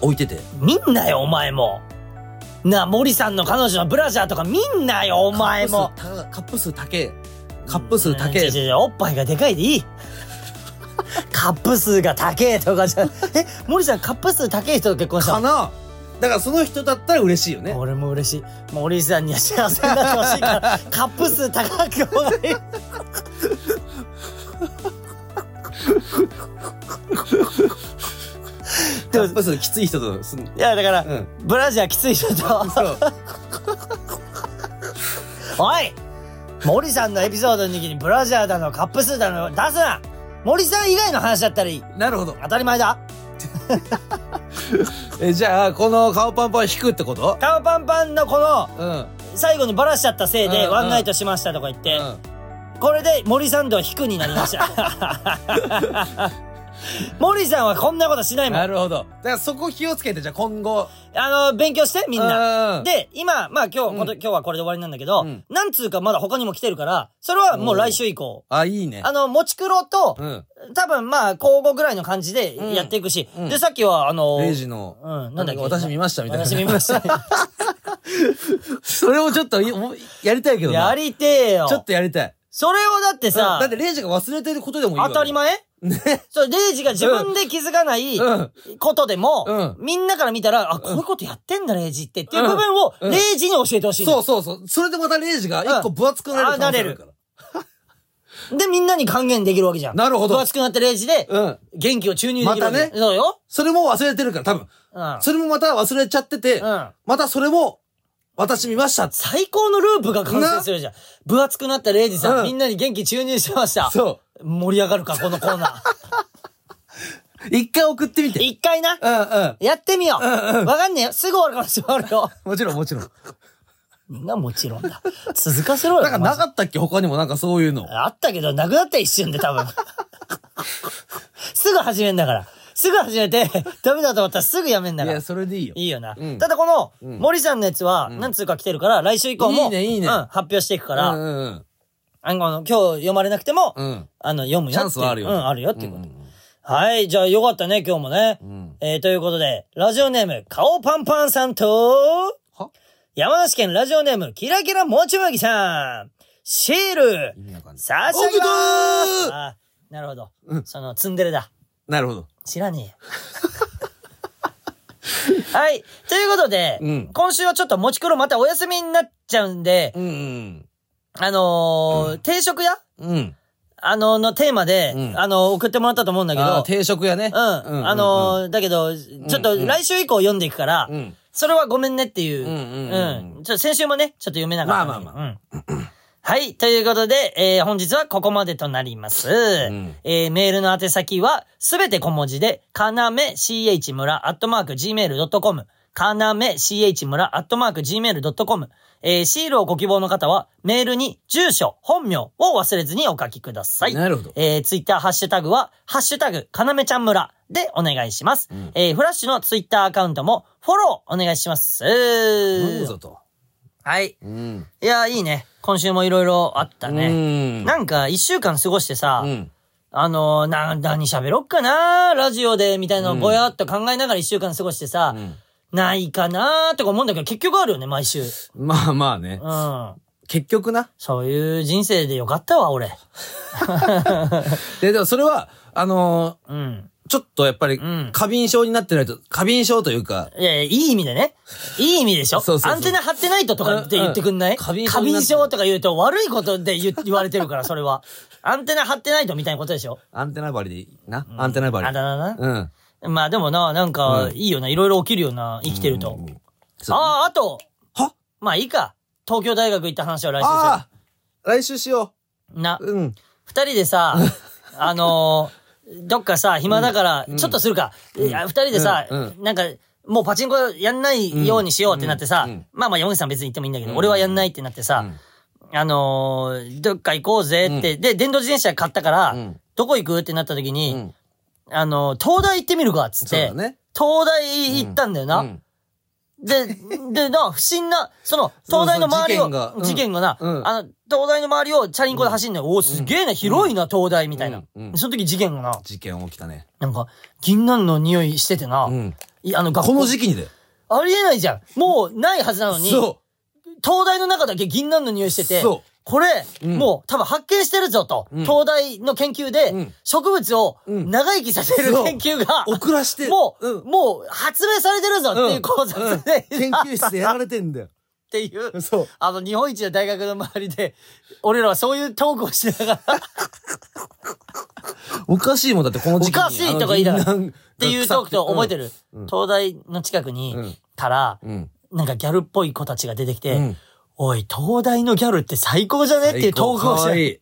Speaker 2: 置いてて、
Speaker 1: 見んなよ、お前も。なあ、森さんの彼女のブラジャーとか見んなよ、お前も。
Speaker 2: カップ数高。カップ数高え。カップ数高え
Speaker 1: うん違う違う違うおっぱいがでかいでいい。カップ数が高えとかじゃ、え、森さんカップ数高え人と結婚した
Speaker 2: か
Speaker 1: の
Speaker 2: なだからその人だったら嬉しいよね。
Speaker 1: 俺も嬉しい。森さんには幸せになってほしいから、 カップ数高くお願い。
Speaker 2: カップ数きつい人 とすん。
Speaker 1: いや、だから、
Speaker 2: うん。
Speaker 1: ブラジャーきつい人と。
Speaker 2: そう。
Speaker 1: おい森さんのエピソードの時にブラジャーだのカップ数だの出すな森さん以外の話だったらいい
Speaker 2: なるほど。
Speaker 1: 当たり前だ
Speaker 2: え、じゃあ、この顔パンパン引くってこと
Speaker 1: 顔パンパンのこの
Speaker 2: うん。
Speaker 1: 最後にバラしちゃったせい
Speaker 2: うん
Speaker 1: で
Speaker 2: うん
Speaker 1: ワンナイトしましたとか言って、
Speaker 2: うん
Speaker 1: これで森さんとは引くになりました 森さんはこんなことしないもん
Speaker 2: なるほど。だからそこ気をつけて、じゃあ今後。
Speaker 1: あの勉強してみんな
Speaker 2: な、
Speaker 1: で今まあ今日、
Speaker 2: うん
Speaker 1: こと今日はこれで終わりなんだけど、
Speaker 2: うん
Speaker 1: なんつうかまだ他にも来てるからそれはもう来週以降
Speaker 2: あ、いいね。
Speaker 1: あのもちクロと、
Speaker 2: うん。
Speaker 1: 多分まあ、交互ぐらいの感じでやっていくし。
Speaker 2: うんうん
Speaker 1: で、さっきは、あの、
Speaker 2: レイジの、
Speaker 1: うん、なんだっけ
Speaker 2: 私見ましたみたいな。
Speaker 1: 私見ま した。
Speaker 2: それをちょっといおやりたいけどな
Speaker 1: やりてえよ。
Speaker 2: ちょっとやりたい。
Speaker 1: それをだってさ、
Speaker 2: うんだってレイジが忘れてることでもいいわ
Speaker 1: 当
Speaker 2: け
Speaker 1: たり。前
Speaker 2: ね。
Speaker 1: そう、レイジが自分で気づかない
Speaker 2: うん。
Speaker 1: ことでも、
Speaker 2: う
Speaker 1: みんなから見たら、あ、こういうことやってんだ、レイジって。っていう部分を、
Speaker 2: うん
Speaker 1: レイジに教えてほしいの、
Speaker 2: そうそうそう。それでまたレイジが一個分厚くなれる可能性あるから。
Speaker 1: で、みんなに還元できるわけじゃん。
Speaker 2: なるほど
Speaker 1: 分厚くなってレイジで、
Speaker 2: うん。
Speaker 1: 元気を注入できるわけ
Speaker 2: またね
Speaker 1: そうよ。
Speaker 2: それも忘れてるから、多分。
Speaker 1: うん。
Speaker 2: それもまた忘れちゃってて、
Speaker 1: うん
Speaker 2: またそれも、私見ましたっつ
Speaker 1: 最高のループが完成するじゃん。分厚くなったレイジさん、
Speaker 2: うん
Speaker 1: みんなに元気注入してました。
Speaker 2: そ
Speaker 1: 盛り上がるか、このコーナー。
Speaker 2: 一回送ってみて。
Speaker 1: 一回な、
Speaker 2: うんうん。
Speaker 1: やってみよう。
Speaker 2: うんうん
Speaker 1: わかんねえよ。すぐ終わるから終わるよ。
Speaker 2: もちろんもちろん。
Speaker 1: みんなもちろんだ。続かせろよ。
Speaker 2: なんかな
Speaker 1: マ
Speaker 2: かったっけ他にもなんかそういうの
Speaker 1: ジ。であったけど、なくなったよ一瞬で多分。すぐ始めんだから。すぐ始めて、ダメだと思ったらすぐやめんだ
Speaker 2: い
Speaker 1: から
Speaker 2: や、。それでいいよ。
Speaker 1: いいよな。
Speaker 2: うん
Speaker 1: ただこの、
Speaker 2: うん
Speaker 1: 森さんのやつは、なんつうか来てるから、来週以降も、
Speaker 2: いいねいいね
Speaker 1: うん、発表していくから、
Speaker 2: うんうん
Speaker 1: あの、今日読まれなくても、
Speaker 2: うん。うん。
Speaker 1: あの、読むよっていう。
Speaker 2: チャンスはあるよ
Speaker 1: うん、あるよっていうこと。
Speaker 2: んん
Speaker 1: はい、じゃあよかったね、今日もね。
Speaker 2: ん
Speaker 1: えー、ということで、ラジオネーム、顔パンパンさんと、
Speaker 2: は
Speaker 1: 山梨県ラジオネーム、キラキラもち麦さん、シール
Speaker 2: 意、味わかんない。
Speaker 1: 差し上げま
Speaker 2: おめです
Speaker 1: あーなるほど。
Speaker 2: うん
Speaker 1: その、ツンデレだ。
Speaker 2: なるほど。
Speaker 1: 知らねえよ。はい。ということで、
Speaker 2: うん
Speaker 1: 今週はちょっともちクロまたお休みになっちゃうんで、
Speaker 2: うんうん。
Speaker 1: あのー定食屋
Speaker 2: うん。
Speaker 1: あの、のテーマで、
Speaker 2: うん
Speaker 1: あの、送ってもらったと思うんだけ
Speaker 2: あー
Speaker 1: ど、
Speaker 2: 定食屋ね。
Speaker 1: うん。あのーだけど、ちょっと来週以降読んでいくから、
Speaker 2: うんうん。
Speaker 1: それはごめんねっていう。
Speaker 2: うんうんうん
Speaker 1: うんちょっと先週もね、ちょっと読めなかったんだけど。
Speaker 2: まあ
Speaker 1: う
Speaker 2: ま
Speaker 1: ん。はい。ということで、えー本日はここまでとなります。
Speaker 2: ん
Speaker 1: えーメールの宛先は、すべて小文字で、かなめ ch 村アットマーク gmail.com。かなめ ch 村アットマーク gmail.com。えーシールをご希望の方は、メールに住所、本名を忘れずにお書きください。
Speaker 2: なるほど
Speaker 1: えー、ツイッターハッシュタグは、ハッシュタグ、かなめちゃん村でお願いします。えーフラッシュのツイッターアカウントも、フォローお願いします。
Speaker 2: なんぞと。
Speaker 1: はい。
Speaker 2: うん。
Speaker 1: いやー、いいね。今週もいろいろあった
Speaker 2: う
Speaker 1: ね。
Speaker 2: ん。
Speaker 1: なんか、一週間過ごしてさ、
Speaker 2: うん。
Speaker 1: あのー、な、何喋ろっかなラジオで、みたいなのをぼやっと考えながら一週間過ごしてさ、
Speaker 2: ん
Speaker 1: ないかなとか思うんだけど、結局あるよね、毎週。う
Speaker 2: まあまあね。
Speaker 1: ん。
Speaker 2: 結局な。
Speaker 1: そういう人生でよかったわ、俺。
Speaker 2: で、でもそれは、あの
Speaker 1: うん。
Speaker 2: ーちょっとやっぱり
Speaker 1: ん、
Speaker 2: 過敏症になってないと、過敏症というか、
Speaker 1: いやいや、いい意味でね。いい意味でしょ
Speaker 2: そうそうそう
Speaker 1: アンテナ張ってないととかって言ってくんな
Speaker 2: うんう
Speaker 1: い
Speaker 2: ん過敏症
Speaker 1: 過
Speaker 2: になって
Speaker 1: 敏症とか言うと悪いことで言言われてるから、それは。 アンテナ張ってないとみたいなことでしょ
Speaker 2: アンテナ張りでいいな。アンテナ張り。
Speaker 1: あだだな。
Speaker 2: うん。
Speaker 1: まあでもな、なんか
Speaker 2: う、ん
Speaker 1: いいよな、いろいろ起きるよな、生きてると。
Speaker 2: そう
Speaker 1: ああ、あと、
Speaker 2: は
Speaker 1: まあいいか。東京大学行った話は来週
Speaker 2: ああ来週しよ
Speaker 1: する。な、
Speaker 2: う。うん。
Speaker 1: 二人で さ、あのーどっかさ、暇だから、ちょっとするか。いや二人でさ、
Speaker 2: うん
Speaker 1: なんか、もうパチンコやんないようにしようってなってさ、
Speaker 2: うんうん
Speaker 1: まあまあ山口さん別に行ってもいいんだけど、俺はやんないってなってさ、あのーどっか行こうぜって、で、電動自転車買ったから、
Speaker 2: うん
Speaker 1: どこ行くってなった時に、
Speaker 2: うん
Speaker 1: あのー東大行ってみるかっつっ
Speaker 2: そう
Speaker 1: て、
Speaker 2: だね。
Speaker 1: 東大行ったんだよな。
Speaker 2: うん
Speaker 1: で、で、な、不審な、その、東大の周り
Speaker 2: そうそう事件がう
Speaker 1: を、
Speaker 2: ん
Speaker 1: 事件がな、
Speaker 2: うん
Speaker 1: あの、東大の周りをチャリンコで走んのよ。おーすげえな、広いな、東大みたいな。
Speaker 2: うんうん
Speaker 1: その時事件がな、
Speaker 2: 事件起きたね。
Speaker 1: なんか、銀杏の匂いしててな、
Speaker 2: うん。
Speaker 1: いあの、学校
Speaker 2: この時期にだよ。
Speaker 1: ありえないじゃん。もう、ないはずなのに、東
Speaker 2: そ
Speaker 1: 大の中だけ銀杏の匂いしてて
Speaker 2: そう、
Speaker 1: これ、
Speaker 2: ん
Speaker 1: もう、多分発見してるぞと、
Speaker 2: うん
Speaker 1: 東大の研究で、
Speaker 2: うん
Speaker 1: 植物を
Speaker 2: うん
Speaker 1: 長生きさせる
Speaker 2: そう
Speaker 1: 研究が、
Speaker 2: う。遅らして。
Speaker 1: もう、
Speaker 2: うん。
Speaker 1: もう、発明されてるぞっていう考察で、
Speaker 2: うん研究室でやられてんだよ。
Speaker 1: っていう、
Speaker 2: そう
Speaker 1: あの、日本一の大学の周りで、 俺らはそういうトークをしながら、っ
Speaker 2: おかしいもんだって、この時期に。
Speaker 1: おかしいとか言いながら
Speaker 2: あの銀杏
Speaker 1: ていうトークと覚えてる。
Speaker 2: うん
Speaker 1: 東大の近くに、
Speaker 2: うん
Speaker 1: から、
Speaker 2: うん。
Speaker 1: なんかギャルっぽい子たちが出てきて、
Speaker 2: うん
Speaker 1: おい、東大のギャルって最高じゃねっていうトークをし
Speaker 2: かわい
Speaker 1: て
Speaker 2: い。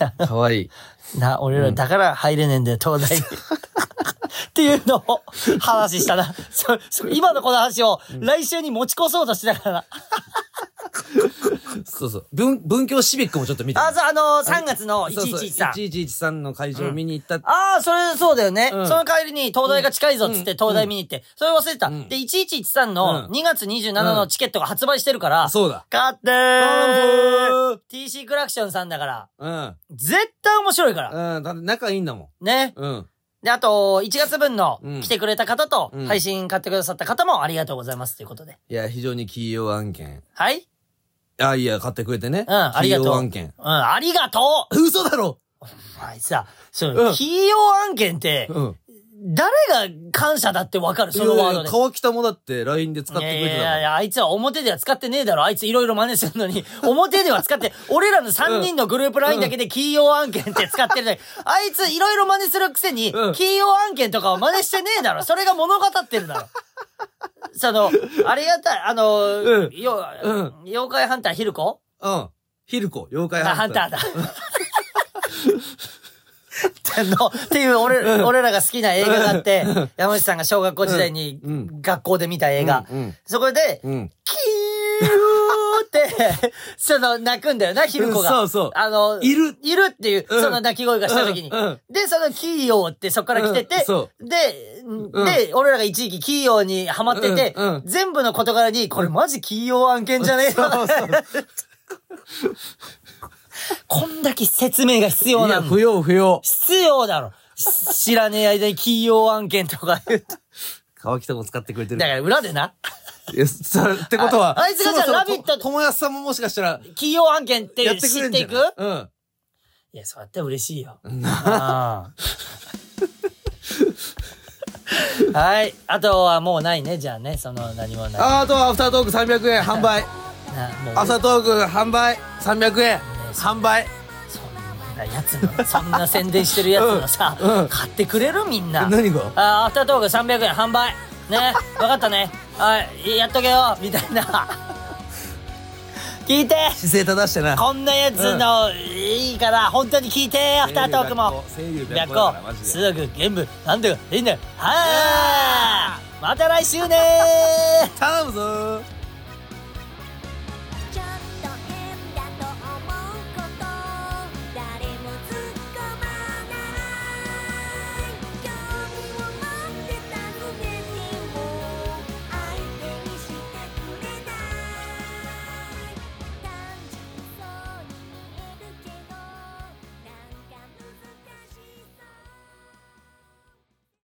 Speaker 2: かわいい。
Speaker 1: な、俺らだから入れねえんだよ、東 大に。っていうのを話したな。 そそ今のこの話を来週に持ち越そうとしながら。
Speaker 2: そうそう。文、文教シビックもちょっと見て。
Speaker 1: あ、そう、あの3月の
Speaker 2: そうそう
Speaker 1: 111さん。
Speaker 2: 1113の会場見に行ったって。
Speaker 1: ああ、それ、そうだよね。
Speaker 2: うん
Speaker 1: その帰りに東大が近いぞっつって東大見に行って、それ忘れてた。
Speaker 2: ん
Speaker 1: で、1113の
Speaker 2: うん
Speaker 1: 2月27のチケットが発売してるから、
Speaker 2: そうだ。
Speaker 1: 買って
Speaker 2: う
Speaker 1: ー
Speaker 2: ん
Speaker 1: !TC クラクションさんだから、
Speaker 2: うん。
Speaker 1: 絶対面白いから。
Speaker 2: うん。だって仲いいんだも
Speaker 1: ね。
Speaker 2: ん。うん。
Speaker 1: で、あと、1月分の
Speaker 2: うん
Speaker 1: 来てくれた方と
Speaker 2: う、ん
Speaker 1: 配信買ってくださった方もありがとうございますということで。
Speaker 2: いや、非常に企業案件。
Speaker 1: はい
Speaker 2: あ、いや、買ってくれてね。
Speaker 1: うん、ありがとう。
Speaker 2: 企業案件。
Speaker 1: うん、ありがとう
Speaker 2: 嘘だろ
Speaker 1: あいつさ、そう、
Speaker 2: うん
Speaker 1: 企業案件って、
Speaker 2: うん。
Speaker 1: 誰が感謝だってわかるそのワー
Speaker 2: い
Speaker 1: ド
Speaker 2: やい
Speaker 1: で
Speaker 2: や。川北もだって LINE で使ってくれ
Speaker 1: い
Speaker 2: て
Speaker 1: やいやい
Speaker 2: た
Speaker 1: や、あいつは表では使ってねえだろ。あいついろいろ真似するのに。 表では使って、俺らの3人のグループラインだけで企業案件って使ってるのに。 あいついろいろ真似するくせに、
Speaker 2: うん
Speaker 1: 企業案件とかを真似してねえだろ。それが物語ってる だろ。その、あれやった、あの、
Speaker 2: うん
Speaker 1: よ
Speaker 2: うん
Speaker 1: 妖怪ハンターヒルコ
Speaker 2: もん。うん。ヒルコ、妖怪
Speaker 1: あ、ハ
Speaker 2: ハ
Speaker 1: ン
Speaker 2: ン
Speaker 1: タ
Speaker 2: ター。
Speaker 1: ーだ。 ってのっていう俺,、俺らが好きな映画があって、山内さんが小学校時代に
Speaker 2: うんう
Speaker 1: 学校で見た映画。
Speaker 2: うんうん
Speaker 1: そこで、
Speaker 2: うん。
Speaker 1: キーって、 その、泣くんだよな、ヒルコが。
Speaker 2: うんそうそう
Speaker 1: あの、
Speaker 2: いる
Speaker 1: いるっていう、
Speaker 2: うん
Speaker 1: その泣き声がした時に。
Speaker 2: うんうん
Speaker 1: で、その、キーヨーってそっから来てて、
Speaker 2: うんそ
Speaker 1: で、
Speaker 2: ん
Speaker 1: で、俺らが一時期キーヨーにハマってて、
Speaker 2: うんうん
Speaker 1: 全部の事柄に、これマジキーヨー案件じゃねえか。 こんだけ説明が必要
Speaker 2: い
Speaker 1: な
Speaker 2: や、
Speaker 1: の。
Speaker 2: 不要不要。
Speaker 1: 必要だろ。し知らねえ間に企業案件とか言うと。
Speaker 2: 川北も使ってくれてる
Speaker 1: だか。ら裏でな、
Speaker 2: いや、それってことは。
Speaker 1: ああいつがじゃあ
Speaker 2: そろそろ
Speaker 1: ラビット
Speaker 2: と友安さんももしかしたら、
Speaker 1: 企業案件って
Speaker 2: やってく
Speaker 1: 知
Speaker 2: れ
Speaker 1: っ
Speaker 2: んじ
Speaker 1: てい
Speaker 2: ゃ
Speaker 1: く
Speaker 2: ない
Speaker 1: いや、そうやって嬉しいよ。ああはい。あとはもうないね、じゃあね。その何もない。
Speaker 2: うん。ああとはアフタートーク300円販売。
Speaker 1: なもう
Speaker 2: アフタートーク販売。300円販売。
Speaker 1: そんなやつの、そんな宣伝してるやつのさ、
Speaker 2: うんうん
Speaker 1: 買ってくれるみんな。
Speaker 2: 何が
Speaker 1: あーアフタートーク300円販売。ね。わかったね。はい。やっとけよ。みたいな。聞いて
Speaker 2: 姿勢正してな
Speaker 1: こんなやつのいいから本当に聞いてアフタートークも
Speaker 2: 声優
Speaker 1: 白
Speaker 2: 学校だからマ
Speaker 1: 光
Speaker 2: ジ
Speaker 1: 数
Speaker 2: で
Speaker 1: 学全部なんでかいいんだよはあまた来週ねー
Speaker 2: 頼むぞー